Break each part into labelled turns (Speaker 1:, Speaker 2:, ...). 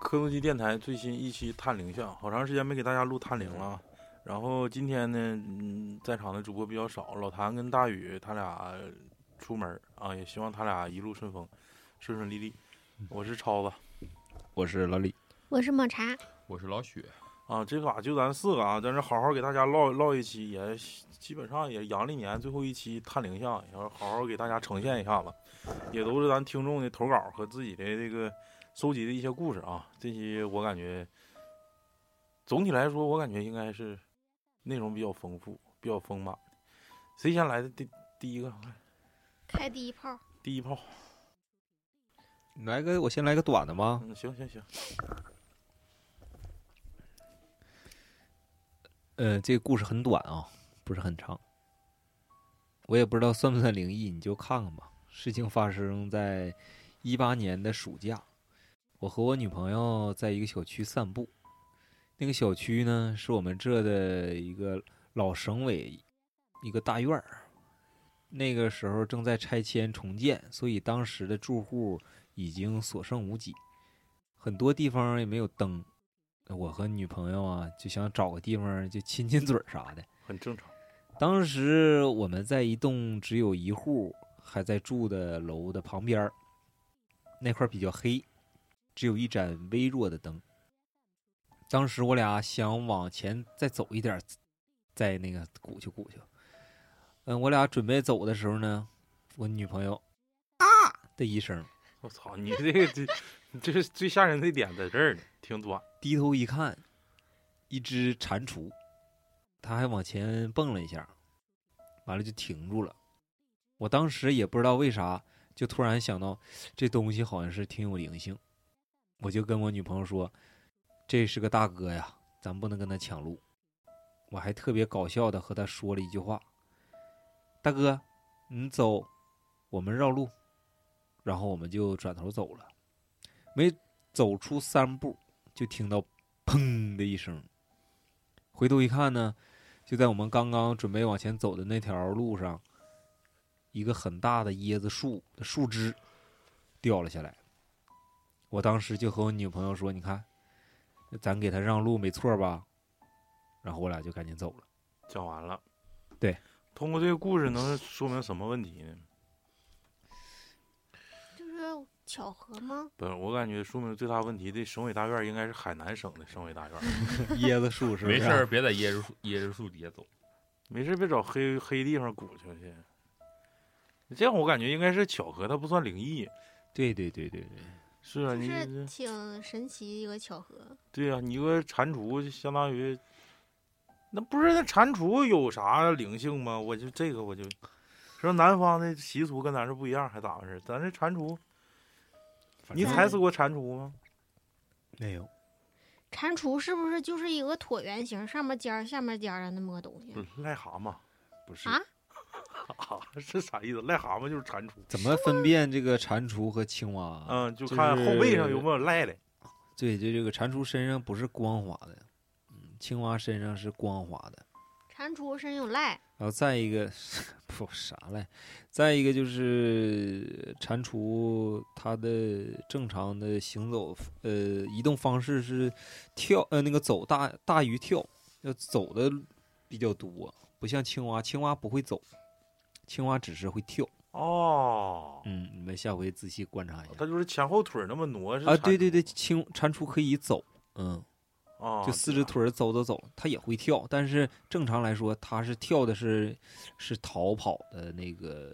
Speaker 1: 科诺基电台最新一期探灵像，好长时间没给大家录探灵了。然后今天呢，嗯，在场的主播比较少，老谭跟大宇他俩出门儿啊，也希望他俩一路顺风，顺顺利利。我是超子
Speaker 2: 我是老李，
Speaker 3: 我是抹茶，
Speaker 4: 我是老许，
Speaker 1: 啊，这把就咱四个啊，在这好好给大家唠唠一期，也基本上也阳历年最后一期探灵像，也要好好给大家呈现一下子，也都是咱听众的投稿和自己的这个收集的一些故事啊。这期我感觉总体来说，我感觉应该是内容比较丰富，比较丰满。谁先来的第第一个？
Speaker 3: 开第一炮。
Speaker 1: 第一炮？
Speaker 2: 来个我先来个短的吧。
Speaker 1: 嗯，行行行，
Speaker 2: 呃，这个故事很短啊，不是很长。我也不知道算不算灵异，你就看看吧。事情发生在一八年的暑假，我和我女朋友在一个小区散步。那个小区呢，是我们这的一个老省委一个大院儿。那个时候正在拆迁重建，所以当时的住户已经所剩无几，很多地方也没有灯。我和女朋友啊，就想找个地方就亲亲嘴儿啥的。
Speaker 1: 很正常。
Speaker 2: 当时我们在一栋只有一户还在住的楼的旁边儿那块儿比较黑，只有一盏微弱的灯。当时我俩想往前再走一点儿，再那个鼓秋鼓秋。嗯，我俩准备走的时候呢，我女朋友啊的一声，
Speaker 1: 我操，你这个这这是最吓人的点在这儿呢，挺短。
Speaker 2: 低头一看，一只蟾蜍，它还往前蹦了一下，完了就停住了。我当时也不知道为啥，就突然想到这东西好像是挺有灵性，我就跟我女朋友说，这是个大哥呀，咱不能跟他抢路。我还特别搞笑的和他说了一句话：“大哥，你走，我们绕路。”然后我们就转头走了。没走出三步，就听到砰的一声。回头一看呢，就在我们刚刚准备往前走的那条路上，一个很大的椰子树的树枝掉了下来。我当时就和我女朋友说：“你看，咱给他让路没错吧？”然后我俩就赶紧走了。
Speaker 1: 讲完了。
Speaker 2: 对，
Speaker 1: 通过这个故事能说明什么问题呢？
Speaker 3: 这是巧合吗？
Speaker 1: 不是，我感觉说明最大问题的省委大院应该是海南省的省委大院。
Speaker 2: 椰子树是不
Speaker 4: 没
Speaker 2: 是？
Speaker 4: 事儿，别在椰子树椰子树底下走。
Speaker 1: 没事，别找黑黑地方鼓秋去。这样我感觉应该是巧合，它不算灵异。
Speaker 2: 对对对对对，
Speaker 1: 是啊，
Speaker 3: 就
Speaker 1: 你
Speaker 3: 是
Speaker 1: 这
Speaker 3: 挺神奇一个巧合。
Speaker 1: 对啊，你一个蟾蜍就相当于，那不是那蟾蜍有啥灵性吗？我就这个我就说南方的习俗跟咱这不一样，还咋回事？咱这蟾蜍，你
Speaker 3: 正
Speaker 1: 踩死过蟾蜍吗？
Speaker 2: 没有？
Speaker 3: 蟾蜍是不是就是一个椭圆形，上面尖儿下面尖儿的那么个东西？
Speaker 2: 嗯
Speaker 1: 癞蛤蟆
Speaker 2: 不是
Speaker 3: 啊，
Speaker 1: 啊，是啥意思？癞蛤蟆就是蟾蜍。
Speaker 2: 怎么分辨这个蟾蜍和青蛙？啊
Speaker 1: 嗯，就
Speaker 2: 就
Speaker 1: 看后背上
Speaker 2: 是
Speaker 1: 有没有癞的。
Speaker 2: 对，就这个蟾蜍身上不是光滑的，嗯，青蛙身上是光滑的。
Speaker 3: 蟾蜍身上有癞，
Speaker 2: 然后再一个， 不啥嘞，再一个就是蟾蜍它的正常的行走，呃，移动方式是跳，呃，那个走大大于跳，要走的比较多，不像青蛙，青蛙不会走，青蛙只是会跳。
Speaker 1: 哦，
Speaker 2: 嗯，你们下回仔细观察一下
Speaker 1: 它就是前后腿儿那么挪是
Speaker 2: 啊。对
Speaker 1: 蟾蜍
Speaker 2: 对对，青蟾蜍可以走，嗯。
Speaker 1: 啊，
Speaker 2: 就四只腿儿走走走，它也会跳，但是正常来说，它是跳的是是逃跑的那个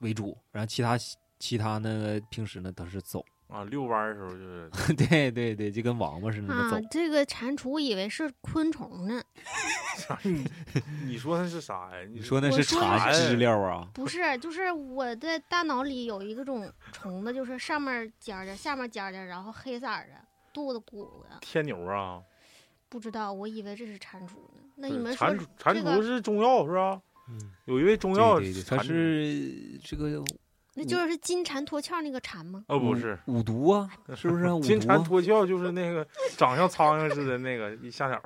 Speaker 2: 为主，然后其他其他呢，平时呢它是走，
Speaker 1: 啊，遛弯儿的时候就是
Speaker 2: 对对对，就跟王八似
Speaker 1: 嗯
Speaker 2: 的那么
Speaker 3: 啊
Speaker 2: 走，，
Speaker 3: 这个蟾蜍以为是昆虫呢，
Speaker 1: 你说那是啥呀？
Speaker 2: 你
Speaker 1: 你
Speaker 2: 说那
Speaker 3: 我
Speaker 2: 是
Speaker 3: 说
Speaker 2: 啥
Speaker 1: 啥呀
Speaker 2: 知料啊？
Speaker 3: 不是，就是我的大脑里有一个种虫子，就是上面尖儿的，下面尖儿的，然后黑色儿的，肚子鼓的，
Speaker 1: 天牛啊？
Speaker 3: 不知道，我以为这是蟾蜍呢。那
Speaker 1: 不
Speaker 3: 你
Speaker 1: 是
Speaker 3: 们说
Speaker 1: 蟾蜍蟾
Speaker 3: 这
Speaker 1: 蜍
Speaker 3: 个
Speaker 1: 是中药是吧？
Speaker 2: 嗯，
Speaker 1: 有一味中药
Speaker 2: 对对对，
Speaker 1: 蟾
Speaker 2: 它
Speaker 1: 蜍
Speaker 2: 是这个
Speaker 3: 那就是金蟾脱壳那个蟾吗？
Speaker 1: 哦不
Speaker 2: 五
Speaker 1: 是
Speaker 2: 五毒啊，是不 是啊？五
Speaker 1: 金
Speaker 2: 毒
Speaker 1: 蟾
Speaker 2: 啊
Speaker 1: 脱壳，就是那个长像苍蝇似的那个，一下点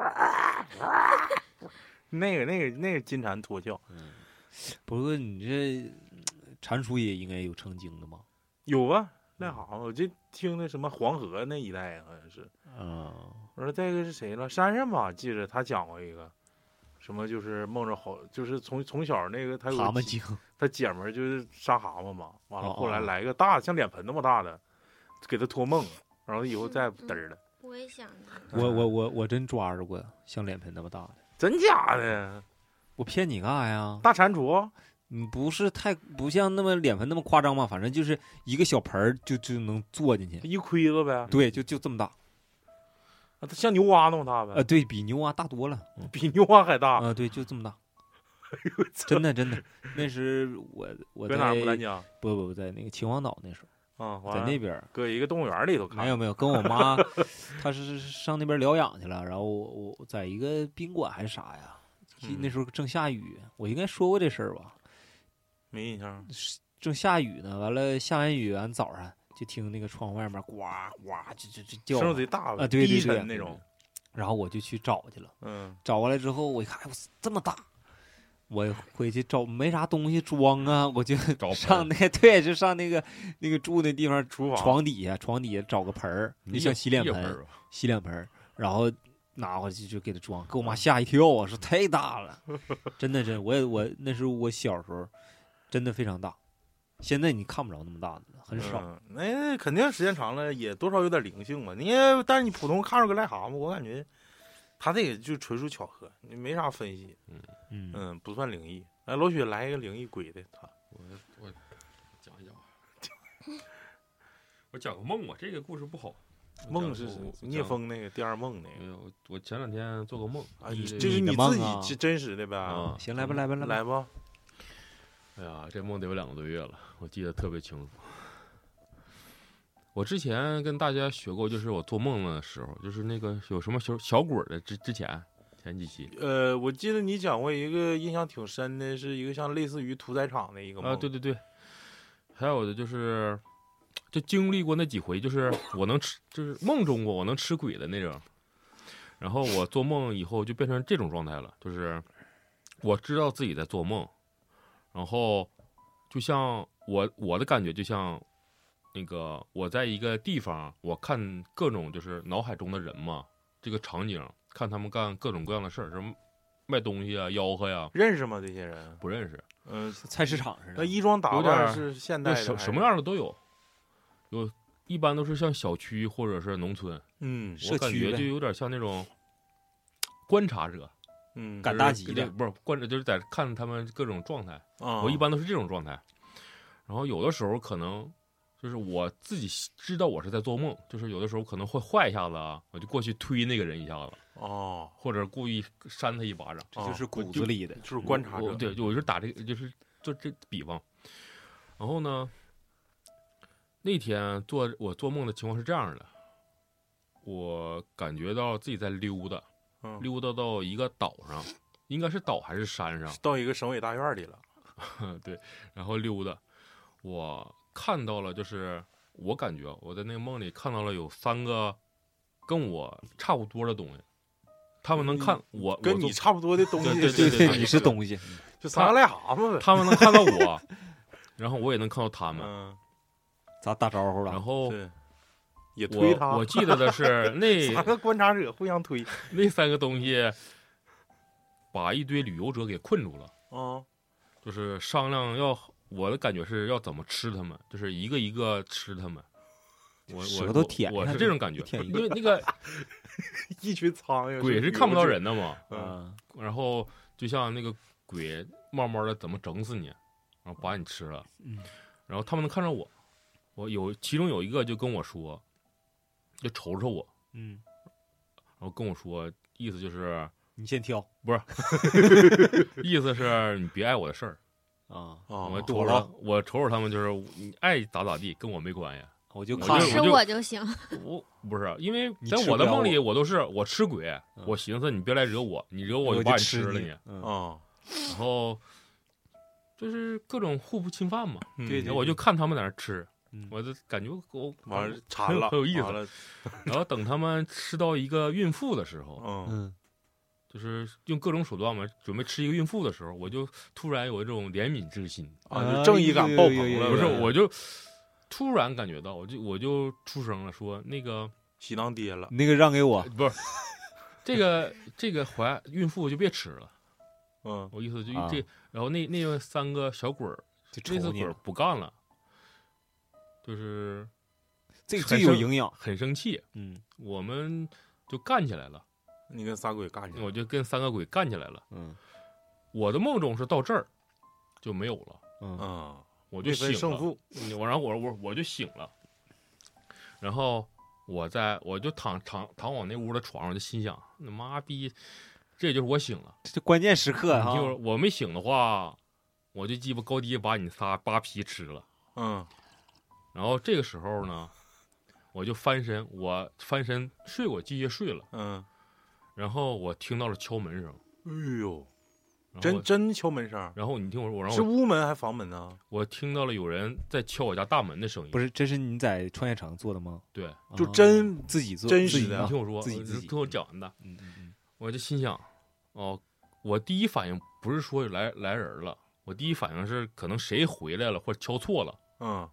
Speaker 1: 那个那个那个金蟾脱壳
Speaker 2: 不过你这蟾蜍也应该有成精的吗？
Speaker 1: 有啊，癞蛤蟆，我就听那什么黄河那一带好像是。
Speaker 2: 啊，
Speaker 1: 我说再一个是谁了？珊珊吧，记着她讲过一个，什么就是梦着好，就是从从小那个她有
Speaker 2: 蛤蟆
Speaker 1: 几
Speaker 2: 精
Speaker 1: 他姐们儿就是杀蛤蟆嘛，完了
Speaker 2: 哦
Speaker 1: 后来
Speaker 2: 哦
Speaker 1: 来个大像脸盆那么大的，给他托梦，然后以后
Speaker 3: 嗯
Speaker 1: 再也
Speaker 3: 嗯
Speaker 1: 不嘚儿了。
Speaker 3: 我也想着，
Speaker 2: 我我我我真抓着过，像脸盆那么大的。
Speaker 1: 真假的？
Speaker 2: 我骗你干啥呀？
Speaker 1: 大蟾蜍
Speaker 2: 你嗯不是太不像那么脸盆那么夸张吧？反正就是一个小盆儿就就能坐进去，
Speaker 1: 一盔子呗，啊
Speaker 2: 对，就就这么大，
Speaker 1: 它像牛蛙那么大
Speaker 2: 呃，
Speaker 1: 呗，
Speaker 2: 对比牛蛙大多了，嗯
Speaker 1: 比牛蛙还大。
Speaker 2: 啊，对，就这么大，
Speaker 1: 哎
Speaker 2: 真的真的，那是我我
Speaker 1: 搁
Speaker 2: 在
Speaker 1: 哪儿？牡丹江
Speaker 2: 不不不在那个秦皇岛那时候，
Speaker 1: 啊，
Speaker 2: 在那
Speaker 1: 完了
Speaker 2: 边儿
Speaker 1: 搁一个动物园里头
Speaker 2: 没
Speaker 1: 看
Speaker 2: 有没有跟我妈，她是上那边疗养去了，然后我我在一个宾馆还是啥呀，
Speaker 1: 嗯
Speaker 2: 那时候正下雨，我应该说过这事儿吧？
Speaker 1: 没印象。
Speaker 2: 正下雨呢，完了下完雨，完早上就听那个窗户外面呱呱就就就叫
Speaker 1: 声儿
Speaker 2: 了，
Speaker 1: 贼大
Speaker 2: 啊
Speaker 1: 呗，
Speaker 2: 对对
Speaker 1: 低
Speaker 2: 对
Speaker 1: 沉那
Speaker 2: 对
Speaker 1: 种。
Speaker 2: 然后我就去找去了。
Speaker 1: 嗯，
Speaker 2: 找过来之后，我一看，哎我操这么大，我回去找没啥东西装啊，我就
Speaker 4: 找
Speaker 2: 上那对，就上那个 那个住那地方
Speaker 1: 厨房
Speaker 2: 床底下，床底下找个盆儿，就像洗脸
Speaker 4: 一
Speaker 2: 盆，
Speaker 4: 会儿啊吧，
Speaker 2: 洗脸盆儿，然后拿回去就给他装，给我妈吓一跳啊，说太大了，真的真，我也我那时候我小时候真的非常大，现在你看不着那么大的了，很少。
Speaker 1: 嗯那肯定时间长了也多少有点灵性嘛。你也但是你普通看着个癞蛤蟆，我感觉他这个就纯属巧合，你没啥分析。
Speaker 2: 嗯
Speaker 1: 嗯，不算灵异。哎，老许来一个灵异鬼的，他
Speaker 4: 我我讲一讲吧， 我讲个梦吧，这个故事不好。
Speaker 2: 嗯
Speaker 4: 我
Speaker 1: 梦
Speaker 4: 讲
Speaker 1: 是
Speaker 4: 个
Speaker 1: 谁
Speaker 4: 我
Speaker 1: 聂
Speaker 4: 讲
Speaker 1: 风那个第二梦那
Speaker 4: 没
Speaker 1: 个
Speaker 4: 有，我我前两天做个梦
Speaker 1: 啊，你
Speaker 4: 这
Speaker 1: 这是
Speaker 2: 你的
Speaker 1: 你自
Speaker 2: 梦
Speaker 1: 己
Speaker 2: 啊
Speaker 1: 真真实的呗？
Speaker 4: 啊，
Speaker 2: 嗯行，来吧，来吧，吧，
Speaker 1: 来吧，
Speaker 4: 哎呀，这梦得有两个多月了，我记得特别清楚。我之前跟大家学过，就是我做梦的时候，就是那个有什么小小鬼儿的之之前前几期
Speaker 1: 呃，我记得你讲过一个印象挺深的，是一个像类似于屠宰场的一个梦
Speaker 4: 啊，对对对，还有的就是，就经历过那几回，就是我能吃，就是梦中过我能吃鬼的那种。然后我做梦以后就变成这种状态了，就是我知道自己在做梦，然后就像我我的感觉就像那个我在一个地方，我看各种就是脑海中的人嘛，这个场景，看他们干各种各样的事儿，什么卖东西啊、吆喝呀、
Speaker 1: 认识吗？这些人？
Speaker 4: 不认识。
Speaker 1: 嗯，
Speaker 2: 菜市场似
Speaker 1: 那
Speaker 2: 的，
Speaker 1: 衣装打
Speaker 4: 呃有点
Speaker 1: 扮
Speaker 4: 儿
Speaker 1: 是现代
Speaker 4: 那
Speaker 1: 的
Speaker 4: 什
Speaker 1: 还
Speaker 4: 什么
Speaker 1: 是？
Speaker 4: 样的都有，有一般都是像小区或者是农村，
Speaker 1: 嗯
Speaker 2: 社
Speaker 4: 我感
Speaker 2: 区
Speaker 4: 觉
Speaker 2: 呗
Speaker 4: 就有点像那种观察者，
Speaker 1: 嗯，
Speaker 2: 赶
Speaker 4: 就是
Speaker 2: 大集哦的
Speaker 4: 不是观察，就是在看他们各种状态。
Speaker 1: 啊
Speaker 4: 我一般都是这种状态，然后有的时候可能就是我自己知道我是在做梦，就是有的时候可能会坏一下子啊，我就过去推那个人一下子，
Speaker 1: 哦，
Speaker 4: 或者故意扇他一巴掌。
Speaker 2: 这
Speaker 1: 啊
Speaker 2: 就是
Speaker 1: 我
Speaker 2: 骨
Speaker 1: 就
Speaker 2: 子里的。
Speaker 1: 就是观察
Speaker 4: 我
Speaker 1: 者，
Speaker 4: 我对，我就打这个，就是做这比方。然后呢，那天做我做梦的情况是这样的，我感觉到自己在溜达，
Speaker 1: 嗯，
Speaker 4: 溜达到一个岛上，应该是岛还是山上，
Speaker 1: 到一个省委大院里了，
Speaker 4: 对，然后溜达，我看到了，就是我感觉我在那个梦里看到了有三个跟我差不多的东西，他们能看我，我
Speaker 1: 嗯跟
Speaker 4: 做
Speaker 1: 你差不多的东西
Speaker 4: 对
Speaker 1: 是，
Speaker 4: 对对
Speaker 2: 你是东西，
Speaker 1: 就三个癞蛤蟆呗。
Speaker 4: 他们能看到 我，然后我也能看到他们，
Speaker 1: 嗯，
Speaker 2: 咋打招呼
Speaker 4: 然
Speaker 2: 了？
Speaker 4: 后。
Speaker 1: 对，也推他。
Speaker 4: 我我记得的 是那
Speaker 1: 三个观察者互相 推。
Speaker 4: 那三个东西，把一堆旅游者给困住了，
Speaker 1: 啊，
Speaker 4: 就是商量要，我的感觉是要怎么吃他们，就是一个一个吃他们。我我
Speaker 2: 舌头舔
Speaker 4: 我，我
Speaker 2: 一下
Speaker 4: 是
Speaker 2: 就
Speaker 4: 这种感觉
Speaker 2: 一，舔一
Speaker 4: 因
Speaker 2: 个
Speaker 4: 为那 个
Speaker 1: 一群苍蝇，
Speaker 4: 鬼是看不到。人的啊嘛，
Speaker 1: 嗯，
Speaker 2: 嗯，
Speaker 4: 然后就像那个鬼慢慢的怎么整死你，然后把你吃了，
Speaker 2: 嗯
Speaker 4: 然后他们能看着我，我有其中有一个就跟我说，就瞅瞅我，
Speaker 2: 嗯，
Speaker 4: 然后跟我说意思就是
Speaker 2: 你先挑
Speaker 4: 意思是你别碍我的事儿，
Speaker 2: 啊，
Speaker 1: 啊，
Speaker 4: 我
Speaker 2: 躲
Speaker 4: 瞅
Speaker 2: 了
Speaker 4: 瞅，我瞅瞅他们，就是你爱咋咋地，跟我没关系。
Speaker 2: 我就
Speaker 4: 我
Speaker 2: 看
Speaker 4: 就
Speaker 2: 着
Speaker 3: 吃
Speaker 4: 就
Speaker 3: 我就行。
Speaker 4: 我不是因为
Speaker 2: 你
Speaker 4: 在
Speaker 2: 吃不
Speaker 4: 我的
Speaker 2: 了
Speaker 4: 梦里，
Speaker 2: 我
Speaker 4: 我都是我吃鬼，
Speaker 2: 嗯
Speaker 4: 我寻思你别来惹我，你惹我
Speaker 2: 我
Speaker 4: 就把
Speaker 2: 就
Speaker 4: 你吃了
Speaker 2: 你
Speaker 4: 你。，
Speaker 2: 嗯，
Speaker 1: 啊，
Speaker 4: 然后就是各种互不侵犯嘛，
Speaker 1: 嗯
Speaker 2: 对
Speaker 4: 然后我就看他们在那吃
Speaker 2: 嗯，
Speaker 4: 我就感觉我
Speaker 1: 完了，馋了，
Speaker 4: 很有意思
Speaker 1: 完了，
Speaker 4: 然后等他们吃到一个孕妇的时候，
Speaker 1: 嗯，
Speaker 2: 嗯，
Speaker 4: 就是用各种手段嘛，准备吃一个孕妇的时候，我就突然有一种怜悯之心，
Speaker 1: 啊，就正义感爆棚
Speaker 2: 哎呦
Speaker 1: 了。
Speaker 2: 呦呦
Speaker 4: 不是，
Speaker 2: 呦
Speaker 4: 我就突然感觉到，我就我就出声了，说那个
Speaker 1: 喜当爹了，
Speaker 2: 那个让给我，
Speaker 4: 不 是这个这个怀孕妇就别吃了，
Speaker 1: 嗯，
Speaker 4: 我意思就
Speaker 2: 啊
Speaker 4: 这，然后那那三个小鬼儿，
Speaker 2: 就
Speaker 4: 那
Speaker 2: 瞅
Speaker 4: 次
Speaker 2: 你
Speaker 4: 鬼儿
Speaker 2: 了，
Speaker 4: 不干了，就是
Speaker 2: 这
Speaker 4: 很
Speaker 2: 最有
Speaker 4: 生
Speaker 2: 营养。
Speaker 4: 很生气，
Speaker 2: 嗯
Speaker 4: 我们就干起来了，
Speaker 1: 你跟仨鬼干去
Speaker 4: 我就跟三个鬼干起来了。
Speaker 2: 嗯
Speaker 4: 我的梦中是到这儿就没有了，
Speaker 2: 嗯
Speaker 1: 嗯，
Speaker 4: 我
Speaker 1: 我
Speaker 4: 就醒
Speaker 1: 分
Speaker 4: 了。
Speaker 1: 胜负，
Speaker 4: 嗯我然后我我我就醒了，然后我在我就躺躺躺我那屋的床上，我就心想，那妈逼，这就是我醒了。
Speaker 2: 这关键时刻啊
Speaker 4: 你
Speaker 2: 哈
Speaker 4: 听，我说我没醒的话，我就鸡巴高低把你仨扒皮吃了。
Speaker 1: 嗯
Speaker 4: 然后这个时候呢，我就翻身，我翻身睡，我继续睡了。
Speaker 1: 嗯，
Speaker 4: 然后我听到了敲门声，
Speaker 1: 哎呦，
Speaker 4: 然后
Speaker 1: 真
Speaker 4: 我
Speaker 1: 真敲门声，
Speaker 4: 然后你听我说，我然
Speaker 1: 是
Speaker 4: 后我
Speaker 1: 屋门还房门呢？
Speaker 4: 我听到了有人在敲我家大门的声音，
Speaker 2: 不
Speaker 4: 是
Speaker 2: 是，这是你在创业城做的吗？
Speaker 4: 对，
Speaker 1: 就
Speaker 2: 啊
Speaker 1: 真
Speaker 2: 自己做，
Speaker 1: 真
Speaker 2: 自己
Speaker 1: 实的
Speaker 4: 你
Speaker 2: 啊
Speaker 4: 听我说，
Speaker 2: 自己
Speaker 4: 我
Speaker 2: 自己
Speaker 4: 听我讲的，
Speaker 2: 嗯嗯嗯
Speaker 4: 我就心想，哦，我第一反应不是说来来人了，我第一反应是可能谁回来了或者敲错了，
Speaker 1: 嗯，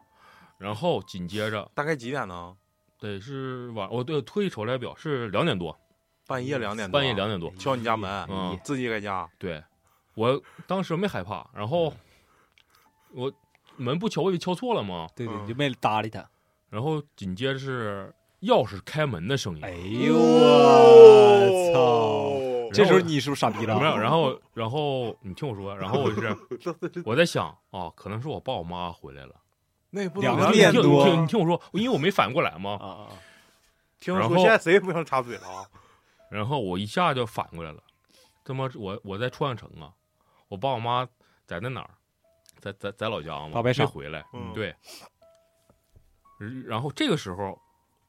Speaker 4: 然后紧接着
Speaker 1: 大概几点呢？
Speaker 4: 得是晚，我对特意瞅了一下表是两点多，
Speaker 1: 半夜两点多，
Speaker 4: 半夜两点多，
Speaker 1: 敲你家门
Speaker 4: 嗯
Speaker 1: 自己在家，
Speaker 4: 对我当时没害怕，然
Speaker 2: 嗯
Speaker 4: 后我门不敲，我以为敲错了嘛，
Speaker 2: 对对，
Speaker 1: 嗯
Speaker 2: 你就没搭理他。
Speaker 4: 然后紧接着是钥匙开门的声音，
Speaker 2: 哎呦我操！这时候你是不是傻逼了？
Speaker 4: 没有，然 后然后你听我说，然后我就是我在想啊，哦可能是我爸我妈回来了。
Speaker 1: 那不
Speaker 2: 两
Speaker 1: 能
Speaker 2: 点
Speaker 4: 你听
Speaker 2: 多
Speaker 4: 你听你听我说，因为我没反应过来
Speaker 2: 啊
Speaker 4: 嘛，
Speaker 2: 啊，啊
Speaker 1: 听
Speaker 4: 然
Speaker 1: 说
Speaker 4: 后
Speaker 1: 现在谁也不想插嘴了啊？
Speaker 4: 然后我一下就反应过来了，他妈我我在创业城啊，我爸我妈在那哪儿，在在在老家嘛，
Speaker 2: 大白
Speaker 4: 没
Speaker 2: 山
Speaker 4: 回来，
Speaker 1: 嗯
Speaker 4: 对。然后这个时候，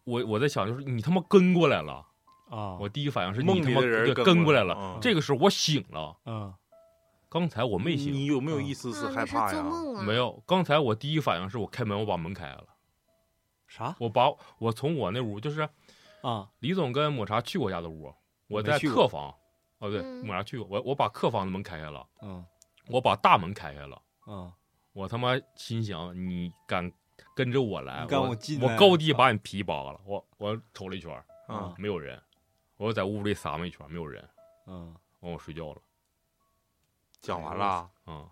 Speaker 4: 我我在想，就是你他妈跟过来了，
Speaker 2: 啊，
Speaker 4: 我第一反应是你
Speaker 1: 梦
Speaker 4: 他
Speaker 1: 里
Speaker 4: 妈
Speaker 1: 的人
Speaker 4: 对
Speaker 1: 跟
Speaker 4: 跟
Speaker 1: 过
Speaker 4: 过
Speaker 1: 来
Speaker 4: 来
Speaker 1: 了
Speaker 4: 了
Speaker 1: 嗯，
Speaker 4: 这个时候我醒了，
Speaker 2: 嗯
Speaker 4: 刚才我没醒，
Speaker 1: 你有没有一丝丝
Speaker 3: 啊，
Speaker 1: 害
Speaker 3: 那是
Speaker 1: 怕呀
Speaker 3: 做？梦啊，
Speaker 4: 没有，刚才我第一反应是我开门，我把门开了，
Speaker 2: 啥
Speaker 4: 我把我从我那屋就是。
Speaker 2: 啊？
Speaker 4: 李总跟抹茶去过我家的屋，
Speaker 2: 没
Speaker 4: 我在
Speaker 2: 去过
Speaker 4: 客房。哦，对，
Speaker 3: 嗯
Speaker 4: 抹茶去过，我我把客房的门开开了，
Speaker 2: 嗯
Speaker 4: 我把大门开开了，
Speaker 2: 嗯，
Speaker 4: 我他妈心想你敢跟着我来，
Speaker 2: 你敢
Speaker 4: 我
Speaker 2: 我进
Speaker 4: 我
Speaker 2: 来
Speaker 4: 高低把你皮扒了，我我瞅了一圈儿，
Speaker 1: 啊，
Speaker 4: 没有人，我又在屋里撒了一圈儿，没有人，
Speaker 2: 嗯，
Speaker 4: 完我睡觉了，
Speaker 1: 讲完了，
Speaker 4: 嗯，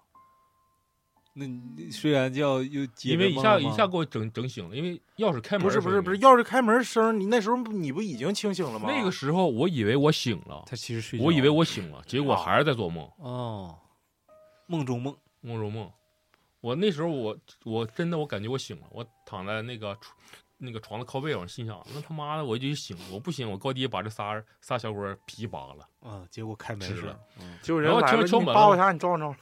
Speaker 2: 那你睡完觉又接
Speaker 4: 因
Speaker 2: 着
Speaker 4: 为一
Speaker 2: 梦
Speaker 4: 下
Speaker 2: 了
Speaker 4: 一
Speaker 2: 吗
Speaker 4: 下给我整整醒了，因为钥匙开门
Speaker 1: 不是
Speaker 4: 的
Speaker 1: 不
Speaker 4: 声
Speaker 1: 是
Speaker 4: 音
Speaker 1: 不是，钥匙开门声，你那时候不你不已经清醒了吗？
Speaker 4: 那个时候我以为我醒了，
Speaker 2: 他其实睡觉了，
Speaker 4: 我以为我醒了，结果还是在做梦。
Speaker 2: 哦，梦中梦，
Speaker 4: 梦中梦。我那时候我我真的我感觉我醒了，我躺在那个床那个床的靠背上，心想那他妈的我就醒，我不行，我高低把这仨仨小伙儿皮扒了。
Speaker 2: 嗯，结果开门
Speaker 4: 是
Speaker 2: 了
Speaker 4: 了，
Speaker 2: 嗯
Speaker 1: 就有
Speaker 4: 然
Speaker 1: 人
Speaker 4: 后
Speaker 1: 来
Speaker 4: 敲
Speaker 1: 了，
Speaker 4: 敲
Speaker 1: 你
Speaker 4: 门
Speaker 1: 扒
Speaker 4: 了
Speaker 1: 我下，你照照。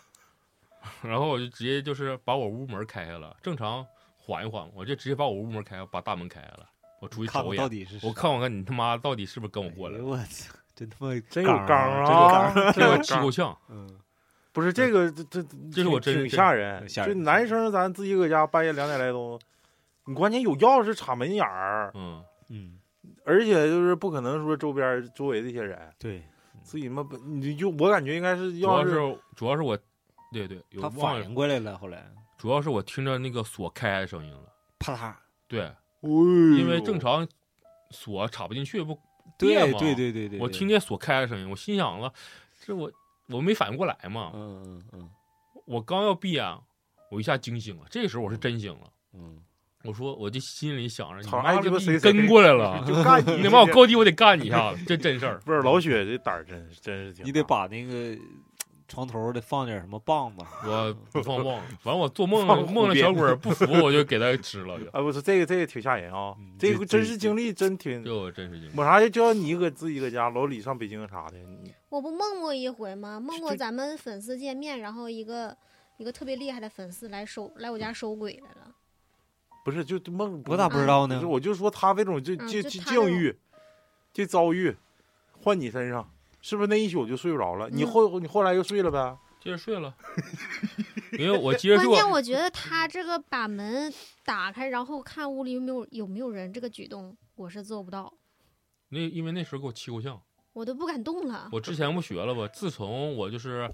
Speaker 4: 然后我就直接就是把我屋门开开了，正常缓一缓，我就直接把我屋门开，把大门开开了，我出去
Speaker 2: 看
Speaker 4: 瞅
Speaker 2: 我
Speaker 4: 一
Speaker 2: 到
Speaker 4: 眼，
Speaker 2: 底哎是
Speaker 4: 我看我看你他妈到底是不是跟我
Speaker 2: 我
Speaker 4: 过来了，
Speaker 2: 我操，真他妈
Speaker 1: 真有
Speaker 2: 刚
Speaker 1: 刚
Speaker 2: 啊，
Speaker 1: 啊！
Speaker 4: 这
Speaker 1: 真有
Speaker 4: 我气
Speaker 1: 刚
Speaker 4: 够呛。
Speaker 2: 嗯，
Speaker 1: 不是这个，这这
Speaker 4: 这是我
Speaker 1: 挺
Speaker 4: 真
Speaker 1: 挺
Speaker 4: 真
Speaker 1: 吓人。
Speaker 2: 吓
Speaker 1: 就
Speaker 2: 人
Speaker 1: 男生咱自己搁家半夜两点来钟，你关键有钥匙插门眼儿，
Speaker 4: 嗯，
Speaker 2: 嗯，
Speaker 1: 而且就是不可能说周边周围这些人
Speaker 2: 对，
Speaker 1: 自己妈不你就我感觉应该是
Speaker 4: 主要
Speaker 1: 钥
Speaker 4: 是
Speaker 1: 匙哎
Speaker 4: 主要是我，对对，有
Speaker 2: 他
Speaker 4: 忘
Speaker 2: 反
Speaker 4: 了，
Speaker 2: 应过来了，后来
Speaker 4: 主要是我听着那个锁开的声音了，
Speaker 2: 啪嗒，
Speaker 4: 对，
Speaker 1: 因
Speaker 4: 因为正常锁插不进去不别
Speaker 2: 对
Speaker 4: 嘛
Speaker 2: 对对对对，
Speaker 4: 我
Speaker 2: 对
Speaker 4: 听，见锁开的声音，我心想了，这我我没反应过来嘛，
Speaker 2: 嗯嗯嗯
Speaker 4: 我刚要闭眼，我一下惊醒了，这时候我是真醒了，
Speaker 2: 嗯，
Speaker 4: 我说我这心里想着，你
Speaker 1: 操
Speaker 4: 妈
Speaker 1: 哎鸡
Speaker 4: 这
Speaker 1: 巴
Speaker 4: 逼
Speaker 1: 谁谁
Speaker 4: 跟过来 了，
Speaker 1: 就 干你
Speaker 4: 你他妈我高低我得干你一下子，这真事儿，
Speaker 1: 不是老雪这胆儿真是真是挺大，
Speaker 2: 你得把那个床头得放点什么棒子，
Speaker 1: 嗯
Speaker 4: 我 不放忘了，完我做梦
Speaker 1: 放虎
Speaker 4: 梦了
Speaker 1: 鞭
Speaker 4: 小鬼儿不 服，我就给他吃了，就
Speaker 1: 啊不是这个这个挺吓人啊
Speaker 2: 嗯，
Speaker 1: 这
Speaker 2: 这
Speaker 1: 个真
Speaker 2: 这
Speaker 1: 实经历真挺。
Speaker 4: 就我真是惊
Speaker 1: 抹啥就叫你搁自己搁家，老李上北京啥的，你
Speaker 3: 我不梦过一回吗？梦过
Speaker 1: 这
Speaker 3: 咱们粉丝见面，然后一个一个特别厉害的粉丝来收来我家收鬼来了。
Speaker 1: 不是就就梦
Speaker 2: 我咋不知道呢
Speaker 1: 嗯不是，？我就说他这种就
Speaker 3: 嗯
Speaker 1: 就
Speaker 3: 就
Speaker 1: 就
Speaker 3: 他这种
Speaker 1: 境遇，这遭遇，换你身上，是不是那一宿就睡不着了？你
Speaker 3: 嗯
Speaker 1: 后你后来又睡了呗？
Speaker 4: 接着睡了，因为我接着
Speaker 3: 关
Speaker 4: 睡
Speaker 3: 键
Speaker 4: 我，
Speaker 3: 我觉得他这个把门打开，然后看屋里有没有有没有人这个举动，我是做不到，
Speaker 4: 那因为那时候给我气够呛。
Speaker 3: 我都不敢动 了。
Speaker 4: 我之前不学了吧？自从我就是，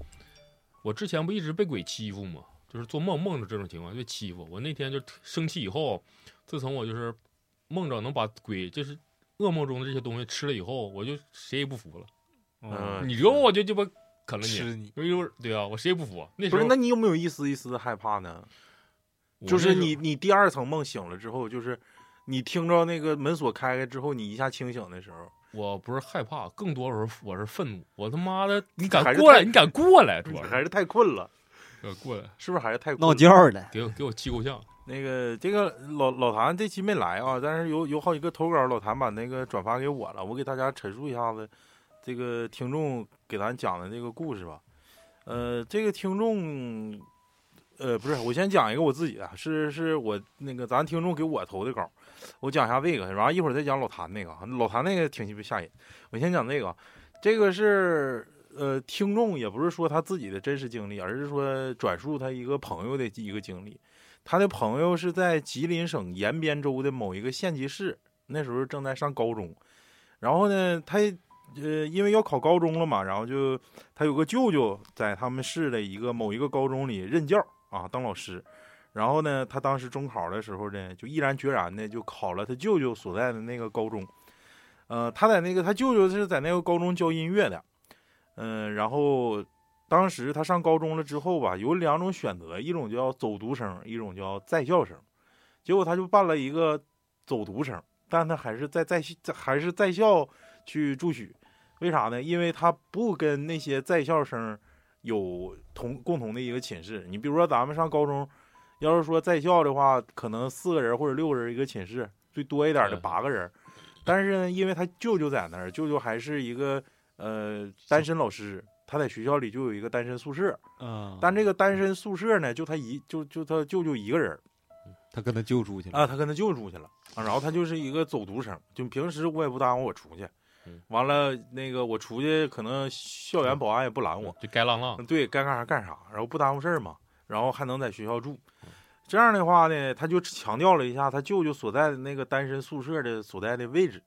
Speaker 4: 我之前不一直被鬼欺负吗？就是做梦梦着这种情况就欺负我。那天就生气以后，自从我就是梦着能把鬼就是噩梦中的这些东西吃了以后，我就谁也不服了。
Speaker 1: 嗯
Speaker 4: 你惹我，我就鸡巴啃了你。
Speaker 2: 吃你，
Speaker 4: 我一会儿对啊，我谁也不服。那时
Speaker 1: 不
Speaker 4: 候
Speaker 1: 是，那你有没有一丝一丝的害怕呢？
Speaker 4: 我
Speaker 1: 就
Speaker 4: 那
Speaker 1: 是
Speaker 4: 时候
Speaker 1: 你你第二层梦醒了之后，就是你听着那个门锁开开之后，你一下清醒的时候，
Speaker 4: 我不是害怕，更多时候我是愤怒。我他妈的，你敢
Speaker 1: 还是
Speaker 4: 过来，
Speaker 1: 太
Speaker 4: 你敢过来，主
Speaker 1: 你
Speaker 4: 要是
Speaker 1: 还是太困了，
Speaker 4: 敢过来，
Speaker 1: 是不是还是太困
Speaker 2: 闹
Speaker 1: 了？
Speaker 2: 觉儿了，
Speaker 4: 给我给我气够呛。
Speaker 1: 那个这个老老谭这期没来啊，但是有有好几个投稿，老谭把那个转发给我了，我给大家陈述一下子这个听众给咱讲的这个故事吧。呃，这个听众，呃，不是，我先讲一个我自己的，是是我那个咱听众给我投的稿，我讲一下这个，然后一会儿再讲老谭那个啊，老谭那个挺鸡巴吓人。我先讲这个啊，这个是呃，听众也不是说他自己的真实经历，而是说转述他一个朋友的一个经历。他的朋友是在吉林省延边州的某一个县级市，那时候正在上高中。然后呢，他呃，因为要考高中了嘛，然后就他有个舅舅在他们市的一个某一个高中里任教啊，当老师。然后呢，他当时中考的时候呢，就毅然决然的就考了他舅舅所在的那个高中。呃，他在那个他舅舅是在那个高中教音乐的，嗯、然后当时他上高中了之后吧，有两种选择，一种叫走读生，一种叫在校生。结果他就办了一个走读生，但他还是在在在还是在校去住宿。为啥呢？因为他不跟那些在校生有同共同的一个寝室。你比如说咱们上高中，要是说在校的话，可能四个人或者六个人一个寝室，最多一点的
Speaker 4: 对
Speaker 1: 八个人。但是呢，因为他舅舅在那儿，舅舅还是一个呃单身老师，他在学校里就有一个单身宿舍，
Speaker 2: 嗯，
Speaker 1: 但这个单身宿舍呢，就他一就就他舅舅一个人儿
Speaker 2: 嗯他跟他救出去了
Speaker 1: 啊，他跟他舅出去了啊，然后他就是一个走读生，就平时我也不耽误我出去
Speaker 4: 嗯，
Speaker 1: 完了那个我出去可能校园保安也不拦我，
Speaker 4: 就该浪浪，
Speaker 1: 嗯对，该干啥干啥，然后不耽误事儿嘛，然后还能在学校住。
Speaker 2: 嗯
Speaker 1: 这样的话呢，他就强调了一下他舅舅所在的那个单身宿舍的所在的位置。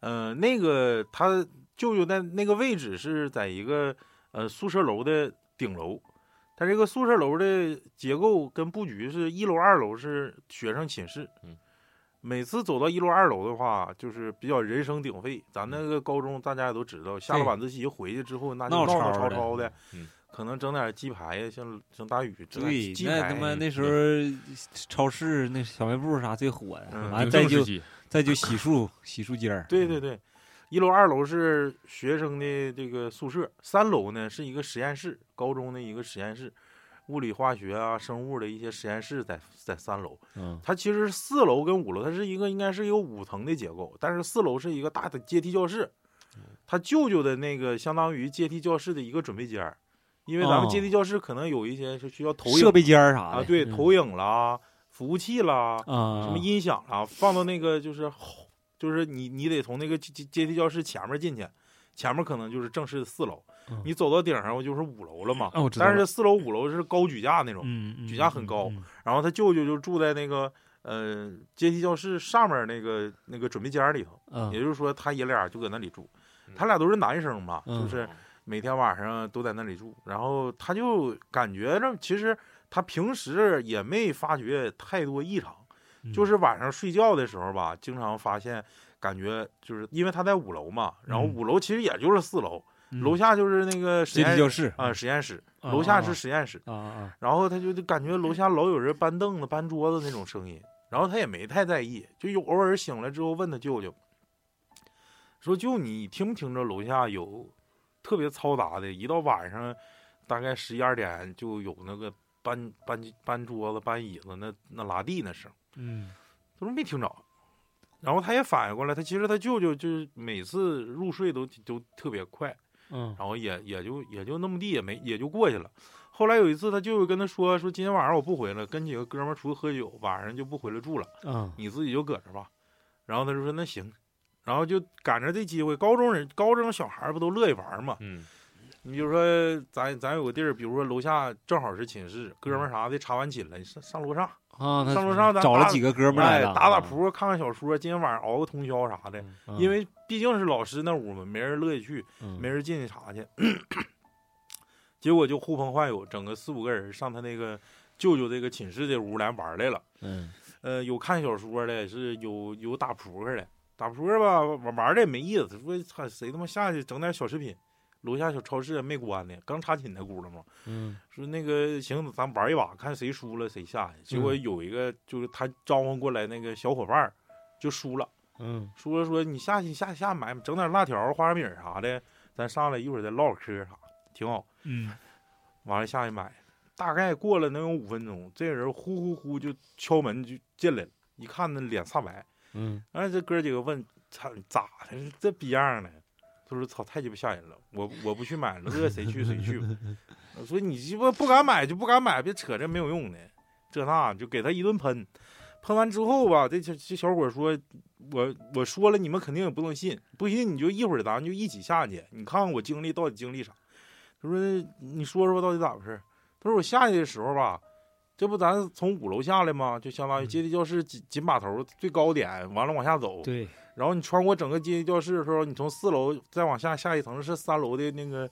Speaker 1: 呃，那个他舅舅在那个位置是在一个呃宿舍楼的顶楼，他这个宿舍楼的结构跟布局是一楼、二楼是学生寝室。
Speaker 4: 嗯
Speaker 1: 每次走到一楼、二楼的话，就是比较人声鼎沸。咱那个高中大家也都知道，下了
Speaker 2: 对
Speaker 1: 晚自习回去之后，那就闹
Speaker 2: 嗯闹吵
Speaker 1: 闹
Speaker 2: 的
Speaker 1: 吵吵的，
Speaker 4: 嗯
Speaker 1: 可能整点鸡排呀，像像大宇整
Speaker 2: 对
Speaker 1: 点，鸡
Speaker 2: 那
Speaker 1: 排，
Speaker 2: 他妈那时候超市那小卖部啥最火呀，
Speaker 1: 嗯
Speaker 2: 完了
Speaker 4: 鼎
Speaker 2: 再
Speaker 4: 盛时
Speaker 2: 就
Speaker 4: 期
Speaker 2: 再就洗漱洗漱间儿，
Speaker 1: 对对对，一楼二楼是学生的这个宿舍，三楼呢是一个实验室，高中的一个实验室，物理化学啊、生物的一些实验室在在三楼。
Speaker 2: 嗯，
Speaker 1: 它其实四楼跟五楼，它是一个应该是一个五层的结构，但是四楼是一个大的阶梯教室，
Speaker 2: 嗯
Speaker 1: 他舅舅的那个相当于阶梯教室的一个准备间儿，因为咱
Speaker 2: 哦
Speaker 1: 们阶梯教室可能有一些是需要投影
Speaker 2: 设备间儿啥
Speaker 1: 啊，
Speaker 2: 的，
Speaker 1: 对，
Speaker 2: 嗯
Speaker 1: 投影啦、服务器啦、
Speaker 2: 啊，
Speaker 1: 什么音响啦，放到那个就是吼就是你你得从那个阶阶阶梯教室前面进去，前面可能就是正式的四楼
Speaker 2: 嗯，
Speaker 1: 你走到顶上我就是五楼了嘛
Speaker 2: 啊我。知道
Speaker 1: 但是四楼五楼是高举架那种，
Speaker 2: 嗯，嗯
Speaker 1: 举架很高，
Speaker 2: 嗯
Speaker 1: 然后他舅舅就住在那个呃阶梯教室上面那个那个准备间里头，
Speaker 2: 嗯
Speaker 1: 也就是说他爷俩就搁那里住
Speaker 4: 嗯，
Speaker 1: 他俩都是男生嘛，
Speaker 2: 嗯
Speaker 1: 就是每天晚上都在那里住，然后他就感觉着，其实他平时也没发觉太多异常，
Speaker 2: 嗯
Speaker 1: 就是晚上睡觉的时候吧，经常发现感觉就是因为他在五楼嘛，然后
Speaker 2: 嗯
Speaker 1: 五楼其实也就是四楼，
Speaker 2: 嗯
Speaker 1: 楼下就是那个实
Speaker 2: 阶梯
Speaker 1: 验
Speaker 2: 教室
Speaker 1: 啊、实验室，
Speaker 2: 啊
Speaker 1: 楼下是
Speaker 2: 啊
Speaker 1: 实验室，
Speaker 2: 啊啊，
Speaker 1: 然后他就就感觉楼下老有人搬凳子、搬桌子那种声音，然后他也没太在意，就有偶尔醒来之后问他舅舅，说舅你听没听着楼下有特别嘈杂的，一到晚上大概十一二点就有那个搬搬搬桌子、搬椅子那那拉地那声。
Speaker 2: 嗯
Speaker 1: 他说没听着。然后他也反应过来，他其实他舅舅就是每次入睡都都特别快，
Speaker 2: 嗯
Speaker 1: 然后也也就也就那么地，也没也就过去了。后来有一次，他舅舅跟他说说今天晚上我不回来，跟几个哥们儿出去喝酒，晚上就不回来住了，
Speaker 2: 嗯
Speaker 1: 你自己就搁这吧。然后他就说那行，然后就赶着这机会，高中人高中小孩儿不都乐意玩儿嘛？
Speaker 4: 嗯，
Speaker 1: 你就说咱咱有个地儿，比如说楼下正好是寝室，哥们
Speaker 2: 嗯
Speaker 1: 儿啥的查完寝了，你上上楼上
Speaker 2: 啊，他
Speaker 1: 上楼上咱
Speaker 2: 找了
Speaker 1: 打
Speaker 2: 几个哥们儿来
Speaker 1: 哎，
Speaker 2: 了，啊
Speaker 1: 打打扑克，看看小说，今天晚上熬个通宵啥的。
Speaker 2: 嗯，
Speaker 1: 因为毕竟是老师那屋嘛，没人乐意去，
Speaker 2: 嗯
Speaker 1: 没人进 去查去。结果就呼朋唤友，整个四五个人上他那个舅舅这个寝室这屋来玩儿来了。
Speaker 2: 嗯
Speaker 1: 呃，有看小说的，是有有打扑克的，打扑克吧玩玩的也没意思。说操，谁他妈下去整点小食品？楼下小超市没关呢，刚插寝那轱辘嘛。
Speaker 2: 嗯
Speaker 1: 说那个行，咱玩一把，看谁输了谁下去。结果
Speaker 2: 嗯
Speaker 1: 有一个就是他招呼过来那个小伙伴儿就输了，
Speaker 2: 嗯
Speaker 1: 输了说你下去你下去下去买整点辣条、花生米啥的，咱上来一会儿再唠嗑啥，挺好。
Speaker 4: 嗯，
Speaker 1: 完了下去买，大概过了能有五分钟，这人呼呼呼就敲门就进来了，一看那脸煞白。
Speaker 2: 嗯
Speaker 1: 然后这哥几个问：“操，咋的？这逼样的？”他说：“操，太鸡巴吓人了！我我不去买了，饿谁去谁去吧。”我说：“你鸡巴不敢买就不敢买，别扯这没有用的，这那就给他一顿喷。喷完之后吧，这小这小伙说：‘我我说了，你们肯定也不能信，不信你就一会儿咱就一起下去，你看看我经历到底经历啥。’他说：‘你说说到底咋回事？’他说：‘我下去的时候吧，这不咱从五楼下来吗？就相当于阶梯教室紧紧把头最高点，完了往下走。
Speaker 2: 对，
Speaker 1: 然后你穿过整个阶梯教室的时候，你从四楼再往下下一层是三楼的那个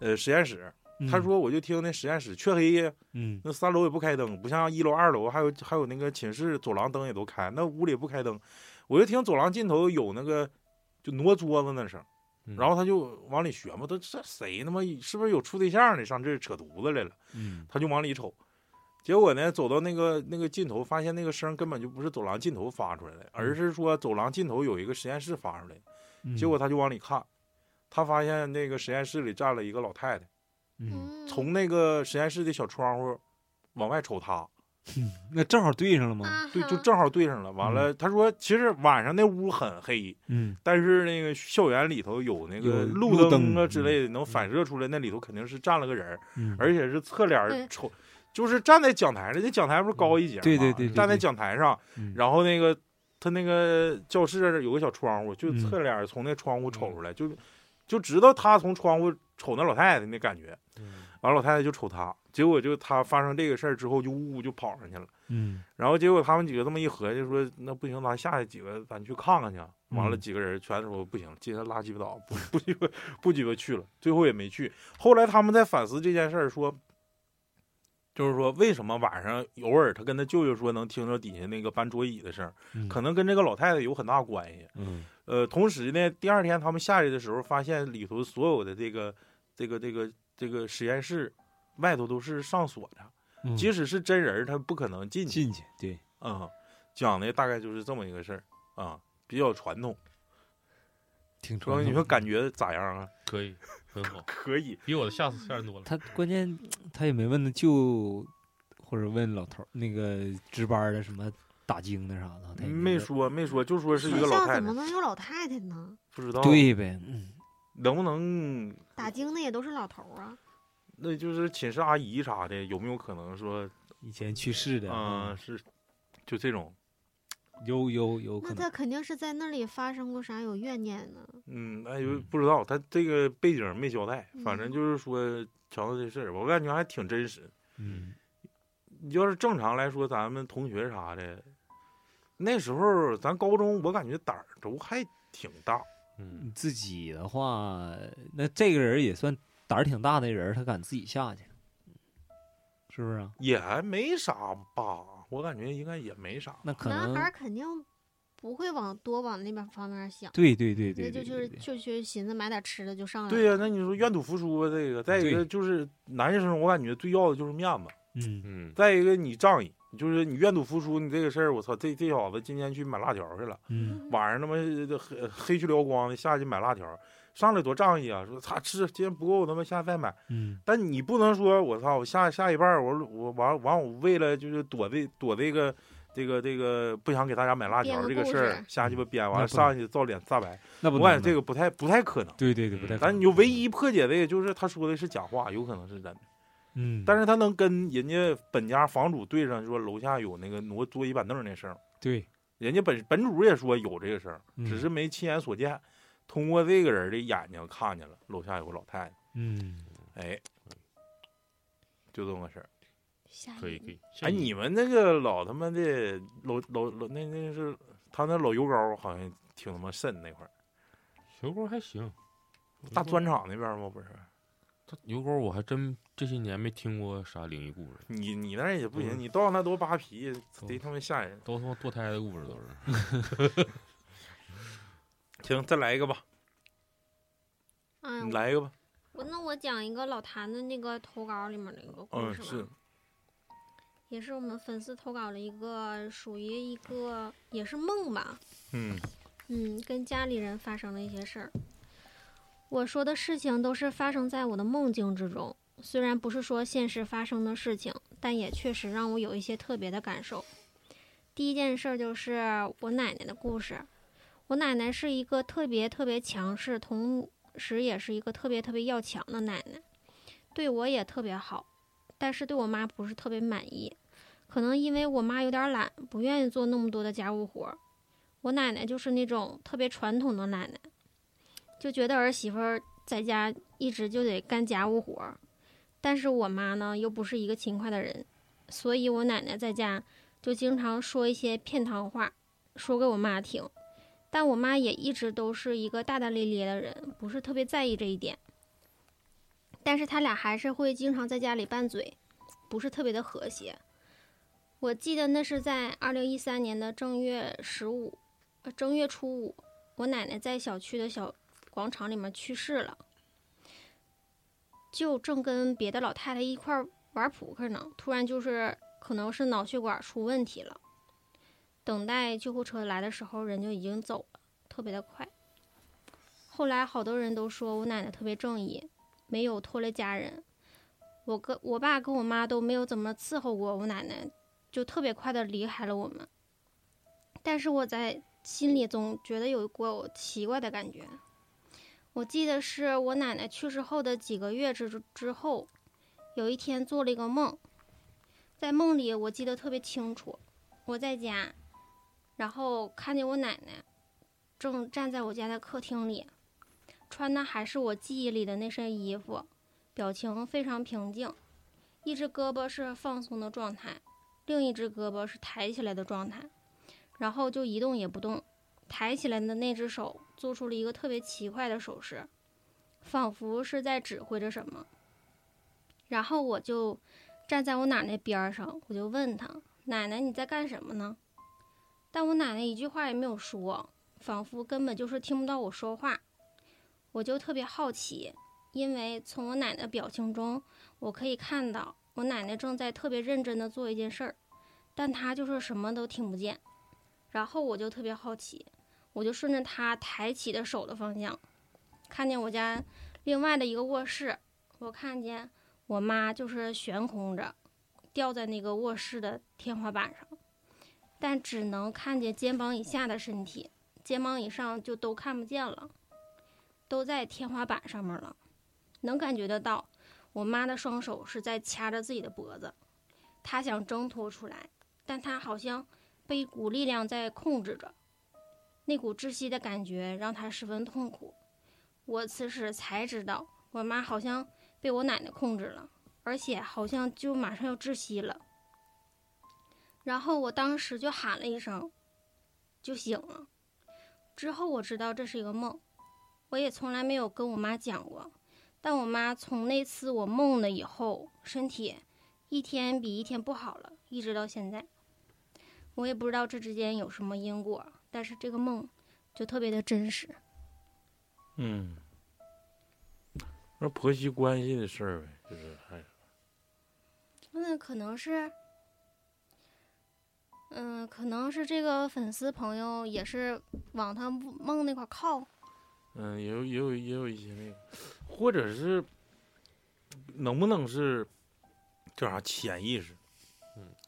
Speaker 1: 呃实验室。他说我就听那实验室黢黑呀，
Speaker 2: 嗯
Speaker 1: 那三楼也不开灯，不像一楼、二楼还有还有那个寝室走廊灯也都开，那屋里也不开灯。我就听走廊尽头有那个就挪桌子那声，
Speaker 4: 嗯
Speaker 1: 然后他就往里寻摸，他这谁他妈是不是有处对象的上这儿扯犊子来了？
Speaker 2: 嗯
Speaker 1: 他就往里瞅。结果呢，走到那个那个尽头，发现那个声根本就不是走廊尽头发出来的，而是说走廊尽头有一个实验室发出来的。
Speaker 2: 嗯
Speaker 1: 结果他就往里看，他发现那个实验室里站了一个老太太，
Speaker 2: 嗯，
Speaker 3: 嗯
Speaker 1: 从那个实验室的小窗户往外瞅他，
Speaker 2: 那正好对上了吗？
Speaker 3: 啊
Speaker 1: 对，就
Speaker 3: 哈
Speaker 1: 正好对上了。完了，他说其实晚上那屋很黑，
Speaker 2: 嗯
Speaker 1: 但是那个校园里头有那个
Speaker 2: 有
Speaker 1: 路
Speaker 2: 路
Speaker 1: 灯啊
Speaker 2: 灯
Speaker 1: 之类的，能反射出来，那里头肯定是站了个人儿。
Speaker 2: 嗯
Speaker 1: 而且是侧脸儿
Speaker 3: 对
Speaker 1: 瞅，就是站在讲台上，这讲台不是高一截儿吗？
Speaker 2: 对对对对
Speaker 1: 站在
Speaker 2: 对
Speaker 1: 讲台上，
Speaker 2: 嗯
Speaker 1: 然后那个他那个教室有个小窗户，就
Speaker 2: 嗯
Speaker 1: 侧脸儿从那窗户瞅出来，就就知道他从窗户瞅那老太太那感觉，
Speaker 4: 嗯
Speaker 1: 完了老太太就瞅他，结果就他发生这个事儿之后，就呜呜就跑上去了。
Speaker 2: 嗯
Speaker 1: 然后结果他们几个这么一合计，说那不行，咱下去几个，咱去看看去。完了，
Speaker 2: 嗯
Speaker 1: 几个人全说不行，今天拉鸡巴倒，不不鸡巴不鸡巴去了。最后也没去。后来他们在反思这件事儿，说，就是说为什么晚上偶尔他跟他舅舅说能听着底下那个搬桌椅的声儿，
Speaker 2: 嗯
Speaker 1: 可能跟这个老太太有很大关系。
Speaker 2: 嗯
Speaker 1: 呃，同时呢，第二天他们下去的时候，发现里头所有的这个这个这个这个实验室外头都是上锁的，
Speaker 2: 嗯
Speaker 1: 即使是真人儿，他不可能进去。
Speaker 2: 进去对，
Speaker 1: 嗯，讲的大概就是这么一个事儿啊、比较传统。
Speaker 2: 挺
Speaker 1: 所以你说感觉咋样啊？
Speaker 4: 可以，很好，
Speaker 1: 可以，
Speaker 4: 比我的吓死吓人多了。
Speaker 2: 他关键他也没问他舅，或者问老头儿那个值班的什么打更的啥的，他也
Speaker 1: 没
Speaker 2: 问。
Speaker 1: 说没说，就说是一
Speaker 3: 学
Speaker 1: 个老
Speaker 3: 校
Speaker 1: 太
Speaker 3: 怎
Speaker 1: 太
Speaker 3: 么，能有老太太呢？
Speaker 1: 不知道
Speaker 2: 对呗，嗯
Speaker 1: 能不能，
Speaker 3: 打更的也都是老头儿啊。
Speaker 1: 那就是寝室阿姨啥的，有没有可能说，
Speaker 2: 以前去世的，
Speaker 1: 嗯、是就这种，
Speaker 2: 嗯有有有可
Speaker 3: 那
Speaker 2: 能
Speaker 3: 他，肯定是在那里发生过啥有怨念呢？
Speaker 1: 嗯，哎呦
Speaker 2: 嗯，
Speaker 1: 不知道他这个背景没交代，反正
Speaker 3: 嗯
Speaker 1: 就是说瞧到这事儿吧，我感觉还挺真实。
Speaker 2: 嗯
Speaker 1: 你要是正常来说，咱们同学啥的，那时候咱高中，我感觉胆儿都还挺大，
Speaker 4: 嗯
Speaker 2: 你自己的话，那这个人也算胆儿挺大的人，他敢自己下去，是不是啊？
Speaker 1: 也还没啥吧，我感觉应该也没啥。
Speaker 2: 那可
Speaker 3: 男
Speaker 2: 能
Speaker 3: 孩儿肯定不会往多往那边方面想，
Speaker 2: 对对对对
Speaker 3: 那就
Speaker 2: 对
Speaker 3: 就是
Speaker 2: 对对，
Speaker 3: 就去寻思买点吃的就上来。
Speaker 1: 对呀、那你说愿赌服输吧，啊这个。再一个
Speaker 2: 对
Speaker 1: 就是男生，我感觉最要的就是面子。
Speaker 2: 嗯
Speaker 4: 嗯
Speaker 1: 再一个你仗义，就是你愿赌服输，你这个事儿，我操，这这小子今天去买辣条去了，
Speaker 2: 嗯
Speaker 1: 晚上他妈呃黑黑去撩光的下去买辣条，上来多仗义啊！说操吃，今天不够，他妈下次再买。
Speaker 2: 嗯
Speaker 1: 但你不能说我操，我下下一半儿，我我完完，我为了就是躲这躲这个这个这个不想给大家买辣
Speaker 3: 编
Speaker 1: 条
Speaker 3: 个
Speaker 1: 这个
Speaker 3: 故
Speaker 1: 事儿
Speaker 3: 事，
Speaker 1: 瞎鸡巴编完了
Speaker 2: 嗯那不能
Speaker 1: 上去造脸煞白，
Speaker 2: 那不
Speaker 1: 我感觉
Speaker 2: 能
Speaker 1: 这
Speaker 2: 吧
Speaker 1: 个不太不太可能。
Speaker 2: 对对对不太可能，
Speaker 1: 但你就唯一破解的，也就是他说的是假话，有可能是真的。
Speaker 2: 嗯，
Speaker 1: 但是他能跟人家本家房主对上，说楼下有那个挪桌椅板凳那声儿，
Speaker 2: 对，
Speaker 1: 人家本本主也说有这个声儿，
Speaker 2: 嗯
Speaker 1: 只是没亲眼所见，通过这个人的眼睛看见了楼下有个老太太，
Speaker 2: 嗯，
Speaker 1: 哎，就这么个事儿。
Speaker 3: 下
Speaker 4: 可以
Speaker 3: 雨
Speaker 4: 可以。
Speaker 1: 哎，你们那个老他妈的老老老那那是他那老油膏好像挺他妈深那块儿，
Speaker 4: 小锅还行，
Speaker 2: 嗯
Speaker 1: 大砖厂那边吗？不是，
Speaker 4: 他油沟我还真这些年没听过啥灵异故事，
Speaker 1: 你你那也不行，
Speaker 4: 嗯
Speaker 1: 你到那多扒皮，贼
Speaker 4: 嗯
Speaker 1: 他妈吓人。
Speaker 4: 都他妈堕胎的故事都是。
Speaker 1: 行，再来一个吧，
Speaker 3: 哎，
Speaker 1: 你来一个吧。
Speaker 3: 我那我讲一个老谭的那个投稿里面的一个故
Speaker 1: 嗯，
Speaker 3: 事
Speaker 1: 是
Speaker 3: 吧，也是我们粉丝投稿了一个属于一个也是梦吧，
Speaker 1: 嗯，
Speaker 3: 嗯，跟家里人发生的一些事儿。我说的事情都是发生在我的梦境之中，虽然不是说现实发生的事情，但也确实让我有一些特别的感受。第一件事儿就是我奶奶的故事。我奶奶是一个特别特别强势，同时也是一个特别特别要强的奶奶，对我也特别好，但是对我妈不是特别满意。可能因为我妈有点懒，不愿意做那么多的家务活儿，我奶奶就是那种特别传统的奶奶，就觉得儿媳妇儿在家一直就得干家务活儿。但是我妈呢，又不是一个勤快的人，所以我奶奶在家就经常说一些片汤话，说给我妈听。但我妈也一直都是一个大大咧咧的人，不是特别在意这一点。但是他俩还是会经常在家里拌嘴，不是特别的和谐。我记得那是在二零一三年的正月十五，呃，正月初五，我奶奶在小区的小广场里面去世了，就正跟别的老太太一块儿玩扑克呢，突然就是可能是脑血管出问题了，等待救护车来的时候，人就已经走了，特别的快。后来好多人都说我奶奶特别正义，没有拖累家人。我跟我爸跟我妈都没有怎么伺候过我奶奶，就特别快的离开了我们。但是我在心里总觉得有过奇怪的感觉。我记得是我奶奶去世后的几个月之之后，有一天做了一个梦，在梦里我记得特别清楚，我在家，然后看见我奶奶正站在我家的客厅里，穿的还是我记忆里的那身衣服，表情非常平静，一只胳膊是放松的状态，另一只胳膊是抬起来的状态。然后就一动也不动，抬起来的那只手做出了一个特别奇怪的手势，仿佛是在指挥着什么。然后我就站在我奶奶边儿上，我就问她：“奶奶，你在干什么呢？”但我奶奶一句话也没有说，仿佛根本就是听不到我说话。我就特别好奇，因为从我奶奶表情中，我可以看到我奶奶正在特别认真的做一件事儿，但她就是什么都听不见。然后我就特别好奇，我就顺着他抬起的手的方向，看见我家另外的一个卧室，我看见我妈就是悬空着，吊在那个卧室的天花板上，但只能看见肩膀以下的身体，肩膀以上就都看不见了，都在天花板上面了，能感觉得到我妈的双手是在掐着自己的脖子，她想挣脱出来，但她好像。被一股力量在控制着，那股窒息的感觉让他十分痛苦。我此时才知道，我妈好像被我奶奶控制了，而且好像就马上要窒息了。然后我当时就喊了一声，就醒了。之后我知道这是一个梦，我也从来没有跟我妈讲过。但我妈从那次我梦了以后，身体一天比一天不好了，一直到现在。我也不知道这之间有什么因果，但是这个梦就特别的真实。
Speaker 1: 嗯，那婆媳关系的事儿呗，就是哎，
Speaker 3: 那可能是，嗯、可能是这个粉丝朋友也是往他梦那块儿靠。
Speaker 1: 嗯，也有也有也有一些那个，或者是能不能是叫啥潜意识？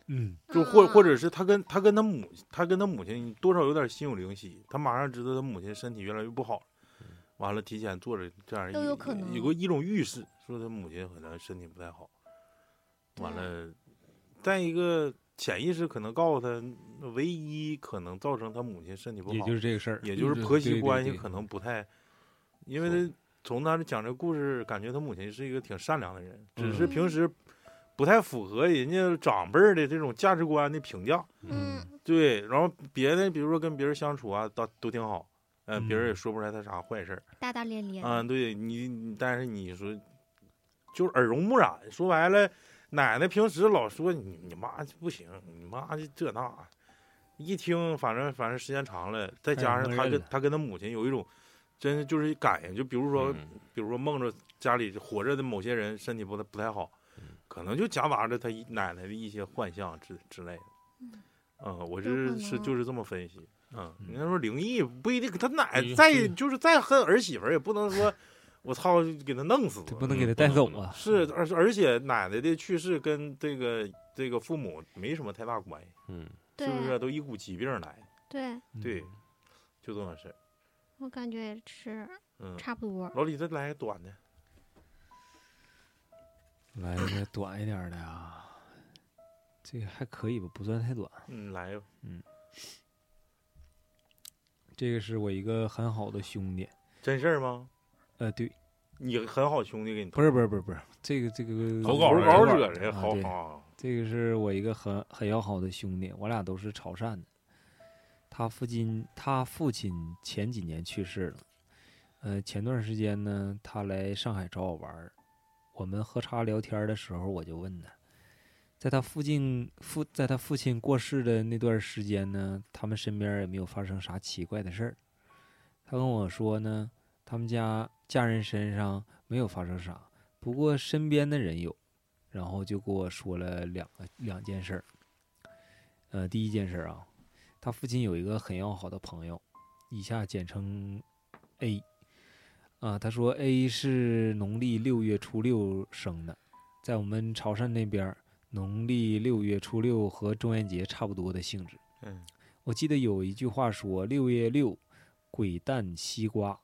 Speaker 2: 嗯，
Speaker 1: 就或或
Speaker 3: 嗯
Speaker 1: 者是他跟他跟他母他跟他母亲多少有点心有灵犀，他马上知道他母亲身体越来越不好了，
Speaker 2: 嗯
Speaker 1: 完了提前做了这样一
Speaker 3: 都有可能
Speaker 1: 有个一种预示，说他母亲可能身体不太好，完了，再一个潜意识可能告诉他，唯一可能造成他母亲身体不好，
Speaker 2: 也就是这个事儿。
Speaker 1: 也就是
Speaker 4: 对
Speaker 1: 婆媳
Speaker 2: 对对
Speaker 1: 关系
Speaker 2: 对
Speaker 1: 可能不太，因为
Speaker 4: 是
Speaker 1: 他从他讲这故事，感觉他母亲是一个挺善良的人，只是
Speaker 3: 嗯
Speaker 1: 平时不太符合人家长辈儿的这种价值观的评价。
Speaker 3: 嗯，
Speaker 1: 对，然后别的比如说跟别人相处啊，倒都挺好，呃，别人也
Speaker 2: 嗯
Speaker 1: 说不出来他啥坏事儿。
Speaker 3: 大大咧咧。
Speaker 1: 啊，对你，你但是你说就是耳濡目染。说白了，奶奶平时老说你你妈这不行，你妈这这那，一听反正反正时间长了，再加上
Speaker 2: 哎默
Speaker 1: 他
Speaker 2: 认
Speaker 1: 跟
Speaker 2: 了
Speaker 1: 他跟他母亲有一种，真的就是感应，就比如说、
Speaker 4: 嗯
Speaker 1: 比如说梦着家里活着的某些人身体不太不太好
Speaker 4: 嗯，
Speaker 1: 可能就夹杂着他一奶奶的一些幻象之之类的。嗯，我
Speaker 3: 有可
Speaker 1: 是
Speaker 3: 能啊
Speaker 1: 是就是这么分析。嗯，
Speaker 2: 嗯哎
Speaker 1: 人家说灵异不一定，他奶
Speaker 4: 嗯
Speaker 1: 再
Speaker 4: 对
Speaker 1: 就是再恨儿媳妇儿，也不能说我操给他弄死
Speaker 2: 这
Speaker 1: 我。
Speaker 2: 不能给他
Speaker 4: 嗯不
Speaker 2: 带
Speaker 4: 能
Speaker 2: 走
Speaker 4: 不能
Speaker 2: 啊。
Speaker 1: 是，而而且奶奶的去世跟这个这个父母没什么太大关系，
Speaker 4: 嗯，
Speaker 3: 对
Speaker 1: 是不是？都一股疾病来，
Speaker 3: 对，
Speaker 1: 对
Speaker 2: 嗯，
Speaker 1: 就这么事儿。
Speaker 3: 我感觉也是
Speaker 1: 嗯，
Speaker 3: 差不多。
Speaker 1: 老李再来个短的，
Speaker 2: 来一个短一点儿的啊，这个还可以吧，不算太短。
Speaker 1: 嗯，来吧。
Speaker 2: 这个是我一个很好的兄弟，
Speaker 1: 真事儿吗？
Speaker 2: 呃，对，
Speaker 1: 你很好兄弟给你
Speaker 2: 不是不是不是不是，这个这个
Speaker 4: 投稿
Speaker 1: 投
Speaker 4: 人
Speaker 1: 稿
Speaker 2: 投
Speaker 1: 惹的，
Speaker 2: 啊
Speaker 1: 好
Speaker 2: 对
Speaker 1: 好。
Speaker 2: 这个是我一个很很要好的兄弟，我俩都是潮汕的。他父亲他父亲前几年去世了，呃，前段时间呢，他来上海找我玩儿，我们喝茶聊天儿的时候，我就问他，在他父亲父在他父亲过世的那段时间呢，他们身边也没有发生啥奇怪的事儿。他跟我说呢，他们家家人身上没有发生啥，不过身边的人有。然后就给我说了两个两件事儿。呃，第一件事儿啊，他父亲有一个很要好的朋友，以下简称 A。啊、他说 A 是农历六月初六生的，在我们潮汕那边儿，农历六月初六和中元节差不多的性质。
Speaker 1: 嗯，
Speaker 2: 我记得有一句话说六月六，鬼诞西瓜。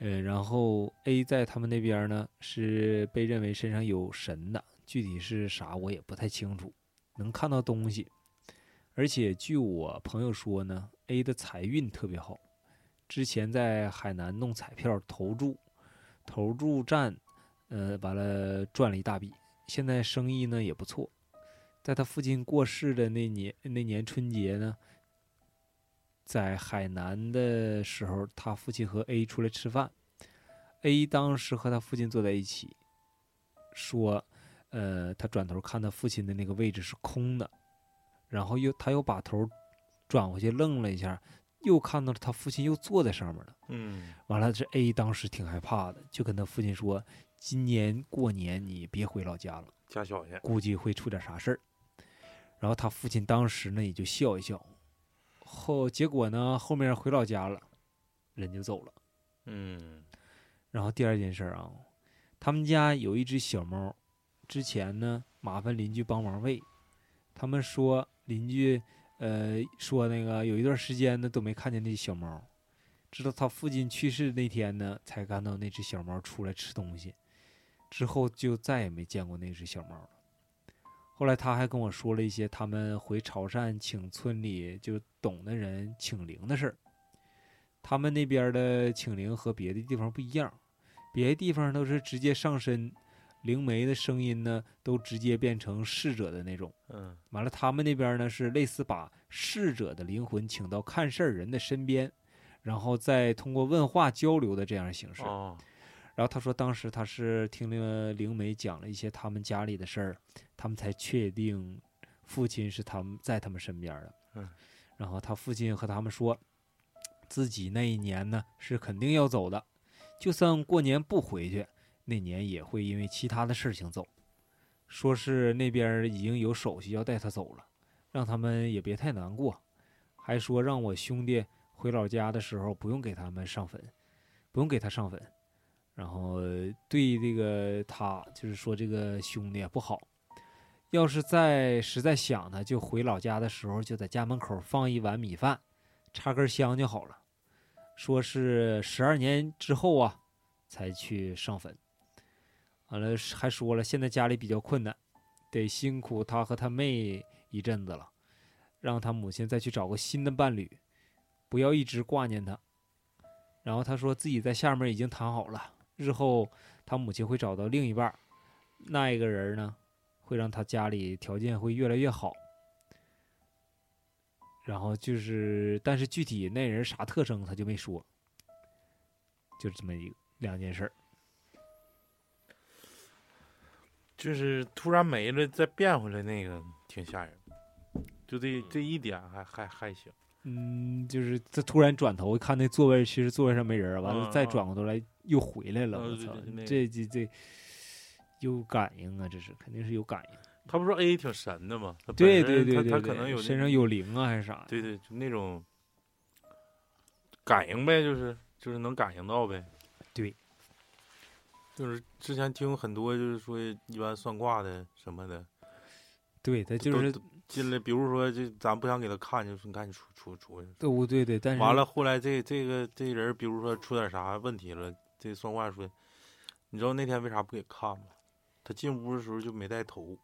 Speaker 2: 呃，然后 A 在他们那边呢是被认为身上有神的，具体是啥我也不太清楚，能看到东西。而且据我朋友说呢，A 的财运特别好，之前在海南弄彩票投注，投注站，呃，完了赚了一大笔，现在生意呢也不错。在他父亲过世的那年那年春节呢，在海南的时候，他父亲和 A 出来吃饭，A 当时和他父亲坐在一起，说，呃，他转头看他父亲的那个位置是空的，然后又他又把头转回去愣了一下，又看到了他父亲又坐在上面了。
Speaker 1: 嗯，
Speaker 2: 完了，这 A 当时挺害怕的，就跟他父亲说：“今年过年你别回老家了。”
Speaker 1: 加小去。
Speaker 2: 估计会出点啥事儿。然后他父亲当时呢也就笑一笑，后结果呢后面回老家了，人就走了。
Speaker 1: 嗯，
Speaker 2: 然后第二件事儿啊，他们家有一只小猫，之前呢麻烦邻居帮忙喂，他们说邻居呃说那个有一段时间呢都没看见那小猫，直到他父亲去世那天呢才看到那只小猫出来吃东西，之后就再也没见过那只小猫了。后来他还跟我说了一些他们回潮汕请村里就懂的人请灵的事儿。他们那边的请灵和别的地方不一样，别的地方都是直接上身，灵媒的声音呢都直接变成逝者的那种。
Speaker 1: 嗯，
Speaker 2: 完了，他们那边呢是类似把逝者的灵魂请到看事儿人的身边，然后再通过问话交流的这样的形式。
Speaker 1: 哦，
Speaker 2: 然后他说，当时他是听了灵媒讲了一些他们家里的事儿，他们才确定父亲是他们在他们身边的。
Speaker 1: 嗯，
Speaker 2: 然后他父亲和他们说，自己那一年呢是肯定要走的，就算过年不回去，那年也会因为其他的事情走。说是那边儿已经有手续要带他走了，让他们也别太难过，还说让我兄弟回老家的时候不用给他们上坟，不用给他上坟。然后呃对这个他就是说这个兄弟啊不好，要是再实在想他，就回老家的时候就在家门口放一碗米饭，插根香就好了。说是十二年之后啊才去上坟，完了还说了现在家里比较困难，得辛苦他和他妹一阵子了，让他母亲再去找个新的伴侣，不要一直挂念他。然后他说自己在下面已经谈好了，日后他母亲会找到另一半儿，那一个人呢，会让他家里条件会越来越好。然后就是，但是具体那人啥特征他就没说，就是这么一个两件事儿。
Speaker 1: 就是突然没了再变回来那个挺吓人，就这
Speaker 4: 嗯
Speaker 1: 这一点还还还行。
Speaker 2: 嗯，就是他突然转头看那座位，其实座位上没人儿，完了
Speaker 1: 嗯
Speaker 2: 再
Speaker 1: 嗯
Speaker 2: 转过头来又回来了。
Speaker 1: 嗯
Speaker 2: 我
Speaker 1: 对
Speaker 2: 操
Speaker 1: 对那，个
Speaker 2: 这这这有感应啊，这是肯定是有感应。
Speaker 1: 他不是说 A 挺神的吗？他本
Speaker 2: 对
Speaker 1: 身
Speaker 2: 对对对，
Speaker 1: 他他
Speaker 2: 对
Speaker 1: 可能有那
Speaker 2: 身上有灵啊还是啥？
Speaker 1: 对对，就那种感应呗，就是就是能感应到呗。
Speaker 2: 对，
Speaker 1: 就是之前听很多就是说一般算卦的什么的，
Speaker 2: 对，他就
Speaker 1: 都
Speaker 2: 是
Speaker 1: 都进来，比如说就咱不想给他看，就说你赶紧出出出去。
Speaker 2: 对，我对对，但是
Speaker 1: 完了，后来这这个这人，比如说出点啥问题了，这算卦说，你知道那天为啥不给看吗？他进屋的时候就没带头，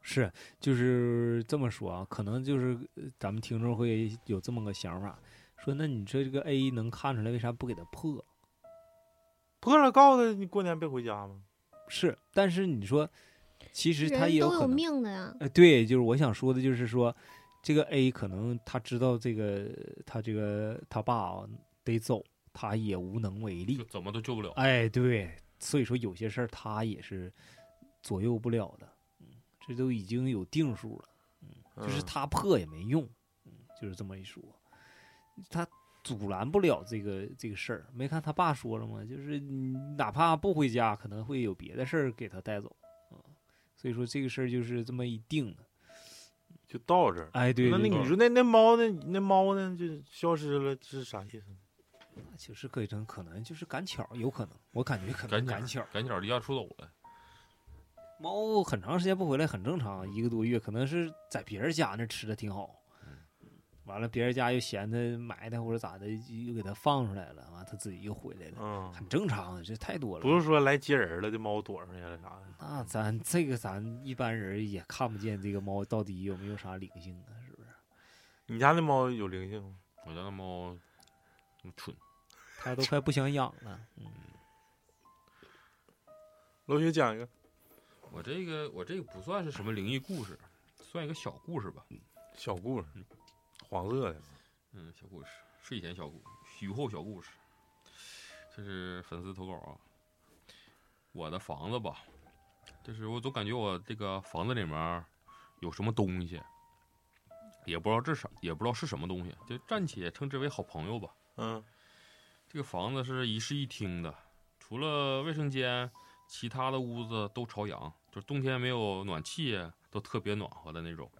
Speaker 2: 是，就是这么说啊，可能就是呃咱们听众会有这么个想法，说那你这这个 A 能看出来，为啥不给他破？
Speaker 1: 破了告诉他你过年别回家吗？
Speaker 2: 是，但是你说，其实他
Speaker 3: 人
Speaker 2: 也有
Speaker 3: 都
Speaker 2: 可能，
Speaker 3: 命的呀，
Speaker 2: 呃，对，就是我想说的，就是说这个 A 可能他知道这个他这个他爸啊得走，他也无能为
Speaker 4: 就
Speaker 2: 力。
Speaker 4: 怎么都救不
Speaker 1: 啊
Speaker 4: 了。
Speaker 2: 哎，对，所以说有些事儿他也是左右不了的，嗯，这都已经有定数了。就是
Speaker 1: 嗯
Speaker 2: 他破也没用，嗯，就是这么一说，他阻拦不了这个这个事儿。没看他爸说了吗？就是你哪怕不回家，可能会有别的事儿给他带走啊、所以说这个事儿就是这么一定的。
Speaker 1: 就到这儿。
Speaker 2: 哎，对，
Speaker 1: 那那
Speaker 2: 对对
Speaker 1: 你说那那猫呢？那猫呢？就消失了，这是啥意思？
Speaker 2: 其实可以真可能就是赶巧儿，有可能，我感觉可能
Speaker 4: 赶
Speaker 2: 赶巧
Speaker 4: 巧
Speaker 2: 儿。，
Speaker 4: 赶巧离家出走了，
Speaker 2: 猫很长时间不回来很正常，一个多月，可能是在别人家那儿吃的挺好，
Speaker 1: 嗯
Speaker 2: 完了别人家又嫌它埋汰或者咋的，又给它放出来了，完了它自己又回来了。
Speaker 1: 嗯，
Speaker 2: 很正常，这太多了。
Speaker 1: 不是说来接人了，这猫躲上去了啥的。
Speaker 2: 那咱这个咱一般人也看不见这个猫到底有没有啥灵性啊，是不是？
Speaker 1: 你家那猫有灵性吗？
Speaker 4: 我家那猫嗯蠢，
Speaker 2: 它都快不想养了。嗯，
Speaker 1: 老雪讲一个
Speaker 4: 我这个我这个不算是什么灵异故事，算一个小故事吧。
Speaker 1: 小故事，黄色的。
Speaker 4: 嗯，小故事，睡前小故，雨后小故事，这是粉丝投稿啊。我的房子吧，就是我总感觉我这个房子里面儿有什么东西，也不知道这啥，也不知道是什么东西，就暂且称之为好朋友吧。
Speaker 1: 嗯
Speaker 4: 这个房子是一室一厅的，除了卫生间，其他的屋子都朝阳，就是冬天没有暖气都特别暖和的那种。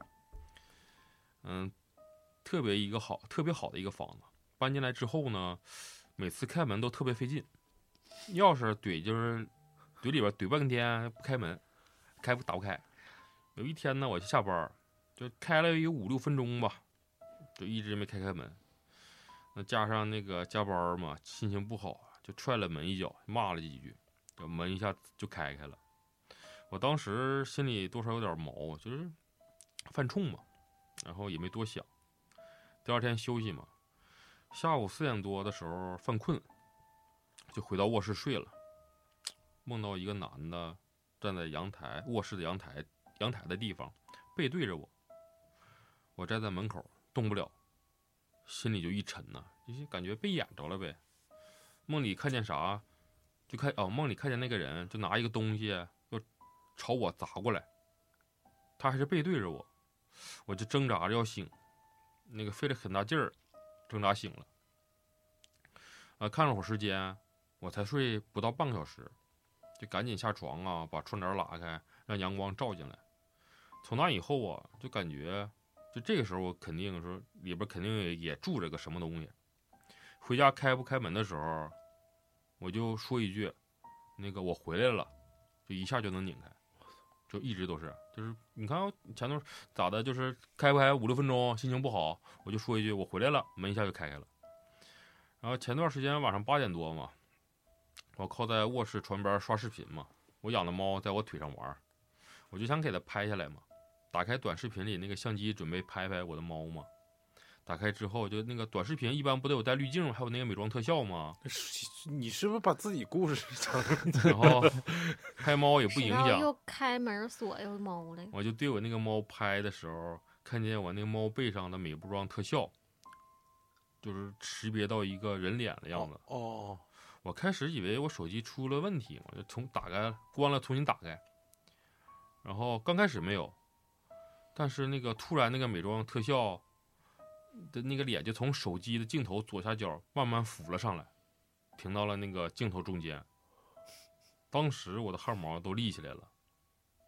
Speaker 4: 嗯，特别一个好，特别好的一个房子。搬进来之后呢，每次开门都特别费劲，钥匙怼就是怼里边怼半天不开门，开不打不开。有一天呢，我就下班儿，就开了有五六分钟吧，就一直没开开门。那加上那个加班儿嘛，心情不好，啊就踹了门一脚，骂了几句，这门一下就开开了。我当时心里多少有点毛，啊就是犯冲嘛，然后也没多想。第二天休息嘛，下午四点多的时候犯困，就回到卧室睡了。梦到一个男的站在阳台卧室的阳台阳台的地方，背对着我，我站在门口动不了。心里就一沉呐、就是感觉被演着了呗。梦里看见啥，就看哦，梦里看见那个人就拿一个东西要朝我砸过来，他还是背对着我，我就挣扎着要醒，那个费了很大劲儿挣扎醒了。啊，看了会儿时间，我才睡不到半个小时，就赶紧下床啊，把窗帘拉开，让阳光照进来。从那以后啊，就感觉就这个时候，我肯定说里边肯定也也住着个什么东西。回家开不开门的时候，我就说一句：“那个我回来了”，就一下就能拧开，就一直都是，就是你看我前头咋的，就是开不开五六分钟，心情不好，我就说一句“我回来了”，门一下就开开了。然后前段时间晚上八点多嘛，我靠在卧室床边刷视频嘛，我养的猫在我腿上玩儿，我就想给它拍下来嘛。打开短视频里那个相机，准备拍拍我的猫嘛。打开之后，就那个短视频一般不都有带滤镜吗，还有那个美妆特效吗？
Speaker 1: 是你是不是把自己故事 讲？
Speaker 4: 然后拍猫也不
Speaker 3: 谁
Speaker 4: 影
Speaker 3: 知道
Speaker 4: 响。
Speaker 3: 又开门锁又猫了，
Speaker 4: 我就对我那个猫拍的时候，看见我那个猫背上的美妆特效，就是识别到一个人脸的样子。
Speaker 1: 哦，
Speaker 4: 我开始以为我手机出了问题，我就重打开，关了重新打开，然后刚开始没有，但是那个突然那个美妆特效的那个脸就从手机的镜头左下角慢慢浮了上来，停到了那个镜头中间。当时我的汗毛都立起来了，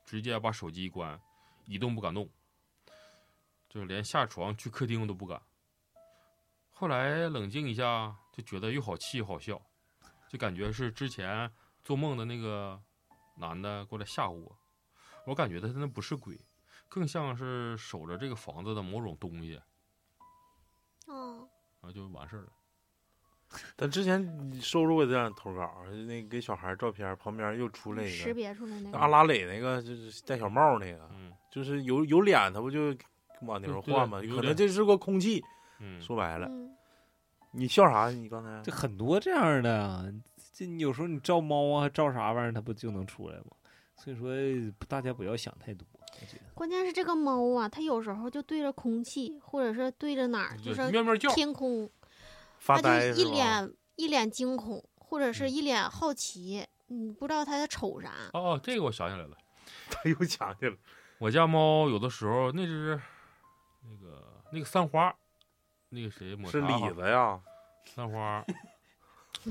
Speaker 4: 直接把手机一关，一动不敢动，就是连下床去客厅我都不敢。后来冷静一下，就觉得又好气又好笑，就感觉是之前做梦的那个男的过来吓唬我，我感觉他那不是鬼，更像是守着这个房子的某种东西，然
Speaker 3: 哦，
Speaker 4: 后就完事儿了。
Speaker 1: 但之前你收着过这样的投稿，那给小孩照片旁边又出来一
Speaker 3: 识
Speaker 1: 个
Speaker 3: 别出来那
Speaker 1: 阿
Speaker 3: 个，
Speaker 1: 拉蕾那个，就是戴小帽那个，
Speaker 4: 嗯
Speaker 1: 就是有有脸，他不就往那边换吗？
Speaker 4: 对对有
Speaker 1: 可能
Speaker 4: 脸
Speaker 1: 这是个空气。
Speaker 4: 嗯，
Speaker 1: 说白了，
Speaker 3: 嗯，
Speaker 1: 你笑啥？你刚才
Speaker 2: 这很多这样的啊，这你有时候你照猫啊，照啥玩意儿，它不就能出来吗？所以说，大家不要想太多。我觉得
Speaker 3: 关键是这个猫啊，它有时候就对着空气，或者是对着哪儿，就
Speaker 4: 对
Speaker 3: 是
Speaker 4: 面面叫，
Speaker 3: 天空，
Speaker 1: 发
Speaker 3: 它
Speaker 1: 呆
Speaker 3: 就是一
Speaker 1: 吧？
Speaker 3: 脸一脸惊恐，或者是
Speaker 4: 嗯
Speaker 3: 一脸好奇，你不知道它在瞅啥。
Speaker 4: 哦，这个我想起来了，
Speaker 1: 他又想起来了，
Speaker 4: 我家猫有的时候那只那个那个三花，那个谁抹
Speaker 1: 是
Speaker 4: 茶
Speaker 1: 李子呀，
Speaker 4: 三花，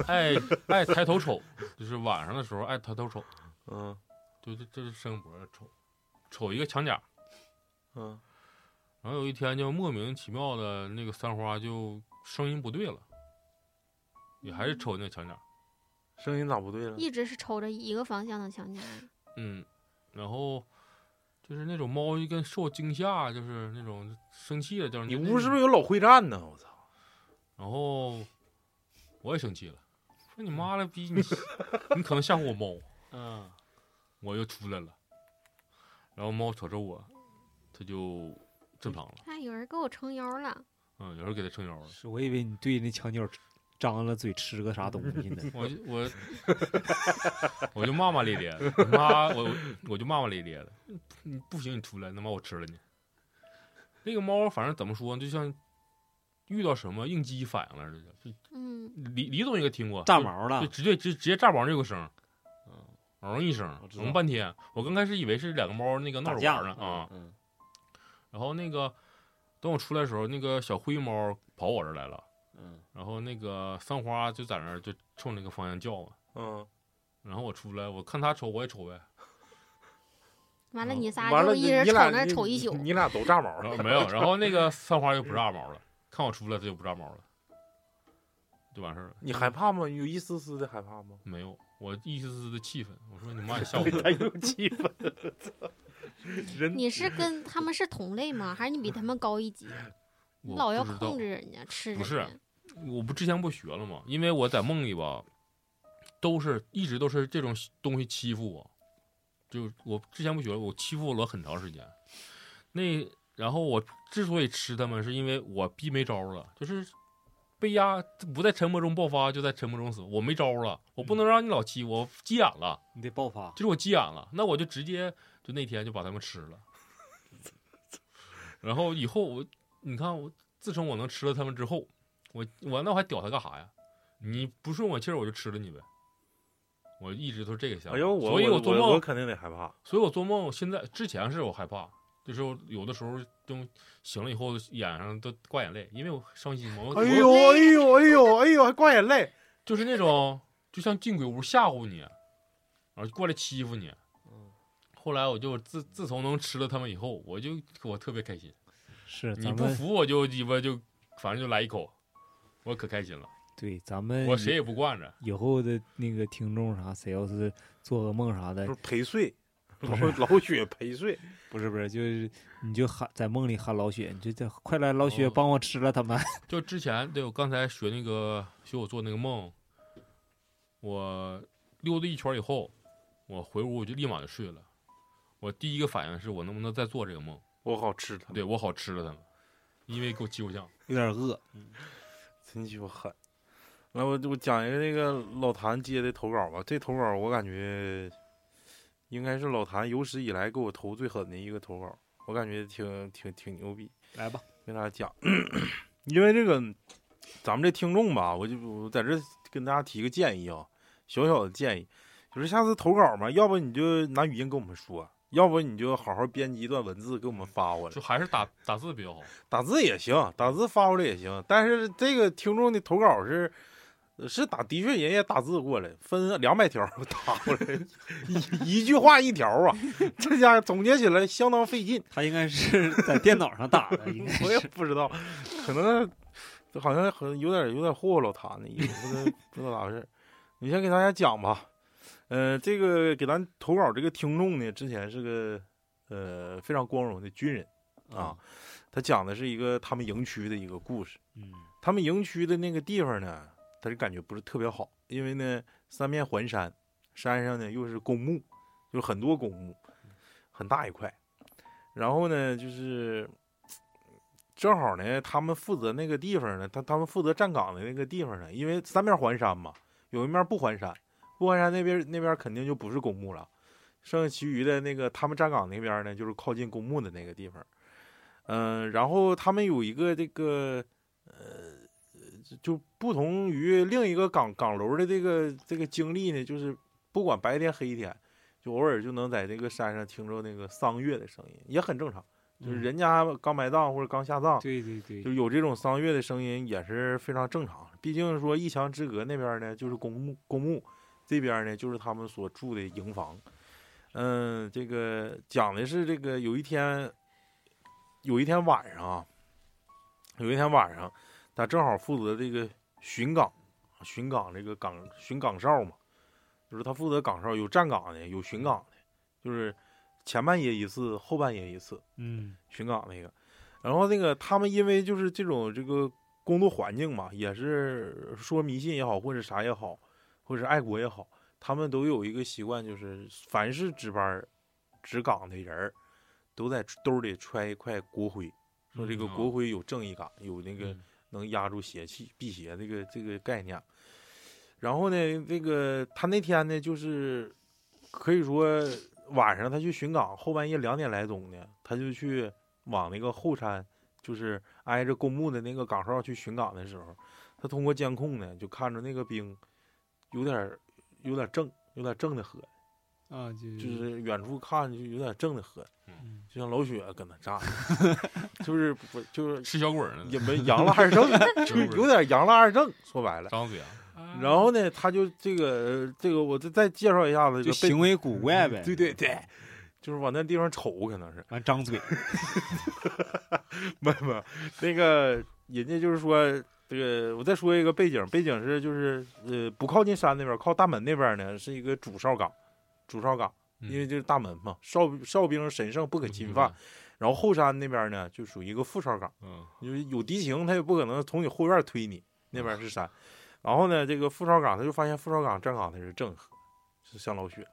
Speaker 4: 爱爱抬头瞅，就是晚上的时候爱抬头瞅，
Speaker 1: 嗯
Speaker 4: 就这这是伸脖瞅，瞅一个墙角。
Speaker 1: 嗯，
Speaker 4: 然后有一天就莫名其妙的那个三花就声音不对了，也还是瞅那墙角，
Speaker 1: 声音咋不对了？
Speaker 3: 一直是瞅着一个方向的墙角，
Speaker 4: 嗯，然后就是那种猫就跟受惊吓，就是那种生气了，就是
Speaker 1: 你
Speaker 4: 那
Speaker 1: 屋是不是？有老灰战呢？我操！
Speaker 4: 然后我也生气了，说你妈了逼你，你可能吓唬我猫，
Speaker 2: 嗯，
Speaker 4: 我又出来了，然后猫瞅着我，它就正常了，
Speaker 3: 看有人给我撑腰了，
Speaker 4: 嗯，有人给它撑腰了。。
Speaker 2: 是我以为你对那墙角张了嘴吃个啥东西呢
Speaker 4: 我就我我就骂骂咧咧的，妈我我就骂骂咧咧的，你不行你出来，他妈我吃了你。那个猫反正怎么说，就像遇到什么应激反应了似的，就
Speaker 3: 嗯，
Speaker 4: 李李总应该听过
Speaker 2: 炸
Speaker 4: 就
Speaker 2: 毛啊了
Speaker 4: 就，直接直直接炸毛这个声儿，嗷一声
Speaker 2: 我，知道
Speaker 4: 嗡半天。我刚开始以为是两个猫那个闹
Speaker 2: 打
Speaker 4: 着
Speaker 2: 架
Speaker 4: 玩呢啊，
Speaker 2: 嗯，
Speaker 4: 然后那个等我出来的时候，那个小灰猫跑我这儿来了，
Speaker 2: 嗯
Speaker 4: 然后那个三花就在那儿就冲那个方向叫嘛。
Speaker 1: 嗯，
Speaker 4: 然后我出来，我看他瞅，我也瞅呗。
Speaker 3: 完了
Speaker 4: 嗯
Speaker 3: 你仨
Speaker 1: 完
Speaker 3: 就
Speaker 1: 了，
Speaker 3: 一
Speaker 1: 你
Speaker 3: 直
Speaker 1: 你
Speaker 3: 瞅
Speaker 1: 俩
Speaker 3: 那瞅
Speaker 1: 你
Speaker 3: 一宿
Speaker 1: 你，你俩都炸毛
Speaker 4: 然后
Speaker 1: 了，
Speaker 4: 没有，然后那个三花就不炸毛了，看我出来他就不炸毛了，就完事儿了。
Speaker 1: 你害怕吗？有一丝丝的害怕吗？
Speaker 4: 没有，我一丝丝的气愤，我说你妈你吓
Speaker 2: 嗯
Speaker 4: 我！
Speaker 1: 他又气愤，人
Speaker 3: 你是跟他们是同类吗？还是你比他们高一级？你老要
Speaker 4: 我不知道
Speaker 3: 控制人家吃人
Speaker 4: 不是
Speaker 3: 家，
Speaker 4: 我不之前不学了吗？因为我在梦里吧，都是一直都是这种东西欺负我，就我之前不学了，我欺负了很长时间。那然后我之所以吃他们，是因为我逼没招了，就是被压不在沉默中爆发，就在沉默中死。我没招了，我不能让你老欺负我，我急眼了，
Speaker 2: 你得爆发。
Speaker 4: 就是我急眼了，那我就直接就那天就把他们吃 了。然后以后我，你看我，自从我能吃了他们之后，我我那我还屌他干啥呀？你不顺我气儿，我就吃了你呗。我一直都是这个想法，
Speaker 1: 哎呦，我
Speaker 4: 所以
Speaker 1: 我
Speaker 4: 做
Speaker 1: 我我
Speaker 4: 梦，
Speaker 1: 肯定得害怕。
Speaker 4: 所以我做梦。现在之前是我害怕，就是我有的时候就醒了以后眼上都挂眼泪，因为我伤心嘛。我
Speaker 1: 哎呦哎呦哎呦哎呦，还挂眼泪。
Speaker 4: 就是那种就像进鬼屋吓唬你，然后就过来欺负你。后来我就自自从能吃了他们以后，我就我特别开心。
Speaker 2: 是，
Speaker 4: 你
Speaker 2: 咱
Speaker 4: 不
Speaker 2: 们
Speaker 4: 服我就鸡巴就反正就来一口，我可开心了，
Speaker 2: 对咱们
Speaker 4: 我谁也不惯着。
Speaker 2: 以后的那个听众啥，谁要是做噩梦啥的
Speaker 1: 不，是陪睡，老老雪陪睡，
Speaker 2: 不是不是，就是你就喊在梦里喊老雪，你就叫快来老雪
Speaker 4: 哦
Speaker 2: 帮我吃了他们。
Speaker 4: 就之前对我刚才学那个学我做那个梦，我溜达一圈以后，我回屋我就立马就睡了。我第一个反应是我能不能再做这个梦？
Speaker 1: 我好吃它。
Speaker 4: 对我好吃了他们，因为给我欺负像。
Speaker 2: 有点饿，
Speaker 1: 真鸡巴狠。来，我我讲一个那个老谭接的投稿吧。这投稿我感觉应该是老谭有史以来给我投最狠的一个投稿，我感觉挺挺挺牛逼。
Speaker 2: 来吧，
Speaker 1: 跟大家讲， 因为这个咱们这听众吧，我就我在这跟大家提个建议啊，小小的建议，就是下次投稿嘛，要不你就拿语音跟我们说，要不你就好好编辑一段文字给我们发过来
Speaker 4: 就，还是打打字比较好。
Speaker 1: 打字也行，打字发过来也行。但是这个听众的投稿是是打，的确人也打字过来，分两百条 打过来，一一句话一条啊，这家伙总结起来相当费劲。
Speaker 2: 他应该是在电脑上打的，应该
Speaker 1: 我也
Speaker 2: 是
Speaker 1: 不知道，可能好像好像有点有点霍霍老谭的意思，不知道不知道咋回事儿。你先给大家讲吧。呃，这个给咱投稿这个听众呢，之前是个呃非常光荣的军人啊，，他讲的是一个他们营区的一个故事。
Speaker 2: 嗯
Speaker 1: 他们营区的那个地方呢，他就感觉不是特别好，因为呢三面环山，山上呢又是公墓，就是很多公墓，很大一块。然后呢，就是正好呢，他们负责那个地方呢，他他们负责站岗的那个地方呢，因为三面环山嘛，有一面不环山，不环山那边那边肯定就不是公墓了，剩下其余的那个他们站岗那边呢，就是靠近公墓的那个地方。嗯、然后他们有一个这个呃就不同于另一个岗岗楼的这个这个经历呢，就是不管白天黑天，就偶尔就能在这个山上听着那个丧乐的声音，也很正常。就是
Speaker 2: 嗯
Speaker 1: 人家刚埋葬或者刚下葬，
Speaker 2: 对对对
Speaker 1: 就，有这种丧乐的声音也是非常正常。毕竟说一墙之隔那边呢就是公墓，公墓这边呢就是他们所住的营房。嗯，这个讲的是这个有一天，有一天晚上啊，有一天晚上，他正好负责这个巡岗，巡岗这个岗巡岗哨嘛，就是他负责岗哨，有站岗的，有巡岗的，就是前半夜一次，后半夜一次。
Speaker 2: 嗯
Speaker 1: 巡岗那个。然后那个他们因为就是这种这个工作环境嘛，也是说迷信也好，或者啥也好，或者是爱国也好，他们都有一个习惯，就是凡是值班儿值岗的人儿，都在兜里揣一块国徽，说这个
Speaker 4: 嗯
Speaker 1: 国徽有正义感，有那个
Speaker 4: 嗯
Speaker 1: 能压住邪气、辟邪这个这个概念。然后呢，这个他那天呢，就是可以说晚上他去巡岗，后半夜两点来钟呢，他就去往那个后山，就是挨着公墓的那个岗哨去巡岗的时候，他通过监控呢，就看着那个兵有点儿有点儿正，有点儿正的喝，
Speaker 2: 啊，就
Speaker 1: 就是远处看就有点儿正的喝，
Speaker 2: 嗯
Speaker 1: 就像老雪跟那站着，就是不就是
Speaker 4: 吃小鬼儿呢，
Speaker 1: 也没洋了二正，就是
Speaker 4: 就是
Speaker 1: 有点儿洋了二正，说白了。
Speaker 4: 张嘴啊，
Speaker 2: 嗯
Speaker 1: 然后呢，他就这个呃这个，我再再介绍一下子，
Speaker 2: 就
Speaker 1: 这个
Speaker 2: 行为古怪呗，
Speaker 1: 对对对，就是往那地方瞅，可能是
Speaker 2: 完张嘴，
Speaker 1: 没有没有，那个人家就是说，这个我再说一个背景，背景是就是呃不靠近山那边，靠大门那边呢是一个主哨岗，主哨岗，
Speaker 4: 嗯
Speaker 2: 嗯
Speaker 1: 因为这是大门嘛，哨哨兵神圣不可侵犯。然后后山那边呢就属于一个副哨岗，
Speaker 4: 嗯，
Speaker 1: 因为有敌情他也不可能从你后院推你，那边是山。然后呢，这个副哨岗他就发现副哨岗站岗的是正和，是像老雪，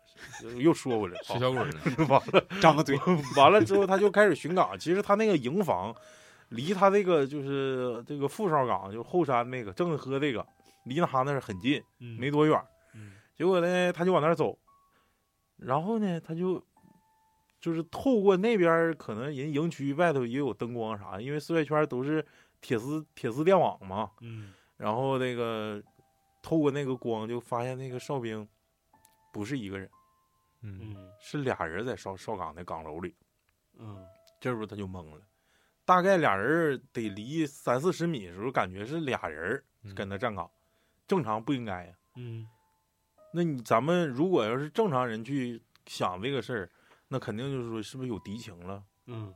Speaker 1: 又说回来，
Speaker 4: 吃小鬼儿呢，
Speaker 1: 完了。
Speaker 2: 张个嘴，
Speaker 1: 完了之后，他就开始巡岗。其实他那个营房，离他这个就是这个副哨岗，就是后山那个正喝这个，离他那是很近，没
Speaker 2: 没
Speaker 1: 多远。
Speaker 2: 嗯
Speaker 1: 结果呢，他就往那儿走，然后呢，他就就是透过那边儿可能人营区外头也有灯光啥，因为四外圈都是铁丝铁丝电网嘛，
Speaker 2: 嗯
Speaker 1: 然后那个透过那个光就发现那个哨兵不是一个人，
Speaker 4: 嗯，
Speaker 2: 嗯
Speaker 1: 是俩人在哨哨岗的岗楼里。
Speaker 2: 嗯
Speaker 1: 这时候他就懵了，大概俩人儿得离三四十米的时候，感觉是俩人儿跟他站岗，正常不应该呀。
Speaker 2: 嗯
Speaker 1: 那你咱们如果要是正常人去想这个事儿，那肯定就是说是不是有敌情了，
Speaker 2: 嗯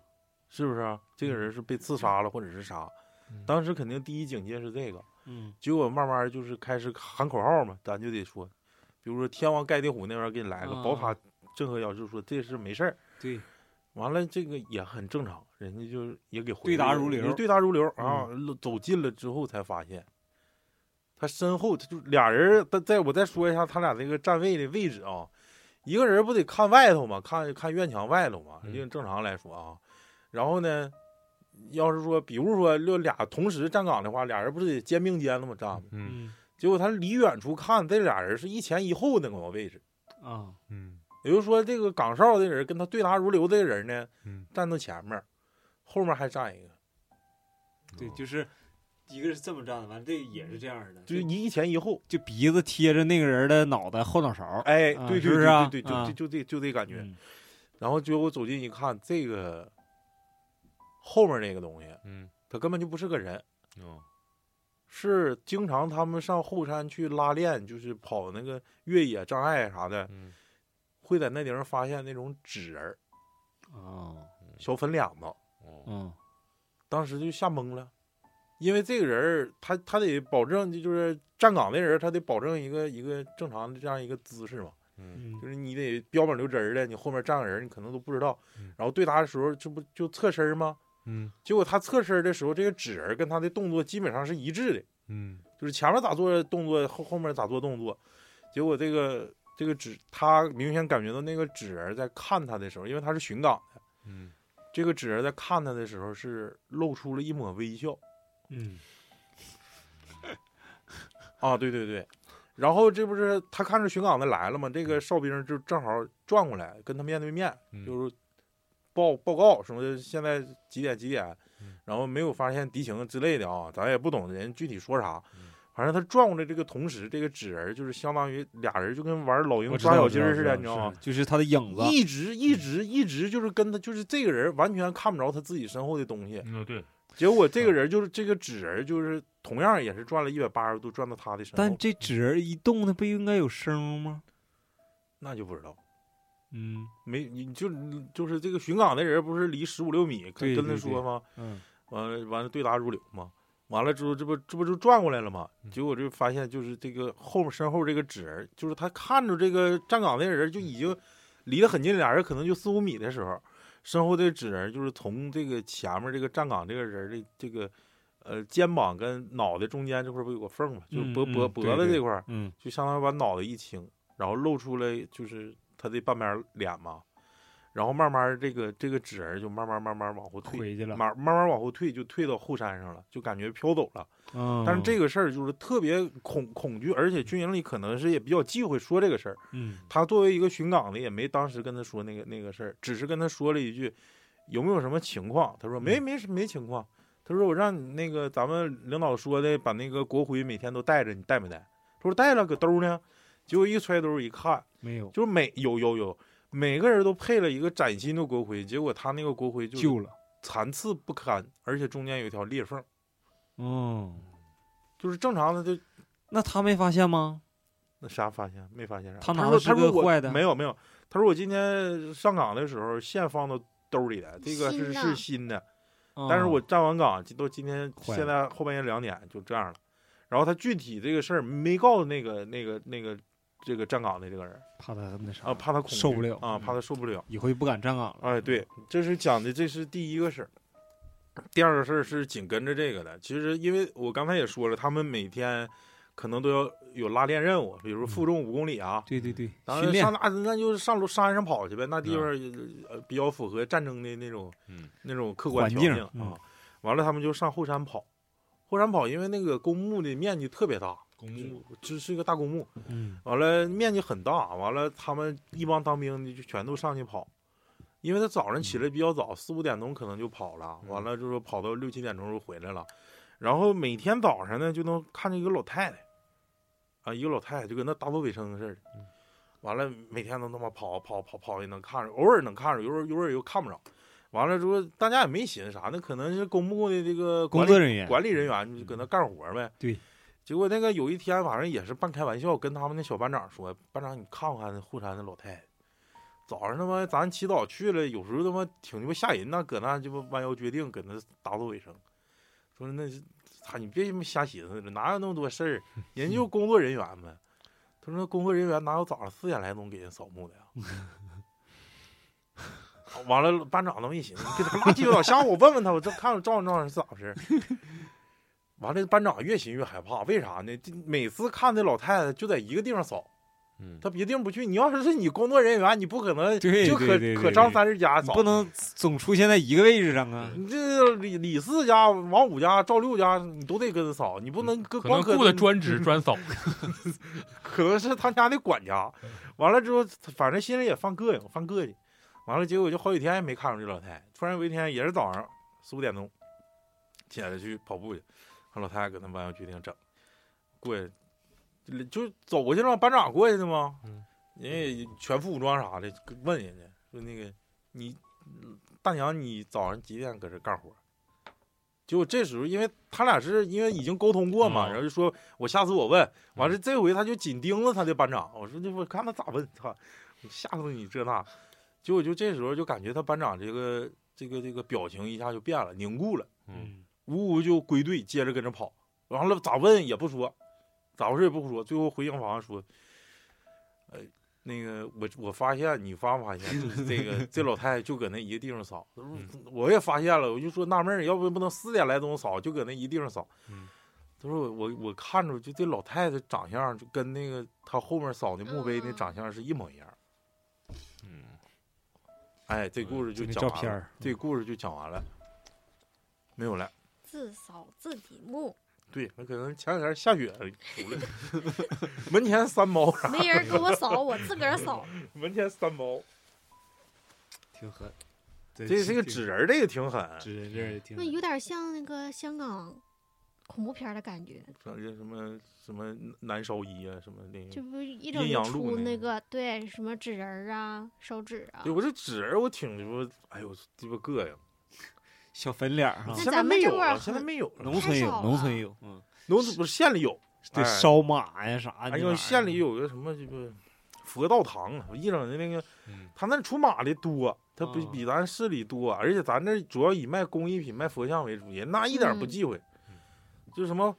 Speaker 1: 是不是啊、这个人是被刺杀了或者是啥？
Speaker 4: 嗯
Speaker 1: 当时肯定第一警戒是这个，
Speaker 2: 嗯
Speaker 1: 结果慢慢就是开始喊口号嘛，咱就得说，比如说天王盖地虎那边给你来个
Speaker 2: 啊
Speaker 1: 宝塔镇河妖，就说这事没事儿。
Speaker 2: 对，
Speaker 1: 完了，这个也很正常，人家就是也给回
Speaker 2: 对答
Speaker 1: 了
Speaker 2: 如流嗯
Speaker 1: 也对答如流啊。走近了之后才发现，他身后他就俩人，他再我再说一下他俩这个站位的位置啊，一个人不得看外头嘛，看看院墙外头嘛，
Speaker 4: 嗯
Speaker 1: 因为正常来说啊。然后呢，要是说比如说就俩同时站岗的话，俩人不是得肩并肩那么站吗？
Speaker 4: 嗯
Speaker 2: 嗯
Speaker 1: 结果他离远处看，这俩人是一前一后那个位置，
Speaker 2: 啊
Speaker 4: 嗯
Speaker 1: 也就是说，这个岗哨的人跟他对答如流的人呢。
Speaker 4: 嗯，
Speaker 1: 站到前面儿，后面还站一个，
Speaker 4: 嗯哦
Speaker 2: 对，就是一个是这么站的，完了这也是这样的，
Speaker 1: 就
Speaker 2: 就
Speaker 1: 一前一后。
Speaker 2: 就鼻子贴着那个人的脑袋后脑勺，
Speaker 1: 哎，
Speaker 2: 啊
Speaker 1: 对
Speaker 2: 是
Speaker 1: 对
Speaker 2: 不
Speaker 1: 对
Speaker 2: 是啊
Speaker 1: 对对，
Speaker 2: 啊
Speaker 1: 就就就这就这感觉。
Speaker 2: 嗯
Speaker 1: 然后结果走近一看，这个后面那个东西，
Speaker 4: 嗯，
Speaker 1: 它根本就不是个人，
Speaker 4: 哦，
Speaker 1: 是经常他们上后山去拉练，就是跑那个越野障碍啥的，
Speaker 4: 嗯，
Speaker 1: 会在那地方发现那种纸人儿、
Speaker 2: 哦，
Speaker 1: 小粉脸子，
Speaker 4: 哦，
Speaker 2: 嗯，
Speaker 1: 当时就吓懵了，因为这个人儿他他得保证就是站岗的人儿，他得保证一个一个正常的这样一个姿势嘛，
Speaker 4: 嗯，
Speaker 2: 嗯
Speaker 1: 就是你得标本留真儿的，你后面站个人儿你可能都不知道
Speaker 4: 嗯，
Speaker 1: 然后对他的时候这不就侧身儿吗？
Speaker 4: 嗯，
Speaker 1: 结果他侧身儿的时候，这个纸人儿跟他的动作基本上是一致的，
Speaker 4: 嗯，
Speaker 1: 就是前面咋做动作，后后面咋做动作。结果这个这个纸，他明显感觉到那个纸人在看他的时候，因为他是巡岗的，
Speaker 4: 嗯，
Speaker 1: 这个纸人在看他的时候是露出了一抹微笑
Speaker 2: 嗯
Speaker 1: 啊，对对对。然后这不是他看着巡岗的来了吗？这个哨兵就正好转过来跟他面对面，
Speaker 4: 嗯
Speaker 1: 就是报报告什么的，现在几点几点
Speaker 4: 嗯，
Speaker 1: 然后没有发现敌情之类的啊，咱也不懂人具体说啥
Speaker 4: 嗯。
Speaker 1: 反正他转过来这个同时，这个纸人就是相当于俩人就跟玩老鹰
Speaker 2: 我知
Speaker 1: 抓
Speaker 2: 道
Speaker 1: 小
Speaker 2: 我知
Speaker 1: 鸡
Speaker 2: 道
Speaker 1: 儿似的，
Speaker 2: 知
Speaker 1: 你知
Speaker 2: 道
Speaker 1: 道吗？
Speaker 2: 是啊就是他的影子，
Speaker 1: 一直一直一直就是跟他，就是这个人完全看不着他自己身后的东西。
Speaker 4: 嗯，对，
Speaker 1: 结果这个人就是这个纸人，就是同样也是转了一百八十度，转到他的身
Speaker 2: 但
Speaker 1: 后，
Speaker 2: 这纸人一动，它不应该有声吗？
Speaker 1: 那就不知道。
Speaker 2: 嗯
Speaker 1: 没，你就就是这个巡岗的人不是离十五六米，跟
Speaker 2: 对
Speaker 1: 跟他
Speaker 2: 对
Speaker 1: 说
Speaker 2: 对
Speaker 1: 吗？
Speaker 2: 嗯
Speaker 1: 完了完了对答如流嘛。完了之后，这不这不就转过来了嘛？
Speaker 4: 嗯
Speaker 1: 结果就发现就是这个后面身后这个纸人，就是他看着这个站岗那人就已经离得很近，俩人可能就四五米的时候，身后的纸人就是从这个前面这个站岗这个人的这个呃肩膀跟脑袋中间这块儿不有个缝嘛，就是
Speaker 2: 嗯
Speaker 1: 脖脖
Speaker 2: 嗯
Speaker 1: 脖子
Speaker 2: 对对
Speaker 1: 这块儿，
Speaker 2: 嗯
Speaker 1: 就相当于把脑袋一清，然后露出来就是他的半边脸嘛，然后慢慢这个这个纸人就慢慢慢慢往后退，
Speaker 2: 回去了，
Speaker 1: 慢慢慢往后退，就退到后山上了，就感觉飘走了。
Speaker 2: 嗯，
Speaker 1: 但是这个事儿就是特别恐恐惧，而且军营里可能是也比较忌讳说这个事儿。
Speaker 2: 嗯
Speaker 1: 他作为一个巡岗的，也没当时跟他说那个那个事儿，只是跟他说了一句有没有什么情况。他说没没没情况。他说我让你那个咱们领导说的，把那个国徽每天都带着，你带没带？他说带了，搁兜儿呢。结果一揣兜儿一看，
Speaker 2: 没有
Speaker 1: 就是每有有有每个人都配了一个崭新的国徽，结果他那个国徽就是
Speaker 2: 救了，
Speaker 1: 残次不堪，而且中间有一条裂缝，
Speaker 2: 嗯，
Speaker 1: 就是正常的就
Speaker 2: 那他没发现吗？
Speaker 1: 那啥发现没发现啥？
Speaker 2: 他拿
Speaker 1: 说
Speaker 2: 的
Speaker 1: 他
Speaker 2: 是
Speaker 1: 说
Speaker 2: 个
Speaker 1: 我
Speaker 2: 坏的
Speaker 1: 没有没有，他说我今天上岗的时候线放到兜里的，这个是
Speaker 3: 新的
Speaker 1: 是新的，
Speaker 2: 嗯
Speaker 1: 但是我站完岗到今天
Speaker 2: 坏了
Speaker 1: 现在后半夜两点就这样了，然后他具体这个事儿没告诉那个那个那个这个站岗的这个人
Speaker 2: 哦怕他那啥啊
Speaker 1: 啊，怕他恐惧
Speaker 2: 受不了嗯
Speaker 1: 啊，怕他受不了。
Speaker 2: 以后就不敢站岗了。
Speaker 1: 哎，对，这是讲的，这是第一个事儿。第二个事儿是紧跟着这个的。其实，因为我刚才也说了，他们每天可能都要有拉练任务，比如说
Speaker 2: 嗯
Speaker 1: 负重五公里啊。
Speaker 2: 对对对，
Speaker 1: 当
Speaker 2: 训
Speaker 1: 然
Speaker 2: 练嗯
Speaker 1: 上那那就是上楼山上跑去呗，那地方呃比较符合战争的那种
Speaker 4: 嗯，
Speaker 1: 那种客观
Speaker 2: 环
Speaker 1: 条
Speaker 2: 境
Speaker 1: 件
Speaker 2: 嗯
Speaker 1: 啊。完了，他们就上后山跑。后山跑，因为那个公墓的面积特别大，
Speaker 4: 公
Speaker 1: 就，这是一个大公墓。
Speaker 2: 嗯
Speaker 1: 完了面积很大，完了他们一帮当兵的就全都上去跑，因为他早上
Speaker 2: 嗯
Speaker 1: 起来比较早，四五点钟可能就跑了，
Speaker 4: 嗯
Speaker 1: 完了就是跑到六七点钟就回来了，然后每天早上呢就能看见一个老太太，啊，一个老太太就跟那打扫卫生似的
Speaker 4: 嗯，
Speaker 1: 完了每天都他妈跑跑跑跑也能看着，偶尔能看着，有时候有时候又看不着，完了之后大家也没寻思啥，那可能是公墓的这个
Speaker 2: 工
Speaker 1: 管理
Speaker 2: 作人员嗯
Speaker 1: 管理人员就搁那干活呗。
Speaker 2: 对。
Speaker 1: 结果那个有一天晚上也是半开玩笑，跟他们那小班长说：“班长，你看不看那后山那老太太？早上他妈咱起早去了，有时候他妈挺鸡巴吓人呐，搁那鸡巴弯腰决定，搁那打扫卫生。说那是，操你别他妈瞎寻思了，哪有那么多事 儿？人就工作人员呗。他说工作人员哪有早上四点来钟给人扫 墓的呀？完了，班长那么一寻思，你给他妈鸡巴倒下午我问问他，我这看看照应照应是咋回事。完了，班长越寻越害怕，为啥呢？这每次看这老太太就在一个地方扫，
Speaker 4: 嗯，
Speaker 1: 她别地方不去。你要是是你工作人员，你不可能
Speaker 2: 对
Speaker 1: 就可
Speaker 2: 对对对
Speaker 1: 可张三十家
Speaker 2: 你
Speaker 1: 扫，
Speaker 2: 不能总出现在一个位置上啊。
Speaker 1: 你这李李四家、王五家、赵六家，你都得跟着扫，
Speaker 2: 嗯
Speaker 1: 你不能跟
Speaker 4: 可
Speaker 1: 光
Speaker 4: 能
Speaker 1: 可
Speaker 4: 雇的专职专扫，
Speaker 1: 可能是他家的管家。完了之后，反正心里也犯膈应，犯膈应。完了，结果就好几天也没看着这老太太。突然有一天，也是早上四五点钟起来去跑步去，看老太太搁那弯腰决定整，过去就走过去了，班长过去的吗
Speaker 4: 嗯？
Speaker 1: 人家也全副武装啥的，问人家说那个你大娘，你早上几点搁这干活？结果这时候，因为他俩是因为已经沟通过嘛，
Speaker 4: 嗯
Speaker 1: 然后就说我下次我问，完了这回他就紧盯着他的班长，我说这我看他咋问，操，我吓死你这那，结果就这时候就感觉他班长这个这个这个表情一下就变了，凝固了。
Speaker 4: 嗯，
Speaker 1: 呜呜就归队，接着跟着跑。完了咋问也不说，咋回事也不说，最后回营房说：“呃，那个我我发现你发没发现，就是这个这老太太就搁那一个地方扫，我也发现了，我就说纳闷儿，要不不能四点来钟扫，就搁那一个地方扫。
Speaker 4: 嗯
Speaker 1: 他说我我看着就这老太太长相就跟那个她后面扫那墓碑那
Speaker 3: 嗯
Speaker 1: 长相是一模一样。
Speaker 4: 嗯，
Speaker 1: 哎，这故事就
Speaker 2: 就那
Speaker 1: 讲
Speaker 2: 照
Speaker 1: 完了
Speaker 2: 片儿嗯
Speaker 1: 这故事就讲完了，没有了。
Speaker 3: 自扫自己墓，
Speaker 1: 对，那可能前两天下雪出来， 门前三猫，
Speaker 3: 没人给我扫，我自个儿扫。
Speaker 1: 门前三猫，
Speaker 2: 挺狠。
Speaker 1: 这这个纸人儿这个挺狠，
Speaker 2: 纸人这儿挺
Speaker 3: 那有点像那个香港恐怖片儿的感觉，
Speaker 1: 像这什么什么南烧衣啊，什么那
Speaker 3: 这
Speaker 1: 个。
Speaker 3: 不一整
Speaker 1: 阴
Speaker 3: 就
Speaker 1: 阳路
Speaker 3: 出
Speaker 1: 那
Speaker 3: 那个对什么纸人儿啊、手指啊
Speaker 1: 对，。我这纸人儿我挺鸡巴，哎呦鸡巴膈应。啊
Speaker 2: 小粉脸儿哈
Speaker 3: 那，
Speaker 1: 现在
Speaker 3: 咱们
Speaker 1: 没
Speaker 3: 这
Speaker 1: 有
Speaker 3: 块儿
Speaker 1: 了，现在
Speaker 3: 很
Speaker 1: 没有了。
Speaker 2: 农村
Speaker 3: 太
Speaker 2: 有，
Speaker 3: 少
Speaker 2: 农村
Speaker 3: 了
Speaker 2: 有，嗯，
Speaker 1: 农村不是县里有，哎
Speaker 2: 对，烧马呀啥的。
Speaker 1: 哎呦，县里有个什么这个佛道堂啊，一整的那个
Speaker 4: 嗯，
Speaker 1: 他那出马的多，他比
Speaker 2: 哦
Speaker 1: 比咱市里多，而且咱这主要以卖工艺品、卖佛像为主，人那一点不
Speaker 3: 嗯
Speaker 1: 忌讳
Speaker 4: 嗯，
Speaker 1: 就什么。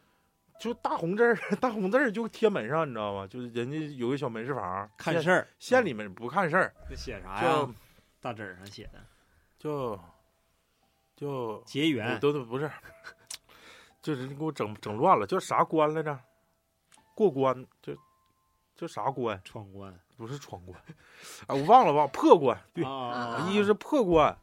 Speaker 1: 就大红字儿， 大红字儿就贴门上，你知道吗？就是人家有个小门市房，
Speaker 2: 看
Speaker 1: 县
Speaker 2: 事儿，
Speaker 1: 县里面不看事儿，
Speaker 2: 那写啥
Speaker 1: 叫
Speaker 2: 呀？大纸上写的
Speaker 1: 叫 叫
Speaker 2: 结缘
Speaker 1: 都都不是， 就是你给我整整乱了，叫啥关来着？过关，就就啥关？
Speaker 2: 闯关
Speaker 1: 不是闯关， 啊，我忘了忘了破关，对，
Speaker 2: 啊
Speaker 1: 一个是破关，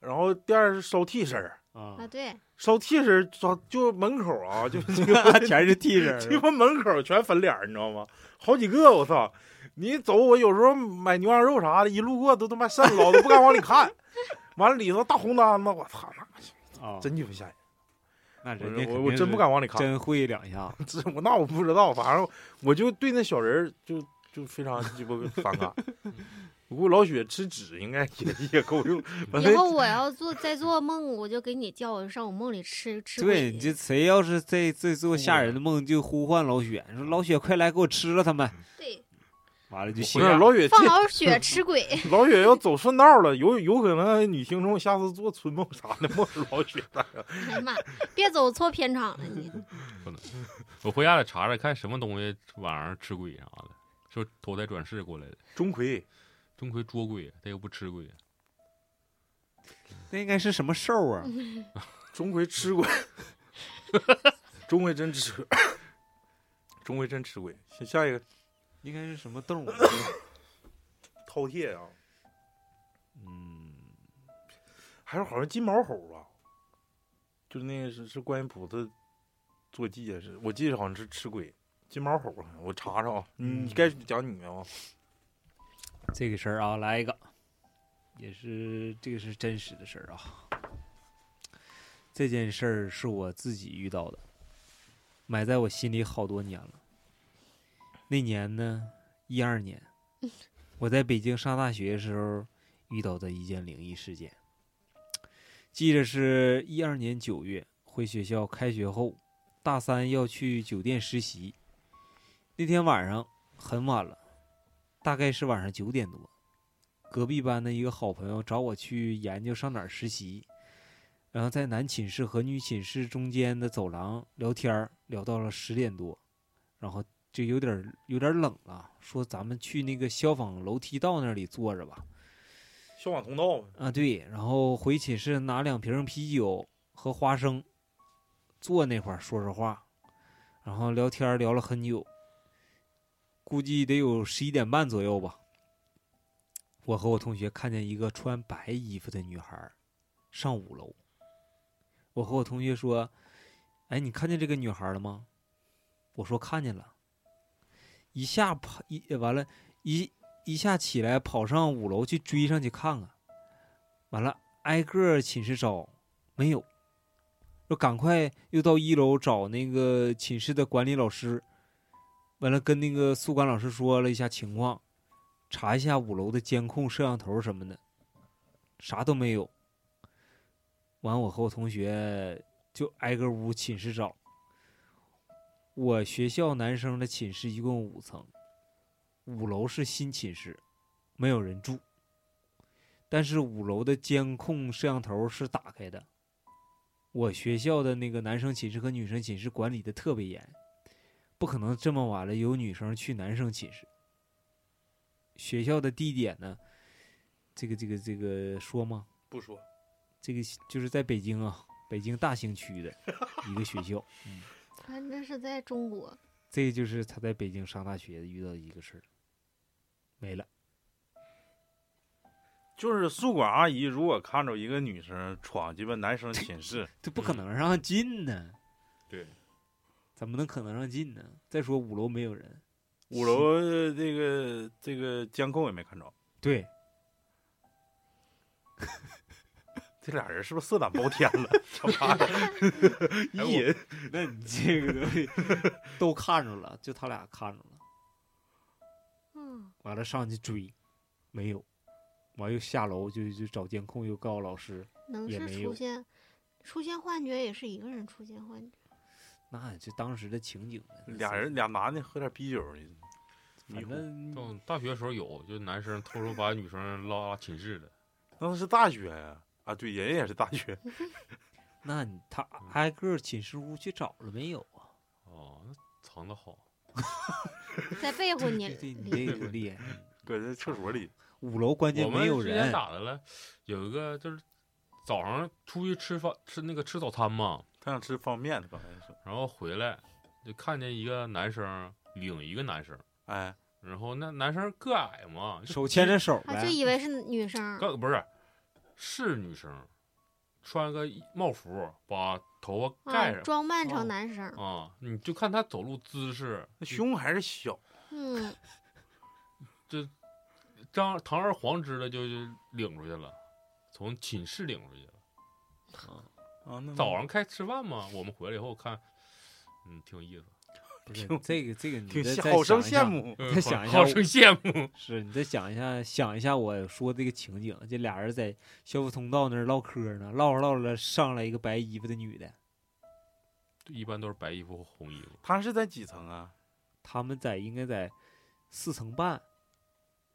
Speaker 1: 然后第二是烧替身儿，
Speaker 2: 啊
Speaker 3: 啊，，对，
Speaker 1: 烧替身儿就就门口啊，就 这
Speaker 2: 啊
Speaker 1: 个
Speaker 2: 全是替啊身儿
Speaker 1: 鸡巴门口全粉脸儿，你知道吗？好几个，我操！你走，我有时候买牛羊肉啥的，一路过都他妈瘆老都不敢往里看。完了里头大红单子，我操，
Speaker 2: 啊
Speaker 1: 那，真鸡巴吓人！
Speaker 2: 那
Speaker 1: 我
Speaker 2: 啊人家
Speaker 1: 说我
Speaker 2: 肯
Speaker 1: 我
Speaker 2: 定
Speaker 1: 真不
Speaker 2: 是
Speaker 1: 敢往里看，
Speaker 2: 真会两 下子，
Speaker 1: 这我那我不知道，反正我就对那小人儿就就非常鸡巴反 感。我估计老雪吃纸应该也也够用，完了
Speaker 3: 以后我要做再做梦，我就给你叫，我就上我梦里吃吃
Speaker 2: 对
Speaker 3: 鬼
Speaker 2: 你
Speaker 3: 去
Speaker 2: 这谁要是在在做吓人的梦，就呼唤老雪，说老雪快来给我吃了他们，
Speaker 3: 对
Speaker 2: 完了就
Speaker 1: 不
Speaker 2: 啊信
Speaker 1: 是
Speaker 2: 了。
Speaker 1: 老雪
Speaker 3: 放
Speaker 1: 这
Speaker 3: 老雪吃鬼，
Speaker 1: 老雪要走顺道了，有有可能哎女听众下次做春梦啥的，梦是老雪的。
Speaker 3: 哎呀妈，别走错片场了你。
Speaker 4: 我回家得查查看什么东西晚上吃鬼啥的，说投胎转世过来的，
Speaker 1: 钟馗，
Speaker 4: 钟馗捉鬼，他又不吃鬼，
Speaker 2: 那应该是什么兽啊？
Speaker 1: 钟馗吃 过，钟馗真吃，钟馗真吃鬼。下下一个
Speaker 2: 应该是什么 动物？
Speaker 1: 饕餮啊，
Speaker 2: 嗯，
Speaker 1: 还有好像金毛猴吧，就是那个是是观音菩萨坐骑也是，我记得好像是吃鬼。金毛猴，我查查啊，你
Speaker 2: 嗯
Speaker 1: 该讲你的啊。
Speaker 2: 这个事儿啊，来一个，也是这个是真实的事儿啊。这件事儿是我自己遇到的，埋在我心里好多年了。那年呢，一二年，我在北京上大学的时候遇到的一件灵异事件。记着是一二年九月回学校开学后，大三要去酒店实习。那天晚上很晚了。大概是晚上九点多，隔壁班的一个好朋友找我去研究上哪儿实习，然后在男寝室和女寝室中间的走廊聊天儿，聊到了十点多，然后就有点儿有点儿冷了，说咱们去那个消防楼梯道那里坐着吧。
Speaker 1: 消防通道，
Speaker 2: 啊，对，然后回寝室拿两瓶啤酒和花生，坐那块儿说说话，然后聊天儿聊了很久，估计得有十一点半左右吧。我和我同学看见一个穿白衣服的女孩儿上五楼。我和我同学说：“哎，你看见这个女孩儿了吗？”我说：“看见了。”一下跑一完了，一一下起来跑上五楼去追上去看看。完了挨个儿寝室找，没有，就赶快又到一楼找那个寝室的管理老师，完了跟那个宿管老师说了一下情况，查一下五楼的监控摄像头什么的，啥都没有。完，我和我同学就挨个屋寝室找。我学校男生的寝室一共五层，五楼是新寝室，没有人住。但是五楼的监控摄像头是打开的。我学校的那个男生寝室和女生寝室管理的特别严，不可能这么晚了有女生去男生寝室。学校的地点呢？这个这个这个说吗？
Speaker 1: 不说，
Speaker 2: 这个就是在北京啊，北京大兴区的一个学校。
Speaker 3: 他那是在中国，
Speaker 2: 这个就是他在北京上大学遇到的一个事儿，没了。
Speaker 1: 就是宿管阿姨如果看着一个女生闯鸡巴男生寝室，
Speaker 2: 这不可能让进呢，
Speaker 4: 对，
Speaker 2: 怎么能可能让进呢？再说五楼没有人，
Speaker 1: 五楼呃这个这个监控也没看着，
Speaker 2: 对，
Speaker 1: 这俩人是不是色胆包天了？ 这玩意儿，一人
Speaker 2: 那你这个东西都看着了，就他俩看着了，
Speaker 3: 嗯，
Speaker 2: 完了上去追，没有，完又下楼就就找监控，又告诉老师，
Speaker 3: 能
Speaker 2: 也
Speaker 3: 是
Speaker 2: 没
Speaker 3: 出
Speaker 2: 有
Speaker 3: 现出现幻觉，也是一个人出现幻觉。
Speaker 2: 那就当时的情景呗。
Speaker 1: 俩人俩男的喝点啤酒，迷
Speaker 2: 反
Speaker 1: 糊
Speaker 2: 正
Speaker 4: 上大学时候有，就男生偷偷把女生拉寝室的，
Speaker 1: 那是大学呀、啊，对，人也是大学，
Speaker 2: 那你他
Speaker 1: 嗯
Speaker 2: 挨个寝室屋去找了没有啊？
Speaker 4: 哦，那藏的好，
Speaker 3: 在被窝里
Speaker 2: 对对，你这个厉害。
Speaker 1: 搁这厕所里，
Speaker 2: 五楼关
Speaker 4: 我
Speaker 2: 键
Speaker 4: 们
Speaker 2: 没有
Speaker 4: 之前
Speaker 2: 人，
Speaker 4: 咋的了？有一个就是早上出去吃饭吃那个吃早餐嘛，
Speaker 1: 他想吃方便面，刚才说，
Speaker 4: 然后回来就看见一个男生领一个男生，
Speaker 1: 哎，
Speaker 4: 然后那男生个矮嘛，就
Speaker 2: 手牵着手
Speaker 3: 啊，就
Speaker 2: 呗。
Speaker 3: 以为是女生，
Speaker 4: 个不是是女生，穿个帽服把头发盖
Speaker 3: 啊，
Speaker 4: 上
Speaker 3: 装扮
Speaker 4: 哦
Speaker 3: 成男生，
Speaker 4: 啊、你就看他走路姿势，
Speaker 1: 那胸还是小，
Speaker 3: 嗯，
Speaker 4: 张堂而皇之的就就领出去了，从寝室领出去了。
Speaker 1: 啊，那
Speaker 4: 早上开吃饭嘛，我们回来以后看，嗯，挺有意思。
Speaker 2: 不是这个这个，你
Speaker 1: 挺
Speaker 2: 再
Speaker 1: 羡
Speaker 2: 再
Speaker 1: 好生
Speaker 2: 想一下
Speaker 1: 羡。慕，
Speaker 4: 嗯
Speaker 2: 再想一下
Speaker 4: 好
Speaker 2: 我
Speaker 4: 生羡慕。
Speaker 2: 是你再想一下，想一下我说这个情景，这俩人在消防通道那儿唠嗑呢，唠着唠着上来一个白衣服的女的，
Speaker 4: 一般都是白衣服、红衣服。
Speaker 1: 他是在几层啊？
Speaker 2: 他们在应该在四层半，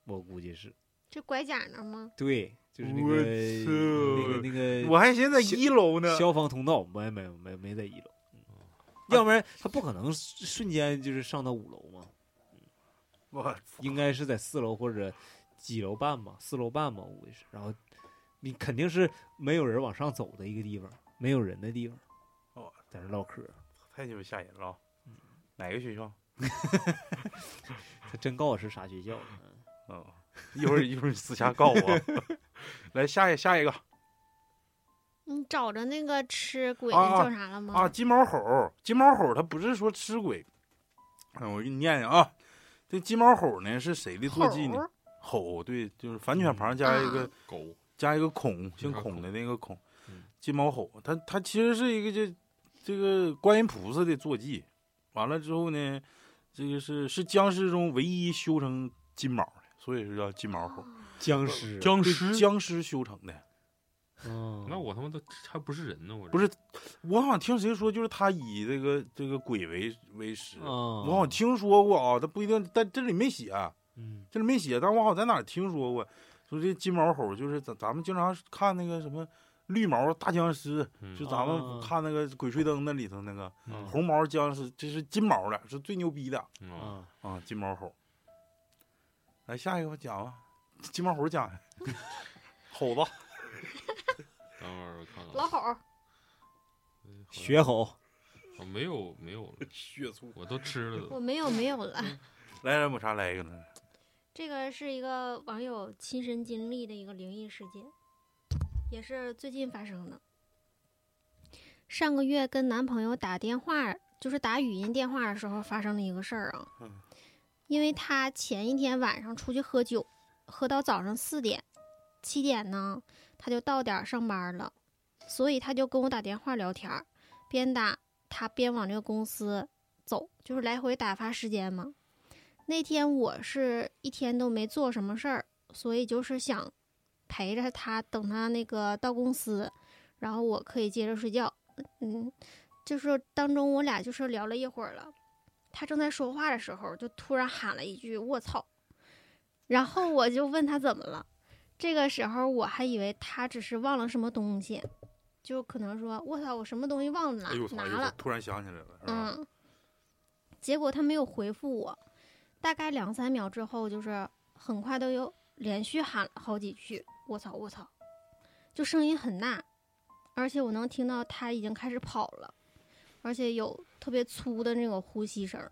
Speaker 2: 我估计是
Speaker 3: 这拐角那儿吗？
Speaker 2: 对，就是那
Speaker 1: 我
Speaker 2: 个
Speaker 1: 操
Speaker 2: 那个那个
Speaker 1: 我还寻思在一楼呢，
Speaker 2: 消防通道没没没没在一楼，
Speaker 1: 哦
Speaker 2: 嗯要不然他不可能瞬间就是上到五楼嘛，
Speaker 1: 我
Speaker 2: 应该是在四楼或者几楼半吧，四楼半吧，我估计是。然后你肯定是没有人往上走的一个地方，没有人的地方，
Speaker 1: 哦，
Speaker 2: 在那唠嗑，
Speaker 1: 太鸡巴吓人了，啊嗯哪个学校？
Speaker 2: 他真告诉我是啥学校了。嗯
Speaker 1: 嗯，一会儿一会儿私下告我， 来下一下一个
Speaker 3: 你找着那个吃鬼的
Speaker 1: 啊啊
Speaker 3: 叫啥了吗？
Speaker 1: 啊，金毛猴，金毛猴它不是说吃鬼，哎，我给你念念啊，这金毛猴呢是谁的坐骑呢？
Speaker 3: 猴儿
Speaker 1: 吼，对，就是反
Speaker 4: 嗯
Speaker 1: 犬旁加一个、
Speaker 3: 啊
Speaker 4: 狗
Speaker 1: 加一个孔，姓
Speaker 4: 加孔
Speaker 1: 孔的那个孔
Speaker 4: 嗯，
Speaker 1: 金毛吼，它它其实是一个这这个观音菩萨的坐骑，完了之后呢，这个是是僵尸中唯一修成金毛的，所以说叫金毛猴，
Speaker 3: 啊
Speaker 2: 僵尸，
Speaker 4: 哦僵
Speaker 1: 对
Speaker 4: 尸，
Speaker 1: 僵尸修成的。
Speaker 2: 嗯，
Speaker 4: 那我他妈都还不是人呢，我这
Speaker 1: 不是我好像听谁说，就是他以这个这个鬼为为食。
Speaker 4: 嗯
Speaker 2: 啊，
Speaker 1: 我好像听说过啊，他不一定，但这里没写、啊
Speaker 2: 嗯，
Speaker 1: 这里没写，但我好像在哪儿听说过，说这金毛猴就是咱咱们经常看那个什么绿毛大僵尸，
Speaker 4: 嗯
Speaker 1: 就咱们
Speaker 2: 啊
Speaker 1: 看那个《鬼吹灯》那里头那个、
Speaker 4: 嗯
Speaker 1: 红毛僵尸，这是金毛的，是最牛逼的
Speaker 4: 嗯啊
Speaker 2: 啊，
Speaker 1: 啊，金毛猴。来下一个吧，讲吧，金毛猴讲， 猴子
Speaker 4: 等会儿我看看
Speaker 3: 老
Speaker 4: 啊，
Speaker 3: 猴儿，
Speaker 2: 学吼，
Speaker 4: 啊没有没有了，
Speaker 1: 血粗。
Speaker 4: 我都吃了
Speaker 3: 我
Speaker 4: 都。
Speaker 3: 没有没有了。
Speaker 1: 嗯来来，抹茶来一个呢，
Speaker 3: 这个是一个网友亲身经历的一个灵异事件，也是最近发生的。上个月跟男朋友打电话，就是打语音电话的时候发生的一个事儿啊。
Speaker 1: 嗯
Speaker 3: 因为他前一天晚上出去喝酒，喝到早上四点，七点呢他就到点儿上班了，所以他就跟我打电话聊天儿，边打他边往这个公司走，就是来回打发时间嘛。那天我是一天都没做什么事儿，所以就是想陪着他，等他那个到公司，然后我可以接着睡觉。嗯，这时候当中我俩就是聊了一会儿了，他正在说话的时候，就突然喊了一句“卧槽”，然后我就问他怎么了。这个时候我还以为他只是忘了什么东西，就可能说“我操，我什么东西忘了拿、
Speaker 1: 哎呦我操！
Speaker 3: 拿
Speaker 1: 哎呦我
Speaker 3: 了
Speaker 1: 突然想起来了，”，是吧？
Speaker 3: 嗯。结果他没有回复我，大概两三秒之后，就是很快都有连续喊了好几句“我操我操”，就声音很大，而且我能听到他已经开始跑了，而且有特别粗的那种呼吸声儿。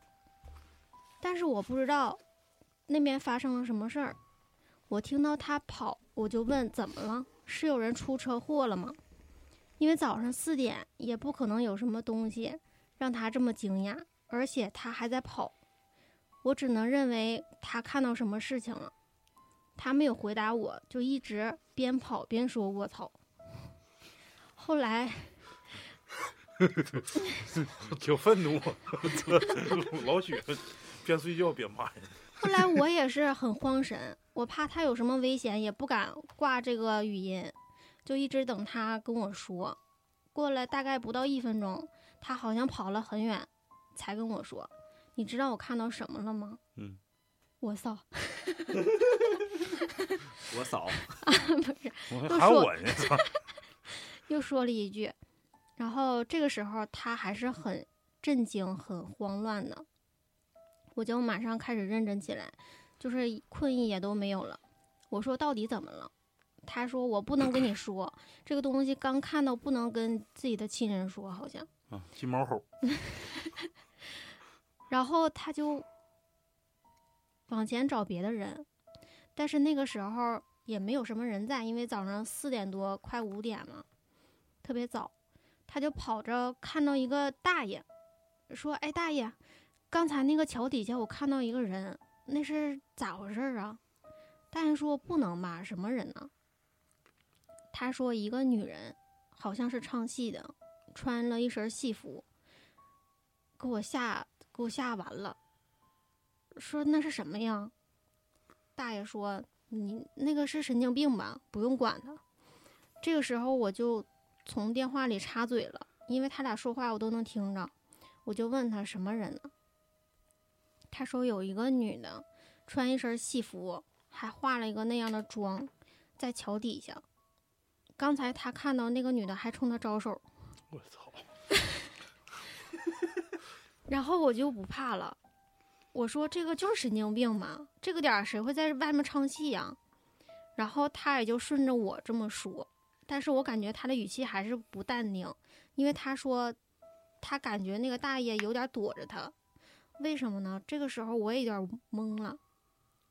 Speaker 3: 但是我不知道那边发生了什么事儿，我听到他跑，我就问怎么了？是有人出车祸了吗？因为早上四点也不可能有什么东西让他这么惊讶，而且他还在跑，我只能认为他看到什么事情了。他没有回答我，就一直边跑边说“我操”。后来
Speaker 1: 挺愤怒，老许边睡觉边骂人。
Speaker 3: 后来我也是很慌神，我怕他有什么危险，也不敢挂这个语音，就一直等他跟我说。过了大概不到一分钟，他好像跑了很远，才跟我说：“你知道我看到什么了吗？”
Speaker 1: 嗯，
Speaker 3: 我操，
Speaker 2: 我嫂，
Speaker 1: 我
Speaker 3: 又
Speaker 1: 喊
Speaker 3: 说
Speaker 1: 我 呢，操！
Speaker 3: 又说了一句。然后这个时候他还是很震惊、很慌乱的，我就马上开始认真起来，就是困意也都没有了。我说到底怎么了？他说我不能跟你说，这个东西刚看到不能跟自己的亲人说，好像。
Speaker 1: 啊，金毛猴，
Speaker 3: 然后他就往前找别的人，但是那个时候也没有什么人在，因为早上四点多快五点嘛，特别早。他就跑着看到一个大爷，说：“哎，大爷，刚才那个桥底下我看到一个人，那是咋回事儿啊？”大爷说：“不能吧，什么人呢？”他说：“一个女人，好像是唱戏的，穿了一身戏服，给我吓给我吓完了，说那是什么呀？大爷说你那个是神经病吧，不用管他。这个时候我就从电话里插嘴了，因为他俩说话我都能听着，我就问他什么人呢？他说有一个女的，穿一身戏服，还化了一个那样的妆，在桥底下。刚才他看到那个女的还冲他招手，
Speaker 1: 我操！
Speaker 3: 然后我就不怕了，我说这个就是神经病嘛，这个点儿谁会在外面唱戏呀、然后他也就顺着我这么说，但是我感觉他的语气还是不淡定，因为他说他感觉那个大爷有点躲着他，为什么呢？这个时候我也有点懵了，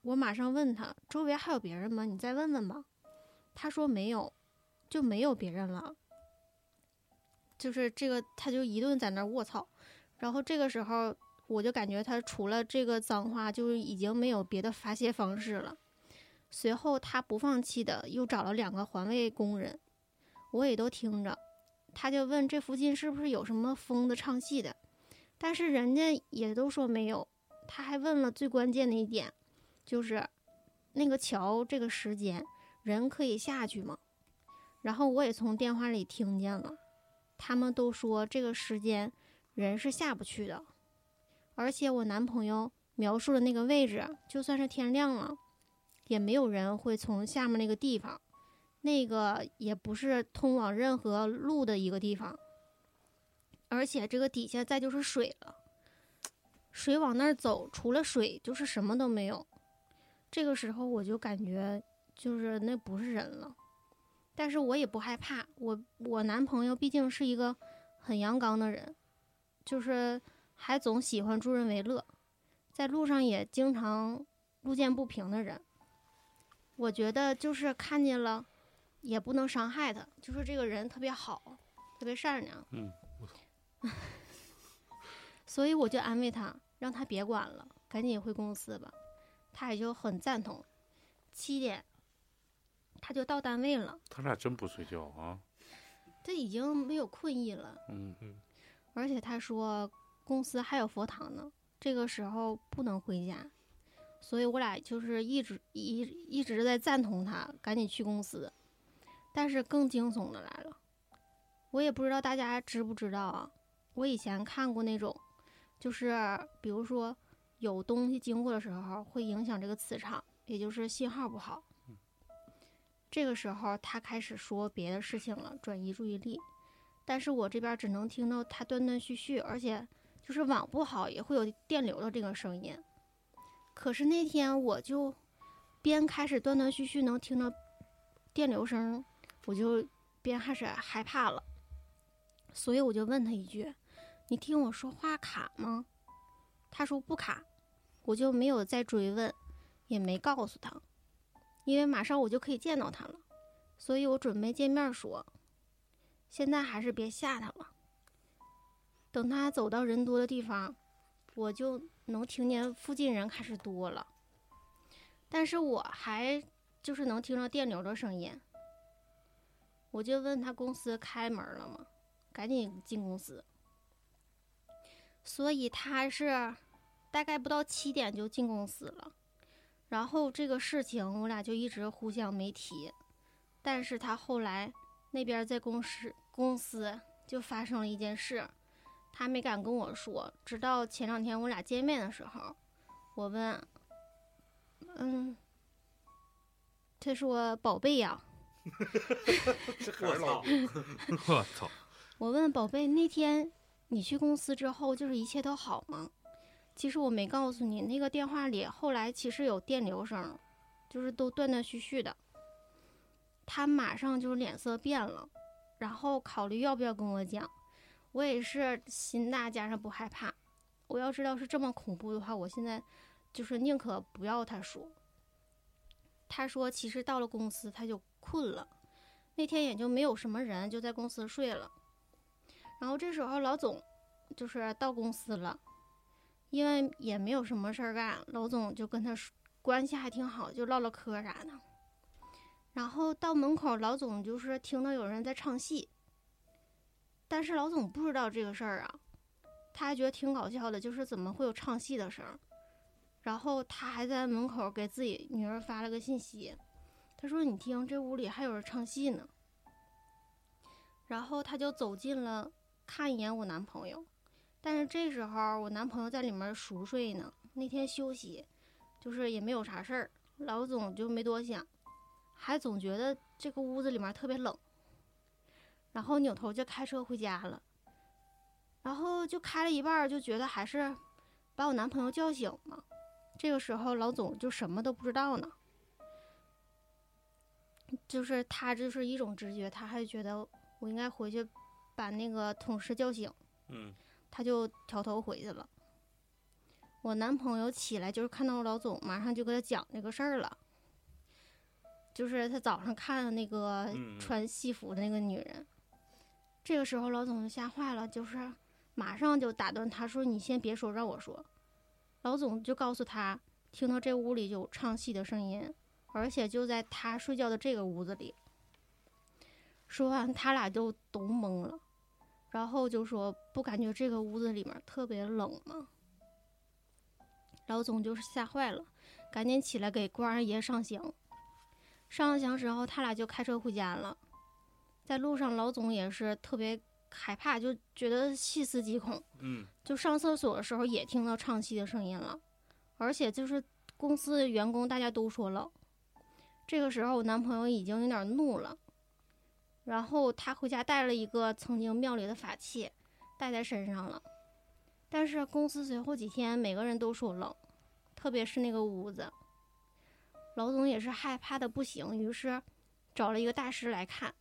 Speaker 3: 我马上问他周围还有别人吗？你再问问吧。他说没有，就没有别人了。就是这个，他就一顿在那儿卧槽。然后这个时候，我就感觉他除了这个脏话，就是已经没有别的发泄方式了。随后，他不放弃的又找了两个环卫工人，我也都听着。他就问这附近是不是有什么疯子唱戏的，但是人家也都说没有。他还问了最关键的一点，就是那个桥这个时间人可以下去吗？然后我也从电话里听见了，他们都说这个时间人是下不去的。而且我男朋友描述的那个位置，啊就算是天亮了，也没有人会从下面那个地方，那个也不是通往任何路的一个地方。而且这个底下再就是水了，水往那儿走，除了水就是什么都没有。这个时候我就感觉就是那不是人了，但是我也不害怕。我我男朋友毕竟是一个很阳刚的人，就是还总喜欢助人为乐，在路上也经常路见不平的人。我觉得就是看见了，也不能伤害他，就是这个人特别好，特别善良。
Speaker 1: 嗯，
Speaker 3: 所以我就安慰他，让他别管了，赶紧回公司吧。他也就很赞同。七点，他就到单位了，
Speaker 1: 他俩真不睡觉啊！
Speaker 3: 这已经没有困意了。
Speaker 1: 嗯，
Speaker 3: 而且他说公司还有佛堂呢，这个时候不能回家。所以我俩就是一直一一直在赞同他赶紧去公司。但是更惊悚的来了，我也不知道大家知不知道啊，我以前看过那种，就是比如说有东西经过的时候会影响这个磁场，也就是信号不好。这个时候他开始说别的事情了，转移注意力。但是我这边只能听到他断断续续，而且就是网不好也会有电流的这个声音。可是那天我就边开始断断续续能听到电流声，我就边开始害怕了，所以我就问他一句：“你听我说话卡吗？”他说不卡，我就没有再追问，也没告诉他，因为马上我就可以见到他了，所以我准备见面说。现在还是别吓他了。等他走到人多的地方，我就能听见附近人开始多了，但是我还就是能听着电流的声音。我就问他公司开门了吗？赶紧进公司。所以他是大概不到七点就进公司了，然后这个事情我俩就一直互相没提，但是他后来。那边在公司公司就发生了一件事，他没敢跟我说，直到前两天我俩见面的时候，我问，嗯，他说宝贝呀、
Speaker 1: 我操！
Speaker 3: 嗯
Speaker 4: 我操！
Speaker 3: 我问宝贝那天你去公司之后就是一切都好吗？其实我没告诉你，那个电话里后来其实有电流声，就是都断断续续的。他马上就脸色变了，然后考虑要不要跟我讲。我也是心大加上不害怕，我要知道是这么恐怖的话，我现在就是宁可不要他说。他说其实到了公司他就困了，那天也就没有什么人，就在公司睡了。然后这时候老总就是到公司了，因为也没有什么事儿干，老总就跟他说关系还挺好，就唠唠嗑啥的。然后到门口，老总就是听到有人在唱戏，但是老总不知道这个事儿啊，他还觉得挺搞笑的，就是怎么会有唱戏的声儿。然后他还在门口给自己女儿发了个信息，他说：“你听，这屋里还有人唱戏呢。”然后他就走进了看一眼我男朋友，但是这时候我男朋友在里面熟睡呢，那天休息，就是也没有啥事儿，老总就没多想。还总觉得这个屋子里面特别冷，然后扭头就开车回家了，然后就开了一半儿就觉得还是把我男朋友叫醒嘛。这个时候老总就什么都不知道呢，就是他就是一种直觉，他还觉得我应该回去把那个同事叫醒，
Speaker 1: 嗯，
Speaker 3: 他就调头回去了。我男朋友起来就是看到老总，马上就跟他讲这个事儿了。就是他早上看的那个
Speaker 1: 嗯嗯
Speaker 3: 哎穿西服的那个女人，这个时候老总就吓坏了，就是马上就打断他说：“你先别说，让我说。”老总就告诉他，听到这屋里有唱戏的声音，而且就在他睡觉的这个屋子里。说完，他俩就都懵了，然后就说：“不感觉这个屋子里面特别冷吗？”老总就是吓坏了，赶紧起来给关二爷上香。上了香之后，他俩就开车回家了。在路上，老总也是特别害怕，就觉得细思极恐。
Speaker 1: 嗯，
Speaker 3: 就上厕所的时候也听到唱戏的声音了，而且就是公司的员工大家都说了。这个时候，我男朋友已经有点怒了，然后他回家带了一个曾经庙里的法器，带在身上了。但是公司随后几天，每个人都说冷，特别是那个屋子。老总也是害怕的不行，于是找了一个大师来看。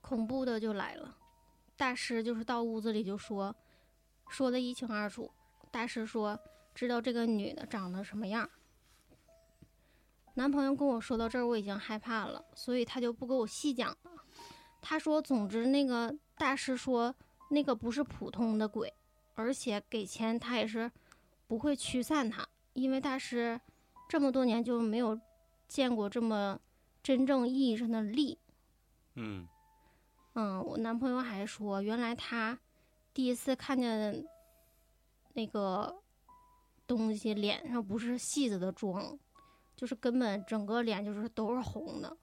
Speaker 3: 恐怖的就来了，大师就是到屋子里就说，说的一清二楚。大师说知道这个女的长得什么样。男朋友跟我说到这儿，我已经害怕了，所以他就不给我细讲了。他说，总之那个大师说那个不是普通的鬼，而且给钱他也是不会驱散他，因为大师这么多年就没有见过这么真正意义上的力。
Speaker 1: 嗯，
Speaker 3: 嗯，我男朋友还说，原来他第一次看见那个东西脸上不是细致的妆，就是根本整个脸就是都是红的。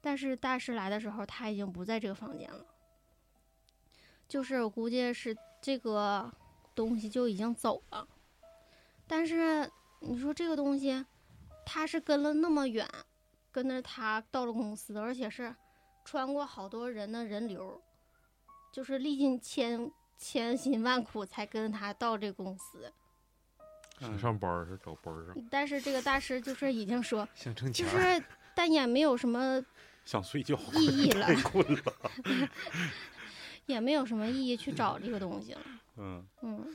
Speaker 3: 但是大师来的时候，他已经不在这个房间了，就是我估计是这个东西就已经走了。但是你说这个东西，他是跟了那么远，跟着他到了公司，而且是穿过好多人的人流，就是历尽千千辛万苦才跟他到这公司。
Speaker 1: 嗯
Speaker 4: 想上班儿是找班儿上，
Speaker 3: 但是这个大师就是已经说，
Speaker 2: 想挣
Speaker 3: 就
Speaker 2: 钱儿，
Speaker 3: 是但也没有什么
Speaker 1: 想睡觉，
Speaker 3: 意义了
Speaker 1: 太，困了。
Speaker 3: 也没有什么意义去找这个东西了。
Speaker 1: 嗯，
Speaker 3: 嗯，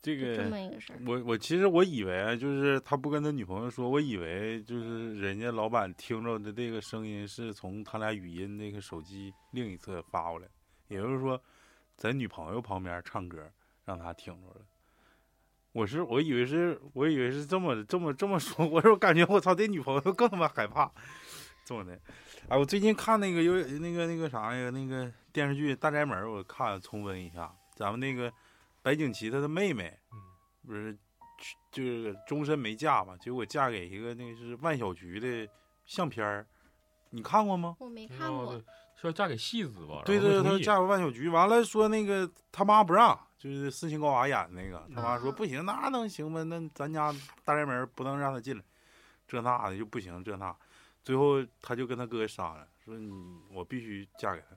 Speaker 1: 这
Speaker 3: 就这
Speaker 1: 个嗯
Speaker 3: 么一个事儿。
Speaker 1: 我我其实我以为啊就是他不跟他女朋友说，我以为就是人家老板听着的这个声音是从他俩语音那个手机另一侧发过来，也就是说，在女朋友旁边唱歌让他听着了。我是我以为是我以为是这么这么这么说，我说我感觉我操，这女朋友更他妈害怕，这么的。哎，我最近看那个有那个那个啥呀，那个电视剧《大宅门》，我看重温一下，咱们那个白景琦他的妹妹。不是去就是终身没嫁嘛，结果嫁给一个那个是万小菊的相片儿，你看过吗？
Speaker 3: 我没看过
Speaker 4: 哦，是要嫁给戏子吧？
Speaker 1: 对
Speaker 4: 然
Speaker 1: 对，
Speaker 4: 后没
Speaker 1: 她
Speaker 4: 同意
Speaker 1: 嫁给万小菊，完了说那个他妈不让，就是斯琴高娃演的那个，他妈说
Speaker 3: 啊
Speaker 1: 不行，那能行吗？那咱家大宅门儿不能让他进来，这那的就不行，这那，最后他就跟他哥商量，说你我必须嫁给他，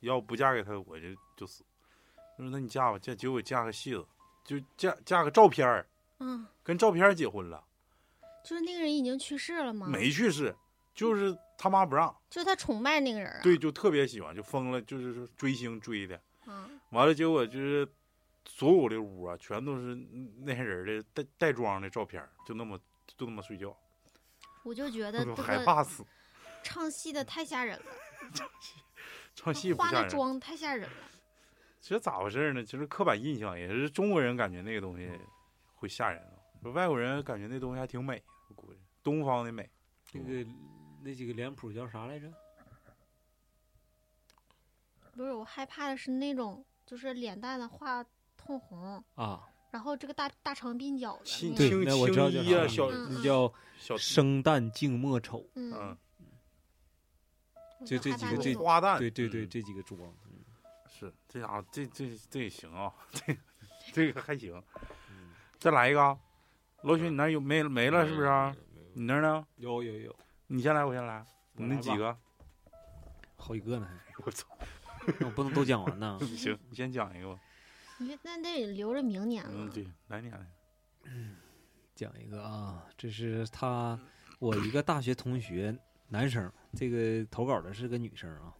Speaker 1: 要不嫁给他我就就死。他说那你嫁吧，嫁结果嫁个戏子，就嫁嫁个照片儿，
Speaker 3: 嗯，
Speaker 1: 跟照片儿结婚了。
Speaker 3: 就是那个人已经去世了吗？
Speaker 1: 没去世，就是他妈不让，
Speaker 3: 就是他崇拜那个人啊。
Speaker 1: 对，就特别喜欢，就疯了，就是说追星追的。
Speaker 3: 啊，
Speaker 1: 完了，结果就是所有的屋啊，全都是那些人的带带妆的照片儿，就那么就那么睡觉，
Speaker 3: 我就觉得这
Speaker 1: 害
Speaker 3: 个
Speaker 1: 怕死。
Speaker 3: 唱戏的太吓人了，
Speaker 1: 唱嗯戏不
Speaker 3: 化
Speaker 1: 吓
Speaker 3: 那
Speaker 1: 人，
Speaker 3: 妆太吓人了。
Speaker 1: 其实咋回事呢？其实刻板印象也是中国人感觉那个东西会吓人啊，说外国人感觉那东西还挺美，我估计东方的美。
Speaker 2: 那个那几个脸谱叫啥来着？
Speaker 3: 不是，我害怕的是那种就是脸蛋子画通红，
Speaker 2: 啊，
Speaker 3: 然后这个大大长鬓角
Speaker 1: 青
Speaker 3: 子
Speaker 2: 对
Speaker 3: 那
Speaker 1: 嗯
Speaker 3: 种。
Speaker 1: 青
Speaker 2: 那我知道
Speaker 1: 青
Speaker 2: 叫
Speaker 1: 衣啊，
Speaker 2: 啥
Speaker 1: 小
Speaker 3: 嗯
Speaker 2: 那叫
Speaker 1: 小
Speaker 2: 生旦净末丑。
Speaker 1: 嗯
Speaker 3: 嗯，，我
Speaker 2: 就
Speaker 3: 就
Speaker 2: 这
Speaker 3: 害
Speaker 2: 几个
Speaker 3: 怕那
Speaker 2: 这
Speaker 3: 种
Speaker 1: 花旦，
Speaker 2: 对对对，
Speaker 1: 嗯
Speaker 2: 这几个妆，啊嗯
Speaker 1: 是这家伙，这这这也行啊，这这个还行。再来一个啊，老许，你那有没没了是不是啊？你那儿呢？
Speaker 2: 有有有，
Speaker 1: 你先来，我先来。
Speaker 2: 我
Speaker 1: 你那
Speaker 2: 来
Speaker 1: 几
Speaker 2: 吧
Speaker 1: 个？
Speaker 2: 好几个呢， 还
Speaker 1: 我操！
Speaker 2: 那我不能都讲完 呢。
Speaker 1: 行，你先讲一个吧。
Speaker 3: 嗯你那得留着明年
Speaker 1: 嗯，
Speaker 3: 了。
Speaker 1: 对，来你来。
Speaker 2: 讲一个啊，这是他我一个大学同学，男生，这个投稿的是个女生啊。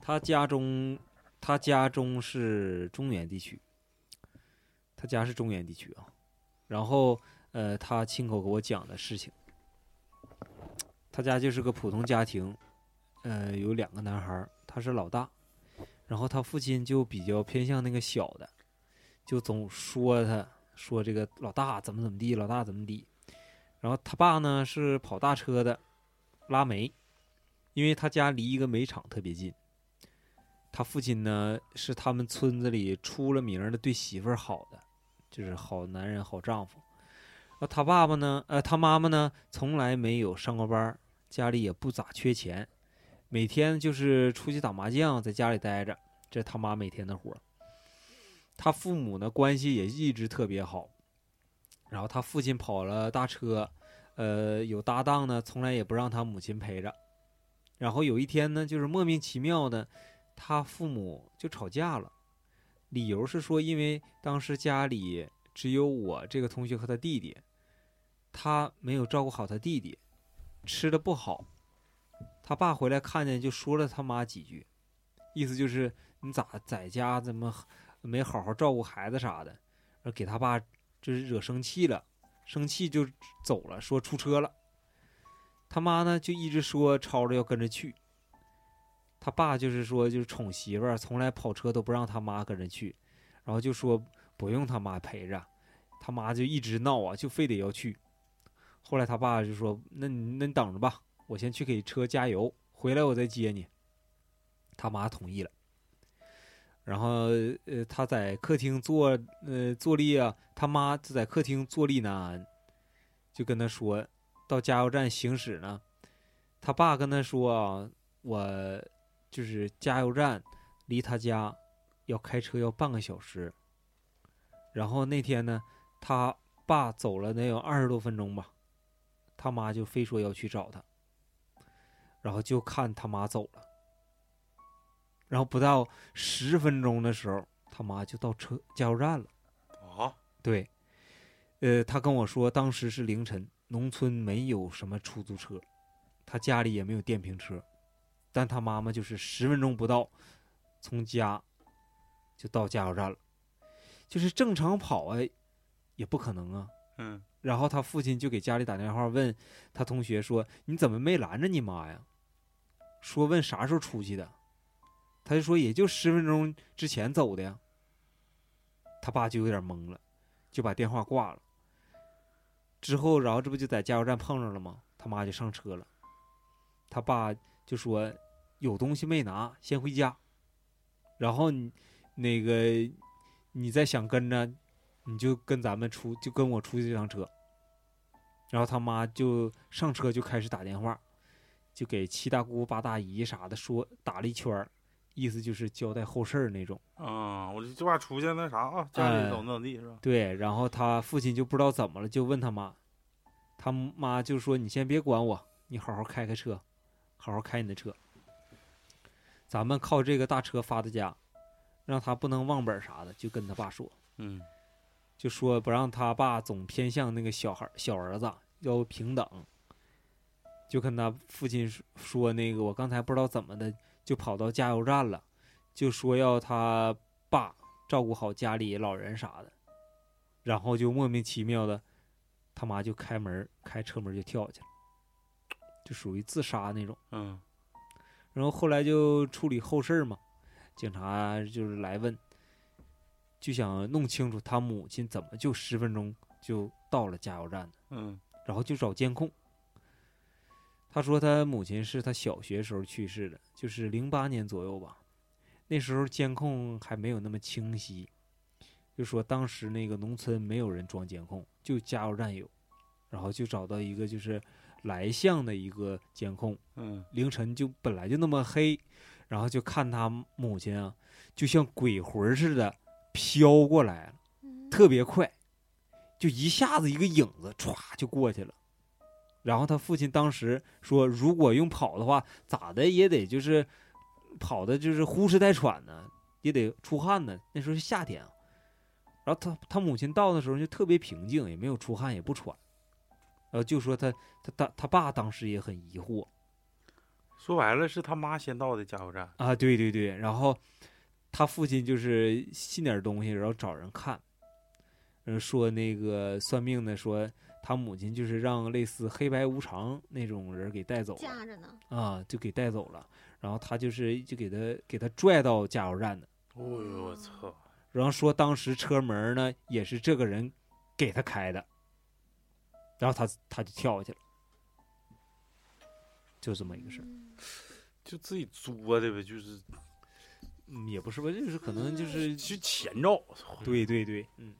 Speaker 2: 他家中，他家中是中原地区，他家是中原地区啊。然后，呃，他亲口给我讲的事情，他家就是个普通家庭，呃，有两个男孩儿，他是老大，然后他父亲就比较偏向那个小的，就总说他，说这个老大怎么怎么地，老大怎么地。然后他爸呢是跑大车的，拉煤，因为他家离一个煤场特别近。他父亲呢是他们村子里出了名儿的对媳妇儿好的，就是好男人、好丈夫。然后他爸爸呢，呃，他妈妈呢从来没有上过班儿，家里也不咋缺钱，每天就是出去打麻将，在家里待着，这是他妈每天的活儿。他父母呢关系也一直特别好，然后他父亲跑了大车，呃，有搭档呢，从来也不让他母亲陪着。然后有一天呢，就是莫名其妙的，他父母就吵架了，理由是说因为当时家里只有我这个同学和他弟弟，他没有照顾好他弟弟，吃的不好。他爸回来看见就说了他妈几句，意思就是你咋在家怎么没好好照顾孩子啥的，然后给他爸就是惹生气了，生气就走了，说出车了。他妈呢就一直说吵着要跟着去，他爸就是说就是宠媳妇儿，从来跑车都不让他妈跟着去，然后就说不用他妈陪着，他妈就一直闹啊，就非得要去。后来他爸就说：“那你那你等着吧，我先去给车加油，回来我再接你。”他妈同意了。然后呃他在客厅坐呃坐立啊，他妈就在客厅坐立难安，就跟他说到加油站行驶呢，他爸跟他说啊，我就是加油站离他家要开车要半个小时，然后那天呢，他爸走了能有二十多分钟吧，他妈就非说要去找他，然后就看他妈走了，然后不到十分钟的时候，他妈就到车加油站了。
Speaker 1: 啊，
Speaker 2: 对，呃，他跟我说，当时是凌晨，农村没有什么出租车，他家里也没有电瓶车，但他妈妈就是十分钟不到，从家就到加油站了，就是正常跑啊，也不可能啊。
Speaker 5: 嗯，
Speaker 2: 然后他父亲就给家里打电话问他同学说：“你怎么没拦着你妈呀？”说问啥时候出去的，他就说也就十分钟之前走的呀。他爸就有点懵了，就把电话挂了。之后，然后这不就在加油站碰上了吗？他妈就上车了，他爸就说有东西没拿，先回家。然后你那个你再想跟着，你就跟咱们出，就跟我出去这趟车。然后他妈就上车就开始打电话，就给七大姑八大姨啥的说打了一圈儿，意思就是交代后事儿那种。
Speaker 1: 啊，我就就怕出现那啥啊，家里
Speaker 2: 哎
Speaker 1: 怎么怎么地是吧？
Speaker 2: 对，然后他父亲就不知道怎么了，就问他妈，他妈就说：“你先别管我，你好好开开车，好好开你的车，咱们靠这个大车发的家，让他不能忘本儿啥的。”就跟他爸说，
Speaker 5: 嗯，
Speaker 2: 就说不让他爸总偏向那个小孩儿小儿子，要平等。就跟他父亲说说那个，我刚才不知道怎么的就跑到加油站了，就说要他爸照顾好家里老人啥的，然后就莫名其妙的，他妈就开门儿开车门儿就跳下去了，就属于自杀那种。
Speaker 5: 嗯，
Speaker 2: 然后后来就处理后事儿嘛，警察就是来问，就想弄清楚他母亲怎么就十分钟就到了加油站的，
Speaker 5: 嗯，
Speaker 2: 然后就找监控。他说他母亲是他小学时候去世的，就是零八年左右吧，那时候监控还没有那么清晰，就说当时那个农村没有人装监控，就加油站有，然后就找到一个就是来项的一个监控。
Speaker 5: 嗯，
Speaker 2: 凌晨就本来就那么黑，然后就看他母亲啊，就像鬼魂似的飘过来了，
Speaker 3: 嗯
Speaker 2: 特别快，就一下子一个影子歘就过去了。然后他父亲当时说，如果用跑的话，咋的也得就是跑的就是呼哧带喘呢，也得出汗呢。那时候是夏天啊。然后他他母亲到的时候就特别平静，也没有出汗，也不喘。然后就说他他他他爸当时也很疑惑，
Speaker 1: 说白了是他妈先到的加油站，
Speaker 2: 啊，对对对，然后他父亲就是信点儿东西，然后找人看，呃，说那个算命的说他母亲就是让类似黑白无常那种人给带走了
Speaker 3: 架着呢，
Speaker 2: 啊，就给带走了，然后他就是就给他给他拽到加油站的，
Speaker 1: 哦呦我操，
Speaker 2: 然后说当时车门儿呢也是这个人给他开的，然后他他就跳下去了，就这么一个事儿。
Speaker 3: 嗯
Speaker 1: 就自己作的呗，就是
Speaker 2: 嗯，也不是吧，就是可能就是
Speaker 1: 就前兆，操
Speaker 2: 对对对，嗯。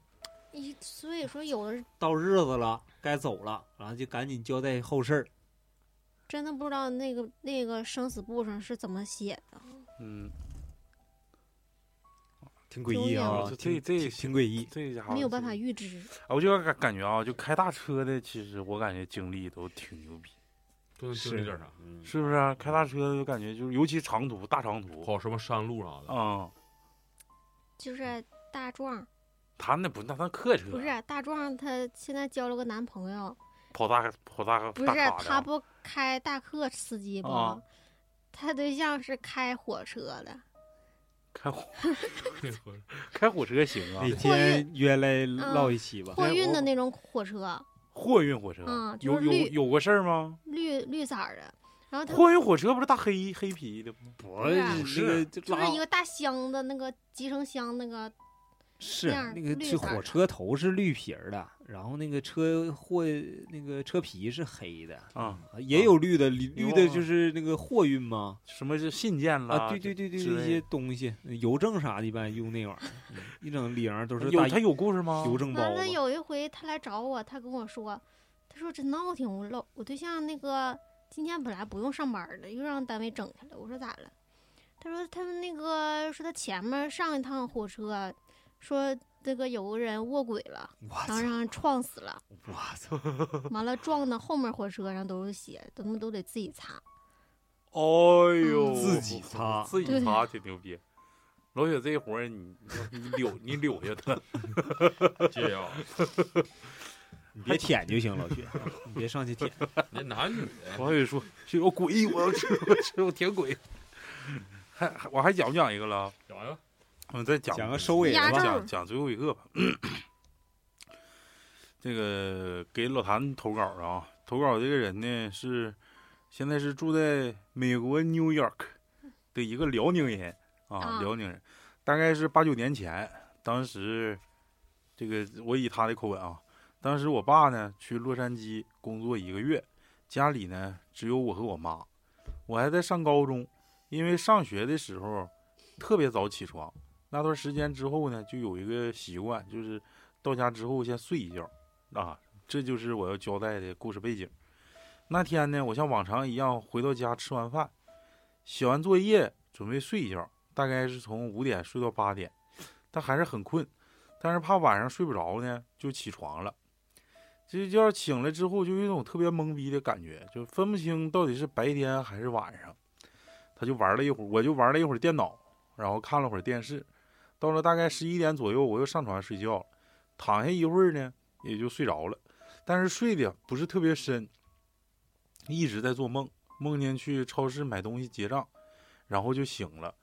Speaker 3: 一所以说有的
Speaker 2: 到日子了，该走了，然后就赶紧交代后事儿。
Speaker 3: 真的不知道那个那个生死簿上是怎么写的，
Speaker 5: 嗯，
Speaker 2: 挺诡异啊
Speaker 1: 这，
Speaker 2: 挺
Speaker 1: 这这
Speaker 2: 挺诡异。
Speaker 1: 这家伙
Speaker 3: 没有办
Speaker 1: 这
Speaker 3: 法预知。
Speaker 1: 啊，我就感感觉啊，就开大车的，其实我感觉经历都挺牛逼，
Speaker 4: 都能经历点啥？
Speaker 2: 嗯
Speaker 1: 是不是啊、开大车就感觉就是，尤其长途、大长途，
Speaker 4: 跑什么山路啥 的？
Speaker 1: 啊、
Speaker 3: 就是
Speaker 2: 嗯
Speaker 3: 大壮，
Speaker 1: 他那不是那他客车，啊
Speaker 3: 不是大壮，他现在交了个男朋友，
Speaker 1: 跑大跑大
Speaker 3: 不
Speaker 1: 大
Speaker 3: 是
Speaker 1: 卡
Speaker 3: 他
Speaker 1: 的，
Speaker 3: 不开大客司机不
Speaker 1: 啊，
Speaker 3: 他对象是开火车的，
Speaker 1: 开火开火车行啊
Speaker 2: 哪，天约来唠
Speaker 3: 嗯
Speaker 2: 一期吧。
Speaker 3: 货运
Speaker 1: 我
Speaker 3: 的那种火车，
Speaker 1: 货运火车，啊
Speaker 3: 嗯就
Speaker 1: 有
Speaker 3: 是
Speaker 1: 有
Speaker 3: 绿
Speaker 1: 有过事儿吗？
Speaker 3: 绿绿色儿的，然后他
Speaker 1: 货运火车不是大黑黑皮的吗？
Speaker 2: 不
Speaker 3: 是
Speaker 2: 是
Speaker 4: 不
Speaker 2: 那个就
Speaker 3: 就是
Speaker 2: 拉
Speaker 3: 一个大箱子，那个集成箱那个
Speaker 2: 是
Speaker 3: 那样
Speaker 2: 那个
Speaker 3: 绿
Speaker 2: 是
Speaker 3: 色儿
Speaker 2: 火
Speaker 3: 的
Speaker 2: 车头是绿皮儿的，然后那个车货那个车皮是黑的，
Speaker 1: 啊，
Speaker 2: 啊也有绿的，绿绿
Speaker 1: 牛
Speaker 2: 的
Speaker 1: 啊
Speaker 2: 就是那个货运嘛，
Speaker 1: 什么是信件啦？
Speaker 2: 啊，对对对对，
Speaker 1: 之
Speaker 2: 那
Speaker 1: 类
Speaker 2: 些
Speaker 1: 的
Speaker 2: 东西，邮政啥的，一般用那玩意儿，嗯一整铃儿都是
Speaker 1: 有
Speaker 2: 大
Speaker 1: 他有故事吗？
Speaker 2: 邮政包
Speaker 3: 完
Speaker 2: 嘛
Speaker 3: 了，有一回他来找我，他跟我说，他说真闹挺，我老我对象那个今天本来不用上班儿的，又让单位整去了。我说咋了？他说他们那个说他前面上一趟火车，说这个有个人卧轨了，
Speaker 2: 我
Speaker 1: 啊
Speaker 3: 然
Speaker 2: 操，
Speaker 3: 后让人撞死 了，
Speaker 2: 我操，
Speaker 3: 完了撞到后面火车上都是血，他们都得自己擦。
Speaker 1: 哎呦，
Speaker 3: 嗯
Speaker 2: 自己擦
Speaker 1: 自己擦挺牛逼。老雪这一活儿，你你溜你溜下他，
Speaker 4: 这样，
Speaker 2: 你别舔就行，老薛， 你别上去舔，
Speaker 4: 那男女的
Speaker 1: 老雪说：“是有鬼，我要吃，我吃，我舔鬼。还”还我还讲不讲一个了？
Speaker 4: 讲呀，
Speaker 1: 我再讲
Speaker 2: 讲个收尾
Speaker 3: 压
Speaker 2: 的
Speaker 3: 轴
Speaker 2: 吧，
Speaker 3: 儿
Speaker 1: 讲讲最后一个吧。 这个给老谭投稿啊，投稿这个人呢是现在是住在美国 New York 的一个辽宁人啊，
Speaker 3: 啊
Speaker 1: 辽宁人，大概是八九年前，当时这个我以他的口吻啊，当时我爸呢去洛杉矶工作一个月，家里呢只有我和我妈，我还在上高中，因为上学的时候特别早起床，那段时间之后呢，就有一个习惯，就是到家之后先睡一觉，啊，这就是我要交代的故事背景。那天呢，我像往常一样回到家吃完饭，写完作业准备睡一觉，大概是从五点睡到八点，但还是很困，但是怕晚上睡不着呢，就起床了。这觉醒了之后，就有一种特别懵逼的感觉，就分不清到底是白天还是晚上。他就玩了一会儿，我就玩了一会儿电脑，然后看了会儿电视。到了大概十一点左右，我又上床睡觉了，躺下一会儿呢，也就睡着了，但是睡的不是特别深，一直在做梦，梦见去超市买东西结账，然后就醒了，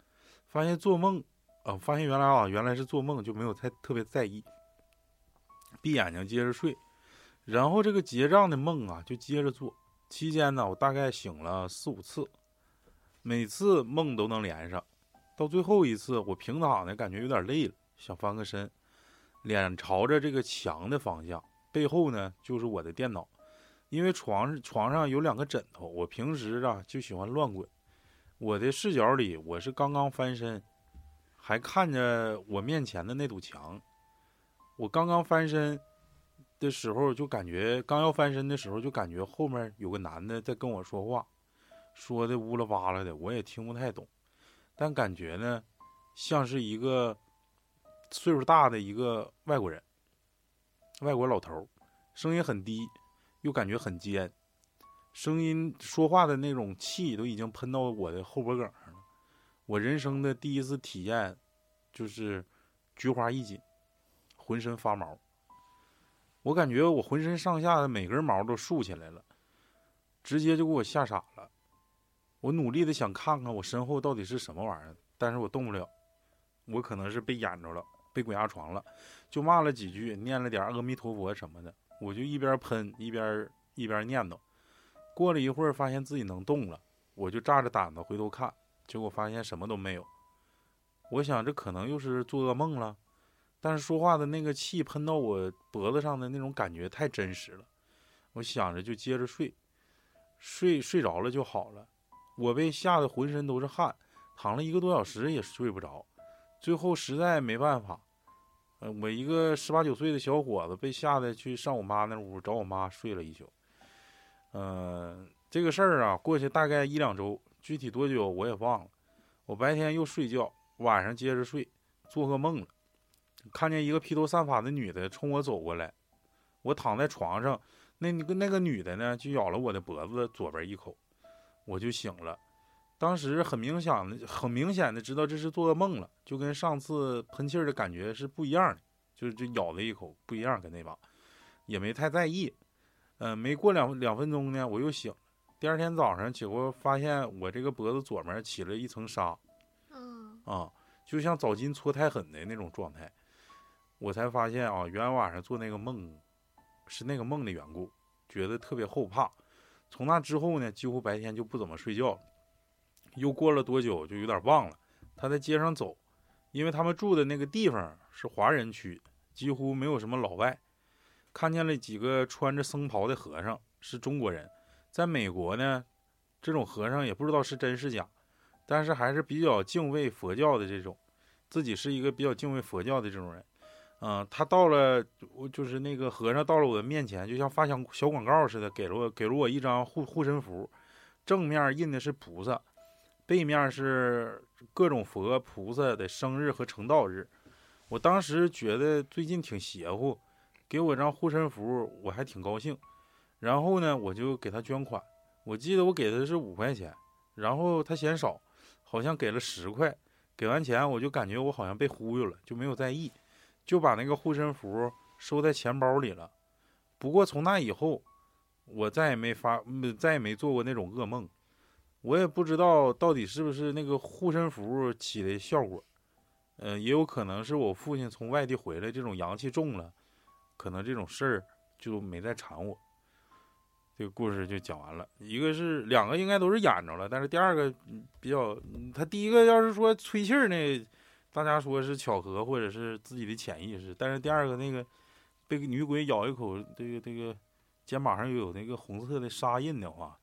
Speaker 1: 发现做梦，啊、发现原来啊，原来是做梦，就没有太特别在意，闭眼睛接着睡，然后这个结账的梦啊，就接着做，期间呢，我大概醒了四五次，每次梦都能连上。到最后一次，我平躺呢，感觉有点累了，想翻个身，脸朝着这个墙的方向，背后呢就是我的电脑，因为床床上有两个枕头，我平时啊就喜欢乱滚。我的视角里，我是刚刚翻身，还看着我面前的那堵墙。我刚刚翻身的时候，就感觉刚要翻身的时候，就感觉后面有个男的在跟我说话，说的乌啦巴啦的，我也听不太懂。但感觉呢，像是一个岁数大的一个外国人，外国老头儿，声音很低，又感觉很尖，声音说话的那种气都已经喷到我的后脖梗上了。我人生的第一次体验就是菊花一紧，浑身发毛。我感觉我浑身上下的每根毛都竖起来了，直接就给我吓傻了。我努力的想看看我身后到底是什么玩意儿，但是我动不了，我可能是被演着了，被鬼压床了，就骂了几句，念了点阿弥陀佛什么的，我就一边喷一边一边念叨。过了一会儿，发现自己能动了，我就炸着胆子回头看，结果发现什么都没有。我想这可能又是做噩梦了，但是说话的那个气喷到我脖子上的那种感觉太真实了，我想着就接着睡，睡睡着了就好了。我被吓得浑身都是汗，躺了一个多小时也睡不着，最后实在没办法，呃，我一个十八九岁的小伙子被吓得去上我妈那屋找我妈睡了一宿。嗯，这个事儿啊，过去大概一两周，具体多久我也忘了。我白天又睡觉，晚上接着睡，做噩梦了，看见一个披头散发的女的冲我走过来，我躺在床上，那个那个女的呢就咬了我的脖子左边一口。我就醒了。当时很明显的、很明显的知道这是做噩梦了，就跟上次喷气儿的感觉是不一样的，就就咬了一口不一样，跟那把也没太在意。呃，没过两两分钟呢，我又醒了。第二天早上结果发现我这个脖子左面起了一层纱
Speaker 3: 嗯，
Speaker 1: 啊，就像澡巾搓太狠的那种状态。我才发现啊，原来晚上做那个梦是那个梦的缘故，觉得特别后怕。从那之后呢，几乎白天就不怎么睡觉了。又过了多久就有点忘了。他在街上走，因为他们住的那个地方是华人区，几乎没有什么老外。看见了几个穿着僧袍的和尚，是中国人。在美国呢，这种和尚也不知道是真是假，但是还是比较敬畏佛教的这种，自己是一个比较敬畏佛教的这种人。嗯、他到了，我就是那个和尚到了我的面前，就像发小小广告似的，给了我给了我一张护护身符，正面印的是菩萨，背面是各种佛菩萨的生日和成道日。我当时觉得最近挺邪乎，给我张护身符，我还挺高兴。然后呢，我就给他捐款，我记得我给的是五块钱，然后他嫌少，好像给了十块。给完钱，我就感觉我好像被忽悠了，就没有在意，就把那个护身符收在钱包里了。不过从那以后，我再也没发，嗯再也没做过那种噩梦。我也不知道到底是不是那个护身符起的效果，呃，也有可能是我父亲从外地回来，这种阳气重了，可能这种事儿就没再缠我。这个故事就讲完了，一个是两个应该都是演着了，但是第二个嗯比较，嗯他第一个要是说吹气儿那，大家说是巧合或者是自己的潜意识，但是第二个那个被女鬼咬一口，这个这个肩膀上又有那个红色的沙印的话，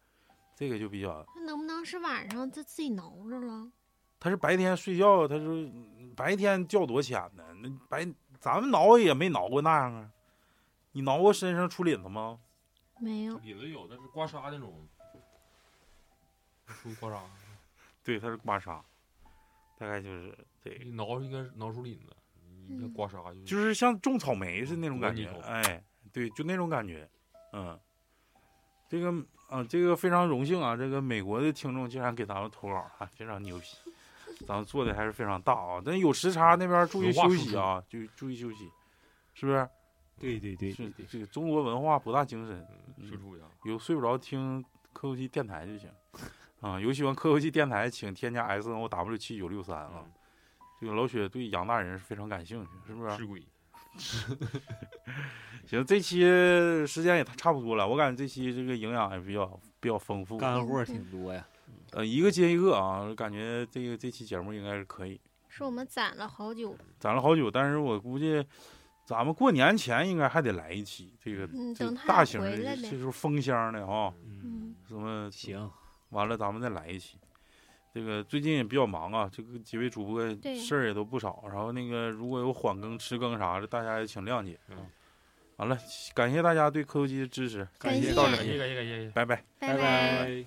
Speaker 1: 这个就比较
Speaker 3: 那能不能是晚上他自己挠着了？
Speaker 1: 他是白天睡觉，他说嗯白天觉多浅呢，那白咱们挠也没挠过那样啊。你挠过身上出领子吗？
Speaker 3: 没
Speaker 1: 嗯
Speaker 3: 有，
Speaker 4: 里头有，但是刮痧那种，出刮痧，啊
Speaker 1: 对，他是刮痧，大概就是这个，
Speaker 4: 挠应该是挠出鳞子，你
Speaker 3: 嗯
Speaker 4: 刮痧就
Speaker 1: 就是像种草莓似的那种感觉
Speaker 4: 多泥，头
Speaker 1: 哎，对，就那种感觉，嗯，这个啊，这个非常荣幸啊，这个美国的听众竟然给咱们投稿， 啊，非常牛逼，咱们做的还是非常大啊，但有时差那边注意
Speaker 4: 文化
Speaker 1: 休
Speaker 4: 输
Speaker 1: 息
Speaker 4: 出
Speaker 1: 啊，就注意休息，是不是？
Speaker 2: 对对对
Speaker 1: 是这个中国文化博大精深，
Speaker 4: 嗯输出一下。
Speaker 1: 有睡不着听磕头机电台就行。啊、有喜欢磕头机电台，请添加 S N O W 七九六三啊。
Speaker 4: 嗯，
Speaker 1: 这个老雪对杨大人是非常感兴趣，是不是？
Speaker 4: 吃鬼，
Speaker 1: 行，这期时间也差不多了，我感觉这期这个营养也比较比较丰富，
Speaker 2: 干货挺多呀。
Speaker 1: 呃，一个接一个啊，感觉这个这期节目应该是可以，
Speaker 3: 是我们攒了好久，
Speaker 1: 攒了好久，但是我估计咱们过年前应该还得来一期这个
Speaker 3: 嗯，
Speaker 1: 这
Speaker 3: 等
Speaker 1: 个
Speaker 3: 他
Speaker 1: 大
Speaker 3: 俩
Speaker 1: 型
Speaker 3: 回
Speaker 1: 的，
Speaker 3: 来呗
Speaker 1: 这。就是封箱的啊，
Speaker 2: 嗯，
Speaker 3: 嗯，
Speaker 1: 什么
Speaker 2: 行，
Speaker 1: 完了，咱们再来一期。这个最近也比较忙啊，这个几位主播
Speaker 3: 对
Speaker 1: 事儿也都不少，然后那个如果有缓更、迟更啥的，大家也请谅解。
Speaker 4: 嗯
Speaker 1: 啊。完了，感谢大家对科技的支持，
Speaker 3: 感
Speaker 1: 谢
Speaker 3: 谢
Speaker 1: 到
Speaker 4: 感
Speaker 1: 这
Speaker 4: 谢
Speaker 1: 里，
Speaker 4: 感谢感谢。
Speaker 1: 拜拜。
Speaker 3: 拜
Speaker 2: 拜。